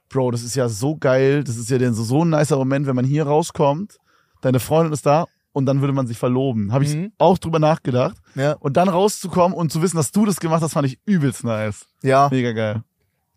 Bro, das ist ja so geil, das ist ja denn so, so ein nicer Moment, wenn man hier rauskommt, deine Freundin ist da und dann würde man sich verloben. Habe ich
Mhm.
auch drüber nachgedacht.
Ja.
Und dann rauszukommen und zu wissen, dass du das gemacht hast, fand ich übelst nice.
Ja.
Mega geil.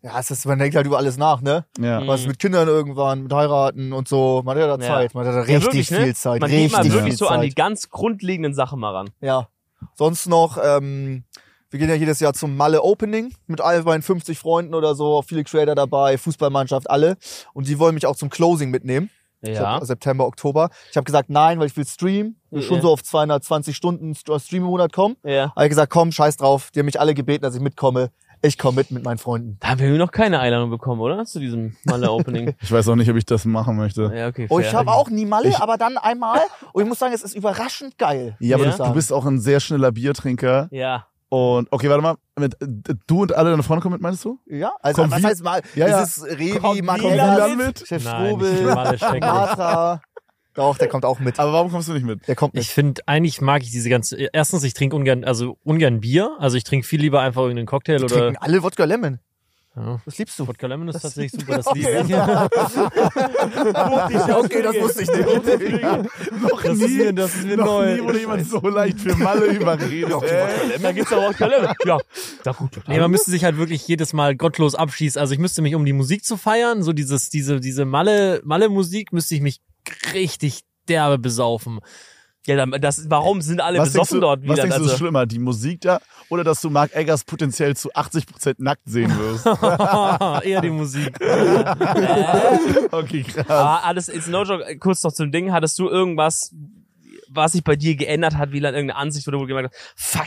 Ja, es ist, man denkt halt über alles nach, ne?
Ja.
Mhm.
Was mit Kindern irgendwann, mit heiraten und so. Man hat ja da
Ja.
Zeit. Man hat da
Ja,
richtig
wirklich, ne?
viel Zeit.
Man geht
richtig
mal
viel
wirklich so
Zeit.
an die ganz grundlegenden Sachen mal ran.
Ja. Sonst noch, ähm, wir gehen ja jedes Jahr zum Malle Opening mit all meinen 50 Freunden oder so, viele Creator dabei, Fußballmannschaft, alle. Und die wollen mich auch zum Closing mitnehmen. Ich
Ja.
hab September, Oktober. Ich habe gesagt, nein, weil ich will streamen. Ich will
Ja.
schon so auf 220 Stunden St- äh, Stream im Monat kommen.
ja.
Aber ich gesagt, komm, scheiß drauf. Die haben mich alle gebeten, dass ich mitkomme. Ich komme mit mit meinen Freunden.
Da haben wir noch keine Einladung bekommen, oder? Zu diesem Malle-Opening.
Ich weiß auch nicht, ob ich das machen möchte.
ja, okay.
Oh,
fair.
ich habe auch nie Malle,
Ich-
aber dann einmal. Und ich muss sagen, es ist überraschend geil.
Ja, aber
Ja.
Du, du bist auch ein sehr schneller Biertrinker.
Ja.
Und okay, warte mal. Mit, äh, du und alle deine Freunde kommen mit, meinst du?
Ja, also
Komm,
was
wie-
heißt mal?
Ja, ja.
Es ist Revi,
Kommt
Kommen
Wieland
Makela,
Wieland mit?
Chef
Nein, ich
Strobel,
finde Malle schrecklich.
Matra. Doch, der kommt auch mit.
Aber warum kommst du nicht mit?
Der kommt
Ich
mit.
finde, eigentlich mag ich diese ganze. äh, Erstens, ich trinke ungern, also ungern Bier. Also ich trinke viel lieber einfach irgendeinen Cocktail
Die
oder.
trinken alle Wodka Lemon.
Ja.
Das liebst du.
Vodka Lemon ist
Das-
tatsächlich super, das liebe ich.
okay, das wusste ich nicht.
Noch
Das ist mir, das ist mir neu.
nie wurde jemand so leicht für Malle überredet. Äh,
Da gibt's aber auch keine Einladung. Ja. Da gut.
Nee, man müsste sich halt wirklich jedes Mal gottlos abschießen. Also ich müsste mich, um die Musik zu feiern, so dieses, diese, diese Malle, Malle-Musik, müsste ich mich richtig derbe besaufen.
ja, dann, das, warum sind alle
was denkst
besoffen
du,
dort
was
wieder?
denkst du ist
Also,
schlimmer, die Musik da oder dass du Mark Eggers potenziell zu 80% nackt sehen wirst?
Ah, Eher die Musik.
Okay, krass.
aber ah, alles, ist no joke, äh, kurz noch zum Ding. Hattest du irgendwas, was sich bei dir geändert hat, wie irgendeine Ansicht, wo du wohl gemerkt hast, fuck,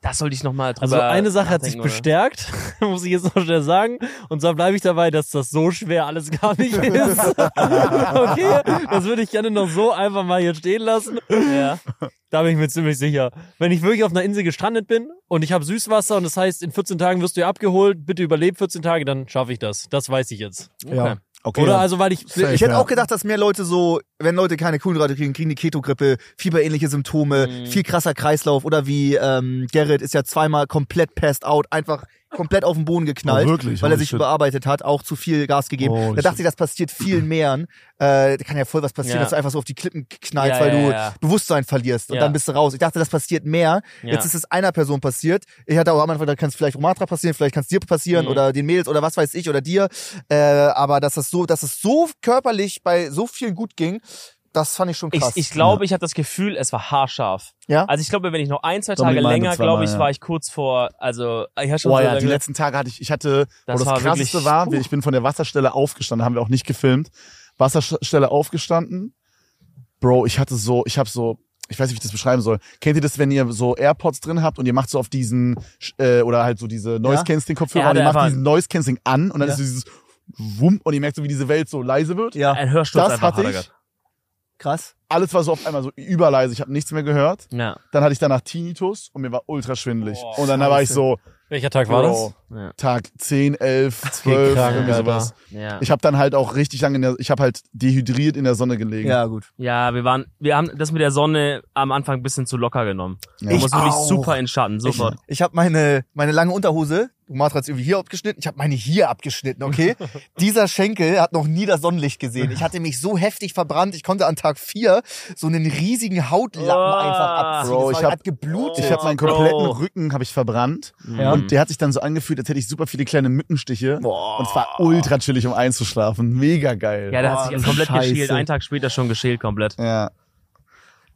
das sollte ich nochmal drüber
Also eine Sache hat sich
nachdenken, oder?
bestärkt, muss ich jetzt noch schnell sagen. Und zwar bleibe ich dabei, dass das so schwer alles gar nicht ist. okay, das würde ich gerne noch so einfach mal hier stehen lassen.
Ja.
Da bin ich mir ziemlich sicher. Wenn ich wirklich auf einer Insel gestrandet bin und ich habe Süßwasser und das heißt, in 14 Tagen wirst du ja abgeholt, bitte überleb 14 Tage, dann schaffe ich das. Das weiß ich jetzt.
Ja.
Okay,
Oder
dann-
also, weil ich...
Safe,
Ne, Ich hätte
ja.
auch gedacht, dass mehr Leute so, wenn Leute keine Kohlenhydrate kriegen, kriegen die Ketogrippe, fieberähnliche Symptome,
Mhm.
viel krasser Kreislauf oder wie ähm, Gerrit ist ja zweimal komplett passed out, einfach komplett auf den Boden geknallt,
Oh, wirklich?
weil er
Holy
sich
shit.
überarbeitet hat, auch zu viel Gas gegeben.
Holy
da dachte
shit.
ich, das passiert vielen Mehrern. Äh, da kann ja voll was passieren,
Ja.
dass du einfach so auf die Klippen knallst,
Ja,
weil
ja,
du
ja.
Bewusstsein verlierst und
Ja.
dann bist du raus. Ich dachte, das passiert mehr.
Ja.
Jetzt ist es einer Person passiert. Ich hatte auch am Anfang, da kann es vielleicht Romatra passieren, vielleicht kann es dir passieren
Mhm.
oder den Mädels oder was weiß ich oder dir. Äh, aber dass das so, dass es so körperlich bei so vielen gut ging, das fand ich schon
Ich,
krass.
ich glaube, ich habe das Gefühl, es war haarscharf.
Ja?
Also ich glaube, wenn ich noch ein, zwei
Dominik
Tage
meinte
länger,
zweimal,
glaube ich,
ja.
war ich kurz vor, also ich hatte schon
Boah,
so
ja,
lange
die letzten Tage hatte ich, ich hatte,
Das
das, boah,
war
das krasseste
wirklich-
war,
puh.
ich bin von der Wasserstelle aufgestanden, haben wir auch nicht gefilmt. Wasserstelle aufgestanden. Bro, ich hatte so, ich habe so, ich weiß nicht, wie ich das beschreiben soll. Kennt ihr das, wenn ihr so AirPods drin habt und ihr macht so auf diesen, äh, oder halt so diese Noise Cancelling Kopfhörer
Ja,
und ihr
der
macht
war-
diesen Noise Cancelling an und dann
Ja.
ist so dieses Wumm und ihr merkt so, wie diese Welt so leise wird.
ja,
ein Hörsturz
Das
einfach
hatte
hat er
ich.
gehabt.
krass.
Alles war so auf einmal so überleise, ich habe nichts mehr gehört.
Ja.
Dann hatte ich danach Tinnitus und mir war ultra schwindelig.
Boah,
und dann war ich
scheiße.
so,
Welcher Tag war das?
Bro,
Ja.
Tag 10, 11, 12,
krank,
irgendwie
Alter.
sowas.
Ja.
Ich habe dann halt auch richtig lange in der, ich habe halt dehydriert in der Sonne gelegen.
Ja, gut.
ja, wir waren, wir haben das mit der Sonne am Anfang ein bisschen zu locker genommen.
Ja.
Du musst wirklich
auch.
super in Schatten, sofort.
Ich habe meine, meine lange Unterhose, Romatra hat irgendwie hier abgeschnitten, ich habe meine hier abgeschnitten, okay? Dieser Schenkel hat noch nie das Sonnenlicht gesehen. Ich hatte mich so heftig verbrannt, ich konnte an Tag 4 so einen riesigen Hautlappen
Ah.
einfach abziehen.
Bro,
das
ich
war,
hab-
hat geblutet.
Ich habe meinen
Bro.
kompletten Rücken habe ich verbrannt
Ja.
und der hat sich dann so angefühlt, als hätte ich super viele kleine Mückenstiche und es war ultra chillig, um einzuschlafen. Mega geil.
Ja, der hat
Boah,
sich jetzt komplett
Scheiße.
geschält. Einen Tag später schon geschält komplett.
Ja.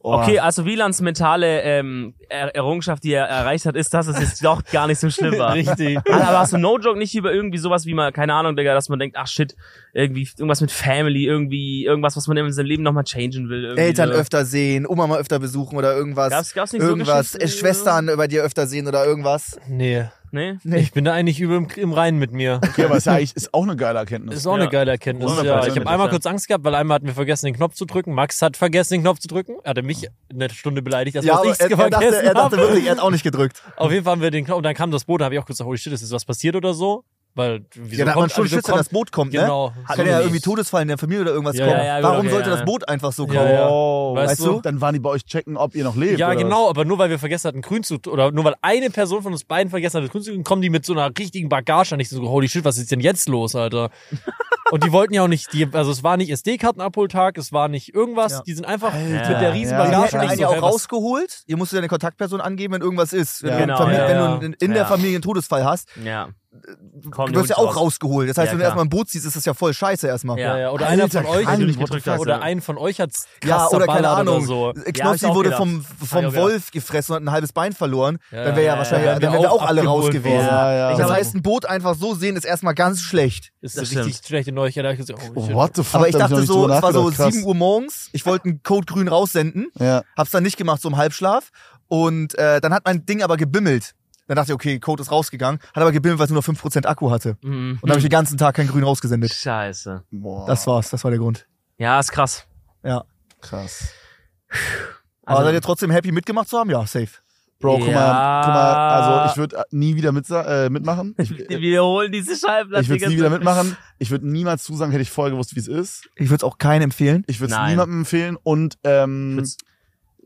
Oh.
Okay, also Wielands mentale ähm, er Errungenschaft, die er erreicht hat, ist, dass es jetzt doch gar nicht so schlimm war.
Richtig.
Alter, aber hast du no joke nicht über irgendwie sowas wie mal, keine Ahnung, Digga, dass man denkt, ach shit, irgendwie irgendwas mit Family, irgendwie irgendwas, was man in seinem Leben nochmal changen will. irgendwie
Eltern
so.
öfter sehen, Oma mal öfter besuchen oder irgendwas.
Gab's, gab's nicht
irgendwas.
so
äh,
Geschichten?
Schwestern über dir öfter sehen oder irgendwas.
Nee.
Nee?
Nee.
Ich bin da eigentlich übel im, im Reinen mit mir.
Okay, aber ist ja eigentlich ist auch eine geile Erkenntnis.
Ist auch
Ja.
eine geile Erkenntnis. Ja,
100%.
ich habe einmal kurz Angst gehabt, weil einmal hatten wir vergessen, den Knopf zu drücken. Max hat vergessen, den Knopf zu drücken. Hat er mich eine Stunde beleidigt, dass
Ja,
ja,
aber
ich
er, er,
vergessen
dachte, er dachte
habe.
wirklich, er hat auch nicht gedrückt.
Auf jeden Fall haben wir den Knopf. Und dann kam das Boot, da habe ich auch gesagt, oh shit, ist jetzt was passiert oder so? Weil, wieso
ja, da hat man
kommt,
schon
wieso
Schiss, wenn das
kommt,
Boot kommt, ne?
Genau.
Kann ja irgendwie Todesfall in der Familie oder irgendwas
Ja,
kommen.
ja, ja,
Warum
okay,
sollte
ja.
das Boot einfach so kommen?
Ja, ja.
Oh,
Weißt
weißt du?
du?
Dann waren die bei euch checken, ob ihr noch lebt.
Ja,
oder was?
genau, aber nur weil wir vergessen hatten, grün zu, oder nur weil eine Person von uns beiden vergessen hat, grün zu tun, kommen die mit so einer richtigen Bagage an. Ich so, holy shit, was ist denn jetzt los, Alter? Und die wollten ja auch nicht, die, also es war nicht SD-Kartenabholtag, es war nicht irgendwas,
Ja.
die sind einfach
Alter.
mit der riesen
Ja,
Die
Bagage
hätten
an. Ich
einen ja
so,
auch
hey, was-
rausgeholt. Ihr musstet ja eine Kontaktperson angeben, wenn irgendwas ist. Wenn,
Ja,
du,
genau,
Familie,
ja,
wenn du
ja.
in, in der
Ja.
Familie einen Todesfall hast,
Ja.
Äh, du wirst ja auch rausgeholt. Das heißt,
Ja,
wenn du
klar.
erstmal ein Boot siehst, ist das ja voll scheiße erstmal.
Ja, ja, oder
Alter,
einer von euch,
krank,
oder-
what the fuck.
oder einen von euch hat's
Ja,
krass
oder keine
zerballert
Ahnung.
Oder so.
hab ich
Knossi
auch
wurde
gedacht.
vom,
ich
vom
auch gedacht.
Wolf gefressen und hat ein halbes Bein verloren.
Ja,
dann wäre ja,
ja,
wahrscheinlich,
ja, ja.
dann wären wir auch alle raus
Abgeholt
gewesen.
Ja, Also, halt- ja.
Das
aber-
heißt, ein Boot einfach so sehen ist erstmal ganz schlecht.
Ist
Das
richtig
stimmt.
schlechte Neuigkeit. Da hab ich gesagt, oh, shit.
What the fuck?
Aber ich
da hab noch
dachte
nicht
so,
drüber
es war so
nachgedacht. Krass.
7 Uhr morgens, ich wollte einen Code grün raussenden,
Ja.
hab's dann nicht gemacht, so im Halbschlaf. Und äh, dann hat mein Ding aber gebimmelt. Dann dachte ich, okay, Code ist rausgegangen, hat aber gebimmelt, weil es nur noch 5% Akku hatte.
Mhm.
Und dann habe ich den ganzen Tag kein Grün rausgesendet.
Scheiße.
Boah,
Das war's, das war der Grund.
Ja, ist krass.
Ja.
krass.
Aber
Also-
seid ihr trotzdem happy mitgemacht zu haben? Ja, safe.
Bro, guck mal,
Ja.
guck mal, also ich würde nie wieder mit, äh, mitmachen. Ich, ich
Wir holen diese Schallplatte.
würde nie wieder mitmachen. Ich würde niemals zusagen, hätte ich voll gewusst, wie es ist.
Ich würde es auch keinen empfehlen.
Ich würde es
Nein.
niemandem empfehlen. Und ähm,
Fritz.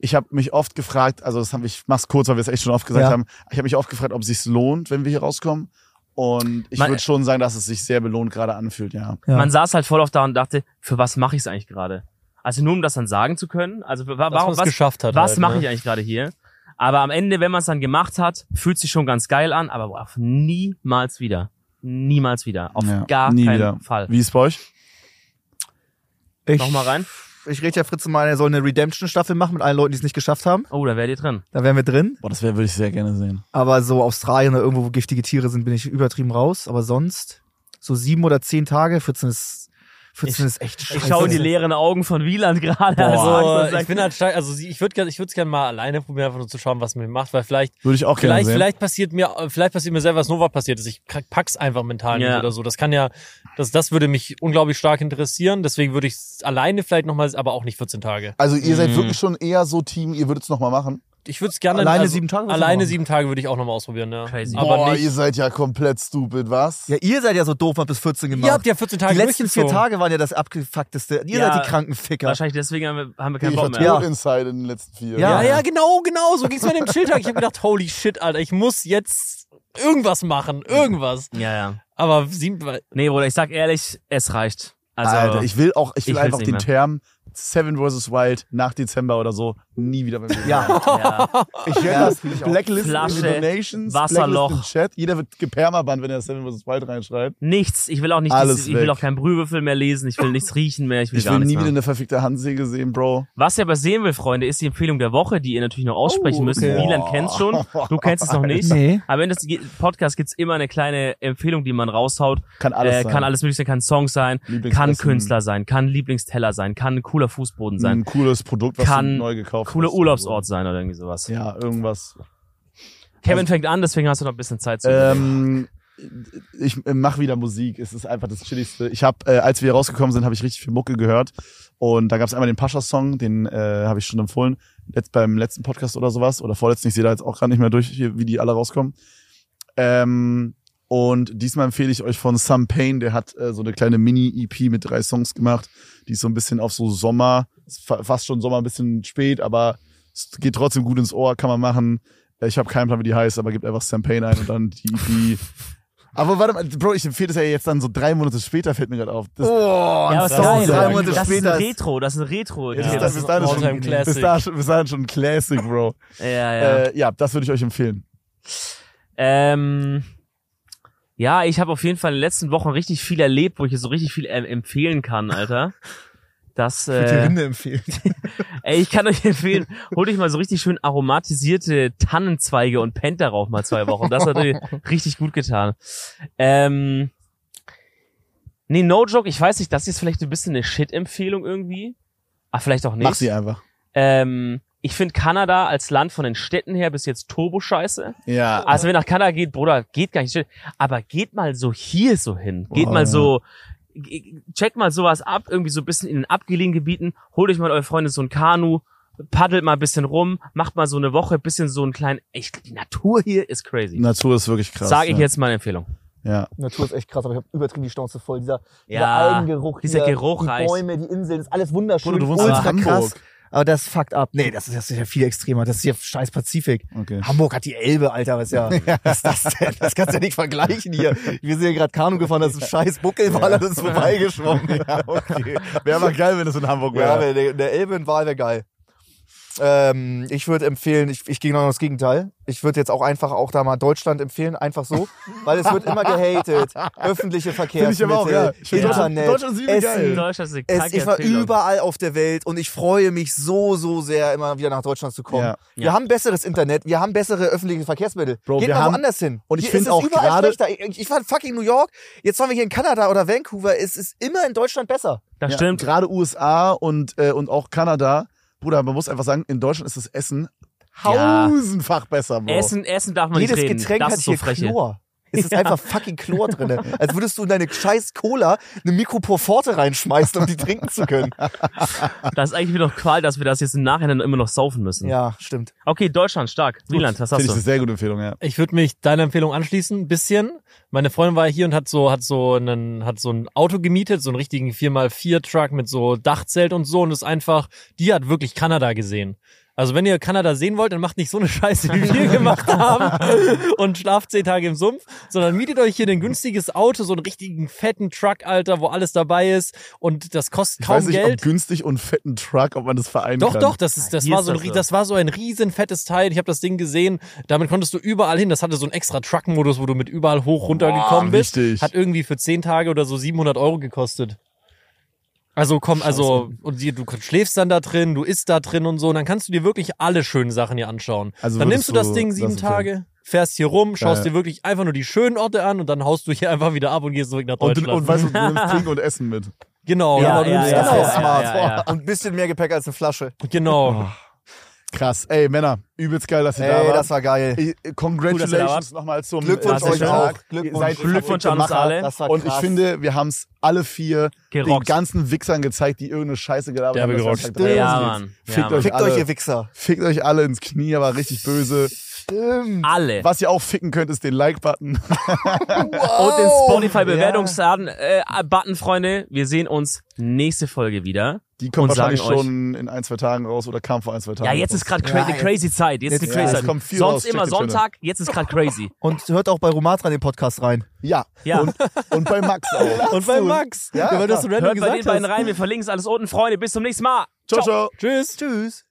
ich habe mich oft gefragt, also das hab ich, ich mach's kurz, weil wir es echt schon oft gesagt
Ja.
haben. Ich habe mich oft gefragt, ob es sich lohnt, wenn wir hier rauskommen. Und ich
Man-
würde schon sagen, dass es sich sehr belohnt gerade anfühlt, ja.
Ja.
Man saß halt voll auf da und dachte, für was mache ich es eigentlich gerade? Also nur um das dann sagen zu können. Also wa-
Dass
warum,
man's
was,
geschafft hat.
was
halt,
mache
ne?
ich eigentlich gerade hier? Aber am Ende, wenn man es dann gemacht hat, fühlt sich schon ganz geil an, aber boah, niemals wieder. Niemals wieder. Auf
Ja,
gar
nie
keinen
wieder.
Fall.
Wie ist bei euch?
Ich,
Noch mal rein.
Ich rede ja Fritze mal, er soll eine Redemption-Staffel machen mit allen Leuten, die es nicht geschafft haben.
Oh, da wärt ihr drin.
Da wären wir drin.
Boah, das würde ich sehr gerne sehen.
Aber so Australien oder irgendwo, wo giftige Tiere sind, bin ich übertrieben raus. Aber sonst so sieben oder zehn Tage, 14 ist, 14 ist echt
Ich
scheiße.
schaue in die leeren Augen von Wieland gerade.
Also, ich bin
bin
halt stark, also sie- ich würde ich würd's gerne mal alleine probieren, einfach nur zu schauen, was mir macht, weil vielleicht,
Würde ich auch gerne
vielleicht,
sehen.
vielleicht passiert mir, vielleicht passiert mir selber, was Nova passiert ist. Ich k- pack's einfach mental
Ja.
nicht oder so. Das kann ja, das, das würde mich unglaublich stark interessieren. Deswegen würde ich alleine vielleicht nochmal, aber auch nicht 14 Tage.
Also ihr seid
Mhm.
wirklich schon eher so Team, ihr würdet es nochmal machen.
Ich würde es gerne
Alleine
also,
sieben Tage würdest du
Alleine
machen?
sieben Tage würde ich auch nochmal ausprobieren, ja.
Crazy.
Aber
Boah, ihr
nicht.
seid ja komplett stupid, was?
Ja, ihr seid ja so doof, habt bis 14 gemacht.
Ihr habt ja 14 Tage
die letzten vier
durchgezogen.
Tage waren ja das abgefuckteste. Ihr
Ja.
seid die kranken Ficker.
Wahrscheinlich deswegen haben wir, haben wir
ich
keinen
war
Bock mehr.
tot
Ja.
inside in den letzten vier.
Ja,
Ja.
ja, genau, genau. So ging's mir an dem Chilltag. Ich habe gedacht, holy shit, Alter, ich muss jetzt irgendwas machen, irgendwas.
Ja, ja.
Aber sieben,
Nee, Bruder, ich sag ehrlich, es reicht. Also,
Alter, ich will auch, ich will
ich will's
einfach
nicht
den
mehr.
Term Seven vs. Wild nach Dezember oder so nie wieder bei mir.
Ja,
ja.
ich werde
Ja,
das
fühl ich auch.
Blacklist
Flasche,
in die Donations,
Wasserloch.
Blacklist im Chat. Jeder wird gepermaband, wenn er Seven vs. Wild reinschreibt.
Nichts. Ich will auch nicht,
Alles
dieses, ich will
weg.
auch keinen Brühwürfel mehr lesen. Ich will nichts riechen mehr. Ich will
Ich
gar
will nie
nichts
wieder
mehr.
eine verfickte Handsäge sehen, Bro.
Was ihr aber sehen will, Freunde, ist die Empfehlung der Woche, die ihr natürlich noch aussprechen
Oh,
müsst.
okay.
Milan
Boah.
kennt's schon. Du kennst es noch nicht.
Nee.
Aber in des Podcast gibt's immer eine kleine Empfehlung, die man raushaut.
Kann alles
äh,
sein.
Kann alles mögliche sein. Kann Song sein. Kann
Lieblingsessen.
Künstler sein. Kann Lieblingsteller sein. Kann ein cooler Fußboden sein.
Ein cooles Produkt, was
Kann
du neu gekauft
Cooler
hast.
Urlaubsort sein oder irgendwie sowas.
Ja, irgendwas.
Kevin fängt an, deswegen hast du noch ein bisschen Zeit zu überlegen.
Ähm, ich äh, mache wieder Musik. Es ist einfach das Chilligste. Ich habe, äh, als wir hier rausgekommen sind, habe ich richtig viel Mucke gehört. Und da gab es einmal den Pascha-Song, den äh, habe ich schon empfohlen. Letzt, beim letzten Podcast oder sowas. Oder vorletzten. Ich sehe da jetzt auch gar nicht mehr durch, hier, wie die alle rauskommen. Ähm, und diesmal empfehle ich euch von Sam Payne. Der hat äh, so eine kleine Mini-EP mit drei Songs gemacht. Die ist so ein bisschen auf so Sommer. Ist fa- Fast schon Sommer, ein bisschen spät, aber es geht trotzdem gut ins Ohr, kann man machen. Äh, Ich habe keinen Plan, wie die heißt, aber gebt einfach Sam Payne ein und dann die EP. aber warte mal, Bro, ich empfehle das ja jetzt dann so drei Monate später, fällt mir gerade auf. Das,
Oh,
ja,
ja,
aber ist
Song
geil.
ist drei
Monate
das ist ein
später ist-
Retro, das ist ein Retro.
Ja,
Oh, das
bis
ist
dahin
ein
schon-
Alltime Classic.
Bis dahin, schon- bis dahin schon ein Classic, Bro.
ja, ja.
Ja, äh, ja das würde ich euch empfehlen.
Ähm, ja, ich habe auf jeden Fall in den letzten Wochen richtig viel erlebt, wo ich jetzt so richtig viel ähm, empfehlen kann, Alter. Das,
die
äh,
Rinde empfehlen.
ey, ich kann euch empfehlen, holt euch mal so richtig schön aromatisierte Tannenzweige und pennt darauf mal zwei Wochen. Das hat euch richtig gut getan. Ähm, nee, no joke, ich weiß nicht, das ist vielleicht ein bisschen eine Shit-Empfehlung irgendwie. Ah, vielleicht auch nicht.
Mach sie einfach.
Ähm, Ich finde Kanada als Land von den Städten her bis jetzt Turbo-Scheiße.
Ja.
Ah.
Also wenn nach Kanada geht, Bruder, geht gar nicht. Aber geht mal so hier so hin. Geht
Boah,
mal
ja.
so, ge- checkt mal sowas ab, irgendwie so ein bisschen in den abgelegenen Gebieten. Holt euch mal eure Freunde so ein Kanu, paddelt mal ein bisschen rum, macht mal so eine Woche, bisschen so einen kleinen, ich, die Natur hier ist crazy.
Natur ist wirklich krass.
Sage
ne?
ich
ja.
jetzt meine Empfehlung.
Ja.
Die Natur ist echt krass, aber ich habe übertrieben die Schnauze voll. Dieser, dieser
Ja,
Algengeruch,
dieser
hier,
Geruch
die
reicht.
Bäume, die Inseln, ist alles wunderschön,
Bruder, du wohnst
ultra
in Hamburg.
krass. Aber das fuckt ab. Nee, das ist, das ist ja viel extremer. Das ist ja scheiß Pazifik.
Okay.
Hamburg hat die Elbe, Alter. Was, ja, was ist das denn? Das kannst du ja nicht vergleichen hier. Wir sind ja gerade Kanu gefahren, das ist ein scheiß Buckelwal, das ist vorbeigeschwommen. Ja, okay.
Wäre mal geil, wenn es in Hamburg wäre.
Ja, wär, der, der Elbe in Wahl wäre geil. Ähm, ich würde empfehlen, ich, ich gehe genau das Gegenteil. Ich würde jetzt auch einfach auch da mal Deutschland empfehlen, einfach so, weil es wird immer gehatet. Öffentliche
Finde ich
Verkehrsmittel,
aber auch geil. Ich find Deutschland-
Internet,
Deutschland ist übel geil.
Essen.
Deutschland ist eine
Es,
kranke
ich war
Empfehlung.
überall auf der Welt und ich freue mich so, so sehr, immer wieder nach Deutschland zu kommen.
Ja.
Wir
Ja.
haben besseres Internet, wir haben bessere öffentliche Verkehrsmittel.
Bro,
Geht
wir
mal
haben-
woanders hin.
und ich
Hier
find
ist es
auch
überall
gerade-
schlechter. Ich, ich war in fucking New York, jetzt waren wir hier in Kanada oder Vancouver. Es ist immer in Deutschland besser.
Das
Ja,
stimmt.
Gerade USA und, äh, und auch Kanada. Bruder, man muss einfach sagen, in Deutschland ist das Essen
Ja.
tausendfach besser, Bro.
Essen, Essen darf man
Jedes
nicht reden.
Getränk
das
hat
ist so
hier
frech. hier.
Chlor. Es ist einfach fucking Chlor drin. Als würdest du in deine scheiß Cola eine Mikroporforte reinschmeißen, um die trinken zu können.
Das ist eigentlich wieder noch Qual, dass wir das jetzt im Nachhinein immer noch saufen müssen.
Ja, stimmt.
Okay, Deutschland stark. Wieland, was
Finde
hast
ich eine
du?
sehr gute Empfehlung, ja.
Ich würde mich deiner Empfehlung anschließen, ein bisschen. Meine Freundin war hier und hat so, hat so einen, hat so ein Auto gemietet, so einen richtigen 4x4 Truck mit so Dachzelt und so und ist einfach, die hat wirklich Kanada gesehen. Also wenn ihr Kanada sehen wollt, dann macht nicht so eine Scheiße, wie wir gemacht haben und schlaft zehn Tage im Sumpf, sondern mietet euch hier ein günstiges Auto, so einen richtigen fetten Truck, Alter, wo alles dabei ist und das kostet
Ich
kaum
weiß nicht,
Geld.
ob günstig und fetten Truck, ob man das vereinen
Doch,
kann. Ah,
doch, das, ist, das,
Hier
war
ist
so ein,
das
rie-
so.
das war so ein riesen fettes Teil. Ich habe das Ding gesehen. Damit konntest du überall hin. Das hatte so einen extra Truck-Modus, wo du mit überall hoch runter gekommen bist.
richtig.
Hat irgendwie für 10 Tage oder so 700 Euro gekostet. Also komm, also und die, du schläfst dann da drin, du isst da drin und so. Und dann kannst du dir wirklich alle schönen Sachen hier anschauen.
Also
dann
würdest
nimmst du das
du
Ding
das
sieben
empfehlen?
Tage, fährst hier rum, schaust
Geil.
dir wirklich einfach nur die schönen Orte an und dann haust du hier einfach wieder ab und gehst zurück nach
Und,
Deutschland.
und, und weißt du, du nimmst Trinken und Essen mit.
genau,
Ja,
aber du
ja,
nimmst
ja,
genau.
genau, smart.
ja, ja, ja.
Und ein bisschen mehr Gepäck als eine Flasche.
genau.
Krass. Ey, Männer, übelst geil, dass ihr da
Ey,
wart.
das war geil.
Ey,
Cool, dass ihr da
Äh, Congratulations
wart.
nochmal zum
Glückwunsch
äh,
euch auch.
Tag.
Glückwunsch.
Ihr seid
Glückwunsch
verrückte
an uns
Macher.
alle.
Das war
Und ich
krass.
finde, wir haben es alle vier den
Gerockt.
ganzen Wichsern gezeigt, die irgendeine Scheiße gelabert
Der
haben. dass
gerockt.
wir am Tag drei
Ja,
rausgeht.
Mann.
Fickt
Ja, Mann.
euch
Fickt
alle.
euch, ihr Wichser.
Fickt euch alle ins Knie, aber richtig böse.
Stimmt.
Alle.
Was ihr auch ficken könnt, ist den Like-Button.
Und den
Oh,
Ja.
Spotify-Bewertungsbutton, äh, Button, Freunde. Wir sehen uns nächste Folge wieder.
Die kommt
Und
wahrscheinlich
sagen euch-
schon in ein, zwei Tagen raus oder kam vor ein, zwei Tagen
Ja, jetzt
raus.
ist gerade cra
Ja,
eine
jetzt-
crazy Zeit. Jetzt, ist
jetzt-
eine crazy
ja,
jetzt kommt
Zeit.
viel
Sonst
raus. Checkt
immer
den Channel.
Sonntag, jetzt ist gerade crazy.
Und hört auch bei Romatra den Podcast rein.
Ja.
Ja.
Und, und bei Max auch.
Und bei Max,
Ja,
weil du das so random
Hört bei
gesagt
den
hast.
beiden rein. Wir verlinken es alles unten, Freunde. Bis zum nächsten Mal.
Ciao, ciao.
Tschüss.
Tschüss.